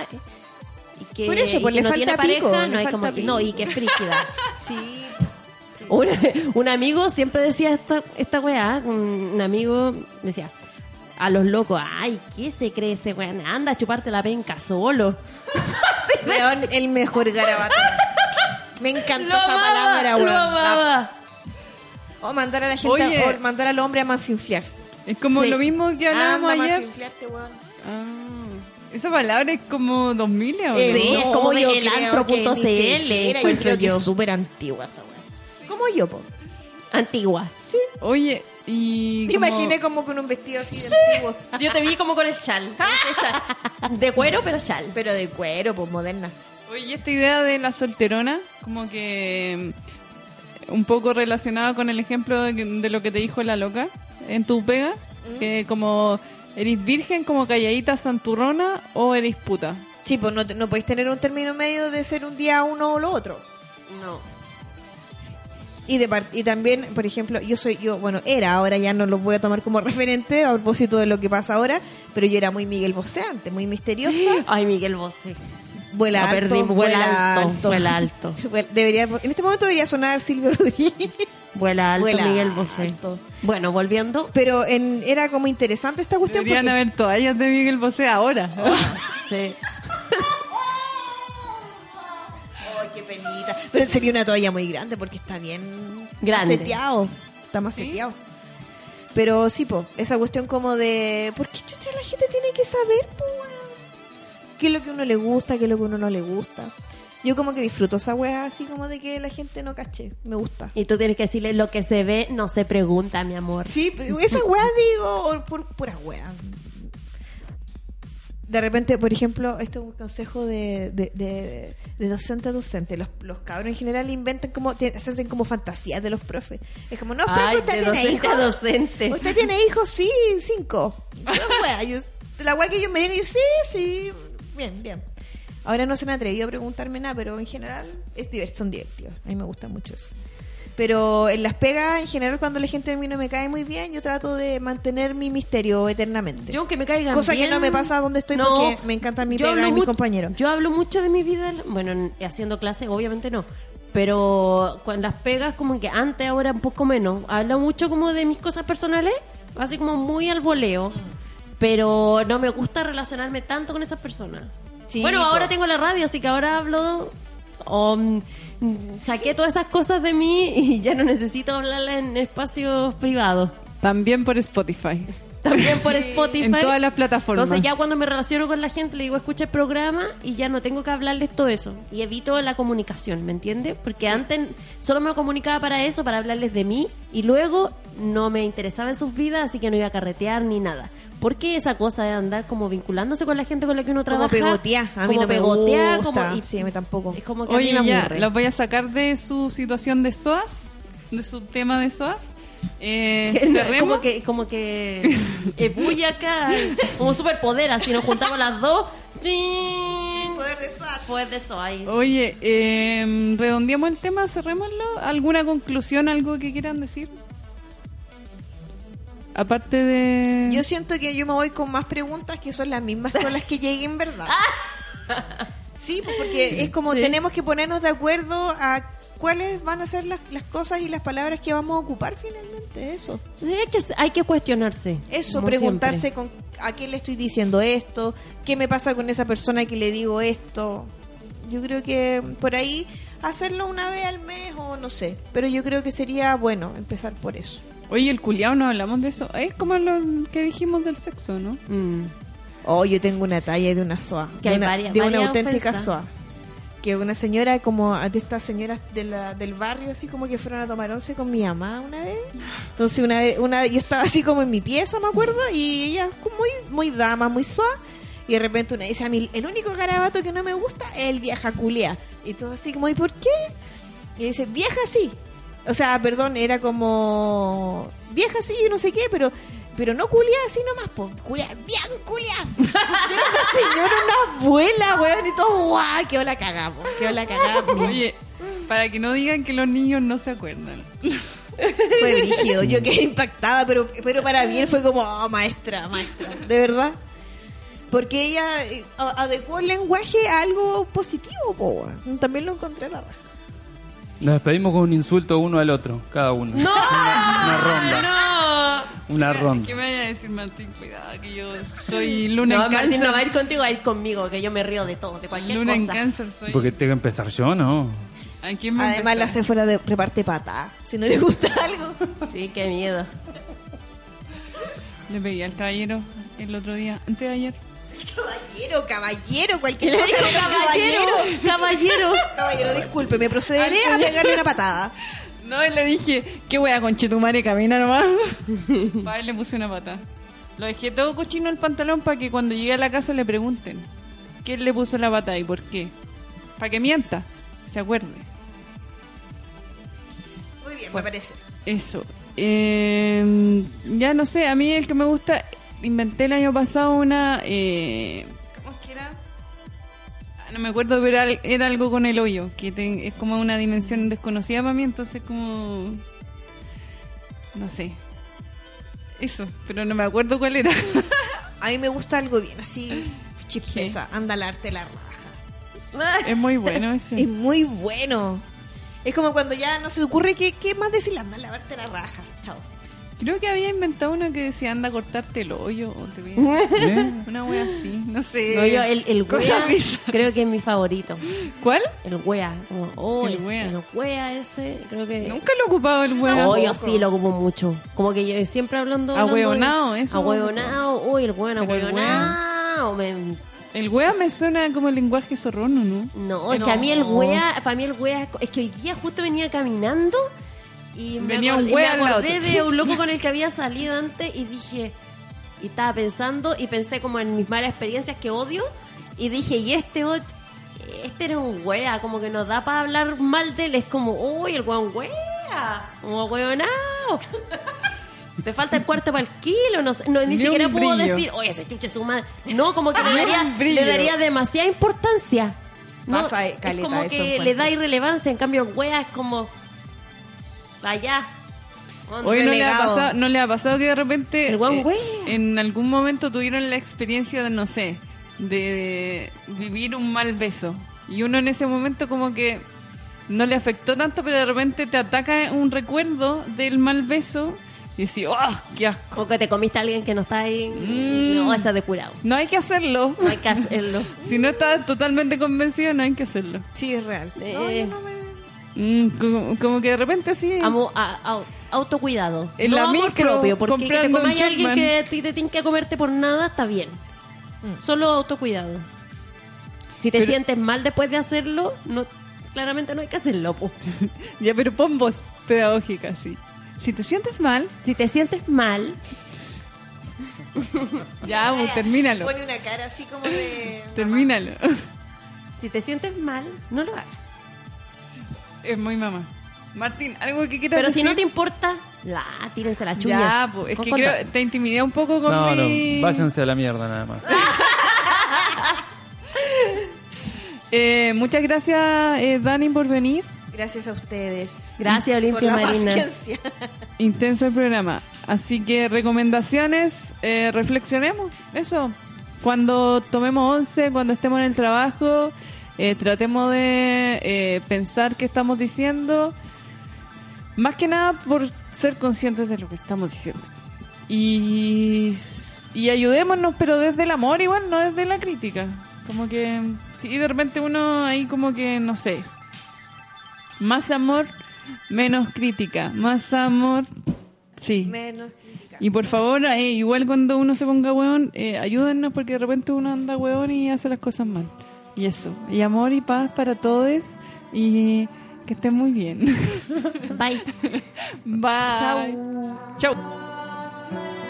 [SPEAKER 2] y que-
[SPEAKER 3] Por eso,
[SPEAKER 2] y
[SPEAKER 3] pues,
[SPEAKER 2] que
[SPEAKER 3] le
[SPEAKER 2] no tiene
[SPEAKER 3] falta pico,
[SPEAKER 2] pareja,
[SPEAKER 3] le
[SPEAKER 2] no, es
[SPEAKER 3] falta
[SPEAKER 2] como que- no,
[SPEAKER 3] pico.
[SPEAKER 2] y que es frígida.
[SPEAKER 3] Sí.
[SPEAKER 2] Un, un amigo siempre decía esta, esta weá, un, un amigo decía, a los locos, ay, ¿qué se cree ese weón? Anda a chuparte la penca solo. Sí, me-
[SPEAKER 3] Weón, el mejor garabato. Me encanta
[SPEAKER 2] lo
[SPEAKER 3] esa
[SPEAKER 2] amaba,
[SPEAKER 3] palabra,
[SPEAKER 2] lo
[SPEAKER 3] weón. La-
[SPEAKER 2] amaba.
[SPEAKER 3] O mandar a la gente,
[SPEAKER 1] Oye.
[SPEAKER 3] o mandar al hombre a mafinfliarse.
[SPEAKER 1] Es como
[SPEAKER 2] Sí.
[SPEAKER 1] lo mismo que hablábamos
[SPEAKER 3] Anda,
[SPEAKER 1] ayer.
[SPEAKER 3] mafinfliarte, weón.
[SPEAKER 1] Ah, esa palabra es como 2000 o
[SPEAKER 3] Eh,
[SPEAKER 2] Sí,
[SPEAKER 3] no,
[SPEAKER 2] como de
[SPEAKER 3] yo
[SPEAKER 2] el
[SPEAKER 3] creo
[SPEAKER 2] antro
[SPEAKER 3] que ni
[SPEAKER 2] punto
[SPEAKER 3] siquiera,
[SPEAKER 2] CL,
[SPEAKER 3] yo
[SPEAKER 2] encuentro
[SPEAKER 3] creo que
[SPEAKER 2] yo.
[SPEAKER 3] es súper antigua esa weón. Como yo, po.
[SPEAKER 2] Antigua.
[SPEAKER 3] Sí.
[SPEAKER 1] Oye, y.
[SPEAKER 3] Me
[SPEAKER 1] como-
[SPEAKER 3] imaginé como con un vestido así de antiguo.
[SPEAKER 2] Yo te vi como con el chal. De cuero, pero chal.
[SPEAKER 3] Pero de cuero, pues moderna.
[SPEAKER 1] Oye, y esta idea de la solterona, como que mm, un poco relacionada con el ejemplo de, de lo que te dijo la loca en tu pega, que como eres virgen, como calladita santurrona o eres puta.
[SPEAKER 3] Sí, pues no, te- no podéis tener un término medio de ser un día uno o lo otro.
[SPEAKER 2] No.
[SPEAKER 3] Y, de par- y también, por ejemplo, yo soy, yo, bueno, era, ahora ya no lo voy a tomar como referente a propósito de lo que pasa ahora, pero yo era muy Miguel Bosé antes, muy misteriosa.
[SPEAKER 2] Ay, Miguel Bosé.
[SPEAKER 3] Ah, Vuela
[SPEAKER 2] Lo
[SPEAKER 3] alto,
[SPEAKER 2] perdimos, vuela alto, vuela alto.
[SPEAKER 3] Vuel- Debería, en este momento debería sonar Silvio Rodríguez.
[SPEAKER 2] Vuela alto,
[SPEAKER 3] Vuela
[SPEAKER 2] Miguel Bosé.
[SPEAKER 3] alto.
[SPEAKER 2] Bueno, volviendo.
[SPEAKER 3] Pero en, era como interesante esta cuestión
[SPEAKER 1] Deberían
[SPEAKER 3] porque-
[SPEAKER 1] haber toallas de Miguel Bosé ahora.
[SPEAKER 2] Sí.
[SPEAKER 3] Ay, qué penita. Pero sería una toalla muy grande porque está bien
[SPEAKER 2] Grande.
[SPEAKER 3] maceteado. Está maceteado. Pero sí, po, esa cuestión como de. ¿Por qué chucha la gente tiene que saber, po, weón? ¿Qué es lo que a uno le gusta? ¿Qué es lo que a uno no le gusta? Yo como que disfruto esa weá así como de que la gente no cache. Me gusta.
[SPEAKER 2] Y tú tienes que decirle lo que se ve, no se pregunta, mi amor.
[SPEAKER 3] Sí, esa weá digo, o por pura weá. De repente, por ejemplo, esto es un consejo de, de, de- de docente a docente. Los, los cabros en general inventan como, te- se hacen como fantasías de los profes. Es como, no, profe,
[SPEAKER 2] Ay,
[SPEAKER 3] usted
[SPEAKER 2] de
[SPEAKER 3] tiene
[SPEAKER 2] docente
[SPEAKER 3] hijos.
[SPEAKER 2] a docente.
[SPEAKER 3] Usted tiene hijos, sí, cinco. Pura weá, yo- la weá que ellos me digan, yo sí, sí, bien, bien. Ahora no se han atrevido a preguntarme nada, pero en general es divertido, son divertidos. A mí me gusta mucho eso. Pero en las pegas, en general, cuando la gente a mí no me cae muy bien, yo trato de mantener mi misterio eternamente.
[SPEAKER 2] Yo aunque me caigan
[SPEAKER 3] Cosa que
[SPEAKER 2] bien-
[SPEAKER 3] no me pasa donde estoy porque me encanta mi
[SPEAKER 2] yo
[SPEAKER 3] pega
[SPEAKER 2] hablo
[SPEAKER 3] y mis
[SPEAKER 2] mu-
[SPEAKER 3] compañeros.
[SPEAKER 2] Yo hablo mucho de mi vida, bueno, en- haciendo clases obviamente no, pero con las pegas como que antes, ahora un poco menos. Hablo mucho como de mis cosas personales, así como muy al voleo,
[SPEAKER 3] Mm.
[SPEAKER 2] pero no me gusta relacionarme tanto con esas personas.
[SPEAKER 3] Sí,
[SPEAKER 2] bueno,
[SPEAKER 3] po.
[SPEAKER 2] ahora tengo la radio, así que ahora hablo... um, saqué todas esas cosas de mí y ya no necesito hablarlas en espacios privados.
[SPEAKER 1] También por Spotify.
[SPEAKER 2] También por Spotify.
[SPEAKER 1] En todas las plataformas.
[SPEAKER 2] Entonces ya cuando me relaciono con la gente le digo, escucha el programa y ya no tengo que hablarles todo eso. Y evito la comunicación, ¿me entiendes? Porque antes solo me comunicaba para eso, para hablarles de mí. Y luego no me interesaba en sus vidas, así que no iba a carretear ni nada. ¿Por qué esa cosa de andar como vinculándose con la gente con la que uno
[SPEAKER 3] Como
[SPEAKER 2] trabaja?
[SPEAKER 3] pegotear, a mí
[SPEAKER 2] como
[SPEAKER 3] no me
[SPEAKER 2] pegotear,
[SPEAKER 3] gusta.
[SPEAKER 2] como- y-
[SPEAKER 3] Sí, a mí tampoco.
[SPEAKER 2] Es como que
[SPEAKER 1] Oye,
[SPEAKER 2] a mí me
[SPEAKER 1] ya,
[SPEAKER 2] aburre.
[SPEAKER 1] los voy a sacar de su situación de SOAS, de su tema de SOAS. Eh, cerremos.
[SPEAKER 2] Como que, como que ebulla acá, como un superpoder, así nos juntamos las dos. ¡Ting!
[SPEAKER 3] Poder de SAT.
[SPEAKER 2] Poder de eso, ahí.
[SPEAKER 1] Oye, eh, redondeamos el tema, cerrémoslo. ¿Alguna conclusión, algo que quieran decir? Aparte de...
[SPEAKER 3] Yo siento que yo me voy con más preguntas que son las mismas con las que llegué en verdad.
[SPEAKER 2] Ah.
[SPEAKER 3] Sí, pues, porque es como tenemos que ponernos de acuerdo a cuáles van a ser las, las cosas y las palabras que vamos a ocupar finalmente. Eso,
[SPEAKER 2] Hay que, hay que cuestionarse.
[SPEAKER 3] eso
[SPEAKER 2] como
[SPEAKER 3] preguntarse
[SPEAKER 2] siempre.
[SPEAKER 3] con a qué le estoy diciendo esto, qué me pasa con esa persona que le digo esto. Yo creo que por ahí hacerlo una vez al mes o no sé, pero yo creo que sería bueno empezar por eso.
[SPEAKER 1] Oye, el culiao, no hablamos de eso. Es como lo que dijimos del sexo, ¿no?
[SPEAKER 2] Mm.
[SPEAKER 3] Oh, yo tengo una talla de una soa.
[SPEAKER 2] Que
[SPEAKER 3] de
[SPEAKER 2] hay
[SPEAKER 3] una,
[SPEAKER 2] varias-
[SPEAKER 3] de una
[SPEAKER 2] varias
[SPEAKER 3] auténtica
[SPEAKER 2] ofensas.
[SPEAKER 3] soa. Que una señora, como de estas señoras de la- del barrio, así como que fueron a tomar once con mi mamá una vez. Entonces, una vez, una, yo estaba así como en mi pieza, me acuerdo, y ella, como muy, muy dama, muy soa. Y de repente una dice a mí, el único garabato que no me gusta es el vieja culea. Y todo así como, ¿y por qué? Y dice, vieja sí. O sea, perdón, era como vieja sí, no sé qué, pero pero no culia así nomás, po. Culia, bien culia. Era una señora, una abuela, weón, y todo, guau, quedó la cagada, po, quedó la cagada. po.
[SPEAKER 1] Oye, para que no digan que los niños no se acuerdan.
[SPEAKER 3] Fue brígido, yo quedé impactada, pero, pero para bien fue como, oh, maestra, maestra, de verdad. Porque ella eh, a- adecuó el lenguaje a algo positivo, po, weón. También lo encontré la raja.
[SPEAKER 4] Ah. Nos despedimos con un insulto uno al otro, cada uno. ¡No! Una, una ronda. una ronda.
[SPEAKER 1] ¿Qué me vaya a decir, Martín? Cuidado, que yo soy luna
[SPEAKER 2] No,
[SPEAKER 1] en
[SPEAKER 2] Martín
[SPEAKER 1] cáncer.
[SPEAKER 2] no va a ir contigo, va a ir conmigo, que yo me río de todo, de cualquier
[SPEAKER 1] luna en
[SPEAKER 2] cosa.
[SPEAKER 1] cáncer soy.
[SPEAKER 4] Porque tengo que empezar yo, ¿no?
[SPEAKER 1] ¿A quién me
[SPEAKER 3] Además, la
[SPEAKER 1] empezó?
[SPEAKER 3] Sephora de, reparte pata. Si no le gusta algo.
[SPEAKER 2] Sí, qué miedo.
[SPEAKER 1] Le pedí al caballero el otro día, antes de ayer.
[SPEAKER 3] Caballero, caballero,
[SPEAKER 2] Y
[SPEAKER 3] cualquier
[SPEAKER 2] le
[SPEAKER 3] cosa.
[SPEAKER 2] dijo,
[SPEAKER 3] pero caballero.
[SPEAKER 2] caballero, caballero.
[SPEAKER 3] Caballero, disculpe, me procederé a pegarle una patada.
[SPEAKER 1] No, y le dije, qué wea con Chetumare, camina nomás. Pa, y le puse una pata. Lo dejé todo cochino el pantalón para que cuando llegue a la casa le pregunten quién le puso la pata y por qué. Para que mienta, se acuerde.
[SPEAKER 3] Muy bien, me parece.
[SPEAKER 1] Eso. Eh, ya no sé, a mí el que me gusta, inventé el año pasado una... eh, ¿Cómo es que era? Ah, No me acuerdo, pero al- era algo con el hoyo, que te- es como una dimensión desconocida para mí, entonces como... No sé. Eso, pero no me acuerdo cuál era.
[SPEAKER 3] A mí me gusta algo bien así, chispeza. Anda al arte la raja.
[SPEAKER 1] es muy bueno eso.
[SPEAKER 3] Es muy bueno. Es como cuando ya no se te ocurre qué, qué más decir, anda a lavarte la raja. Chao.
[SPEAKER 1] Creo que había inventado uno que decía anda a cortarte el hoyo o te voy a-
[SPEAKER 4] ¿Eh?
[SPEAKER 1] Una wea así, no sé.
[SPEAKER 2] No, yo, el, el
[SPEAKER 1] Cosas
[SPEAKER 2] wea,
[SPEAKER 1] bizarras.
[SPEAKER 2] creo que es mi favorito.
[SPEAKER 1] ¿Cuál?
[SPEAKER 2] El wea, como, oh,
[SPEAKER 1] El
[SPEAKER 2] es-
[SPEAKER 1] wea.
[SPEAKER 2] el wea ese, creo que...
[SPEAKER 1] Nunca lo he ocupado el wea.
[SPEAKER 2] Oh, yo sí lo ocupo mucho. Como que yo siempre hablando. hablando de-
[SPEAKER 1] Ahueonao, eso.
[SPEAKER 2] Ahueonao, uy, el hueón
[SPEAKER 1] Pero el
[SPEAKER 2] ahueonao. me-
[SPEAKER 1] El wea me suena como el lenguaje zorrono, ¿no?
[SPEAKER 2] No, es que a mí el wea, para mí el wea, es que hoy día justo venía caminando y me,
[SPEAKER 1] Venía un
[SPEAKER 2] acor- y
[SPEAKER 1] wea
[SPEAKER 2] me
[SPEAKER 1] al lado
[SPEAKER 2] acordé de
[SPEAKER 1] tuyo.
[SPEAKER 2] un loco con el que había salido antes y dije, y estaba pensando y pensé como en mis malas experiencias que odio y dije, y este ot- este era un wea, como que nos da para hablar mal de él, es como, uy, el weón wea, como weonao. Te falta el cuarto para el kilo, no sé, no, ni
[SPEAKER 1] Ni
[SPEAKER 2] siquiera
[SPEAKER 1] un
[SPEAKER 2] pudo
[SPEAKER 1] brillo.
[SPEAKER 2] decir, oye, ese chuche su madre. No, como que le
[SPEAKER 1] Ni
[SPEAKER 2] daría,
[SPEAKER 1] un brillo.
[SPEAKER 2] le daría demasiada importancia. No,
[SPEAKER 3] Pasa, eh,
[SPEAKER 2] es
[SPEAKER 3] caleta,
[SPEAKER 2] como
[SPEAKER 3] eso
[SPEAKER 2] que
[SPEAKER 3] encuentro.
[SPEAKER 2] le da irrelevancia, en cambio el wea es como allá.
[SPEAKER 1] Hoy no le, ha
[SPEAKER 3] relegado.
[SPEAKER 1] pasado, no le ha pasado que de repente
[SPEAKER 2] El guau,
[SPEAKER 1] eh,
[SPEAKER 2] wea.
[SPEAKER 1] en algún momento tuvieron la experiencia de, no sé, de vivir un mal beso. Y uno en ese momento como que no le afectó tanto, pero de repente te ataca un recuerdo del mal beso y decís, ¡ah, qué asco!
[SPEAKER 2] O que te comiste a alguien que no está ahí.
[SPEAKER 1] Mm.
[SPEAKER 2] No, esa de curado.
[SPEAKER 1] No hay que hacerlo.
[SPEAKER 2] No hay que hacerlo.
[SPEAKER 1] Si no estás totalmente convencido, no hay que hacerlo.
[SPEAKER 3] Sí, es real.
[SPEAKER 2] Eh,
[SPEAKER 1] Mm, como, como que de repente así...
[SPEAKER 2] amo- a- au- autocuidado.
[SPEAKER 1] En
[SPEAKER 2] no
[SPEAKER 1] la
[SPEAKER 2] amor
[SPEAKER 1] micro,
[SPEAKER 2] propio, porque que te
[SPEAKER 1] comprando un
[SPEAKER 2] comáis a alguien
[SPEAKER 1] Chapman.
[SPEAKER 2] que a ti te tiene que comerte por nada, está bien. Solo autocuidado. Si te
[SPEAKER 1] Pero-
[SPEAKER 2] sientes mal después de hacerlo, no claramente no hay que hacerlo. po.
[SPEAKER 1] Ya, pero pon voz pedagógica, sí. Si te sientes mal,
[SPEAKER 2] Si te sientes mal,
[SPEAKER 1] ya, vos, termínalo.
[SPEAKER 3] Pone una cara así como de.
[SPEAKER 1] Termínalo.
[SPEAKER 2] si te sientes mal, no lo hagas.
[SPEAKER 1] Es muy mamá. Martín, algo que quieras
[SPEAKER 2] Pero si
[SPEAKER 1] decir?
[SPEAKER 2] no te importa, la tírense la chuña.
[SPEAKER 1] Ya, po, es
[SPEAKER 2] Con
[SPEAKER 1] que
[SPEAKER 2] condón.
[SPEAKER 1] creo, te intimidé un poco con
[SPEAKER 4] No,
[SPEAKER 1] mi...
[SPEAKER 4] no, váyanse a la mierda nada más.
[SPEAKER 1] Eh, muchas gracias, eh, Dani, por venir.
[SPEAKER 3] Gracias a ustedes.
[SPEAKER 2] Gracias,
[SPEAKER 3] Por
[SPEAKER 2] Olimpia
[SPEAKER 3] la
[SPEAKER 2] Marina.
[SPEAKER 3] paciencia.
[SPEAKER 1] Intenso el programa. Así que recomendaciones, eh, reflexionemos. Eso. Cuando tomemos once, cuando estemos en el trabajo, eh, tratemos de eh, pensar qué estamos diciendo. Más que nada por ser conscientes de lo que estamos diciendo. Y, y ayudémonos, pero desde el amor igual, no desde la crítica. Como que, sí, de repente uno ahí como que, no sé, más amor, menos crítica, más amor, sí.
[SPEAKER 3] Menos crítica.
[SPEAKER 1] Y por favor, eh, igual cuando uno se ponga hueón, eh, ayúdennos porque de repente uno anda hueón y hace las cosas mal. Y eso, y amor y paz para todos y que estén muy bien.
[SPEAKER 2] Bye.
[SPEAKER 1] Bye. Chau.
[SPEAKER 5] Last night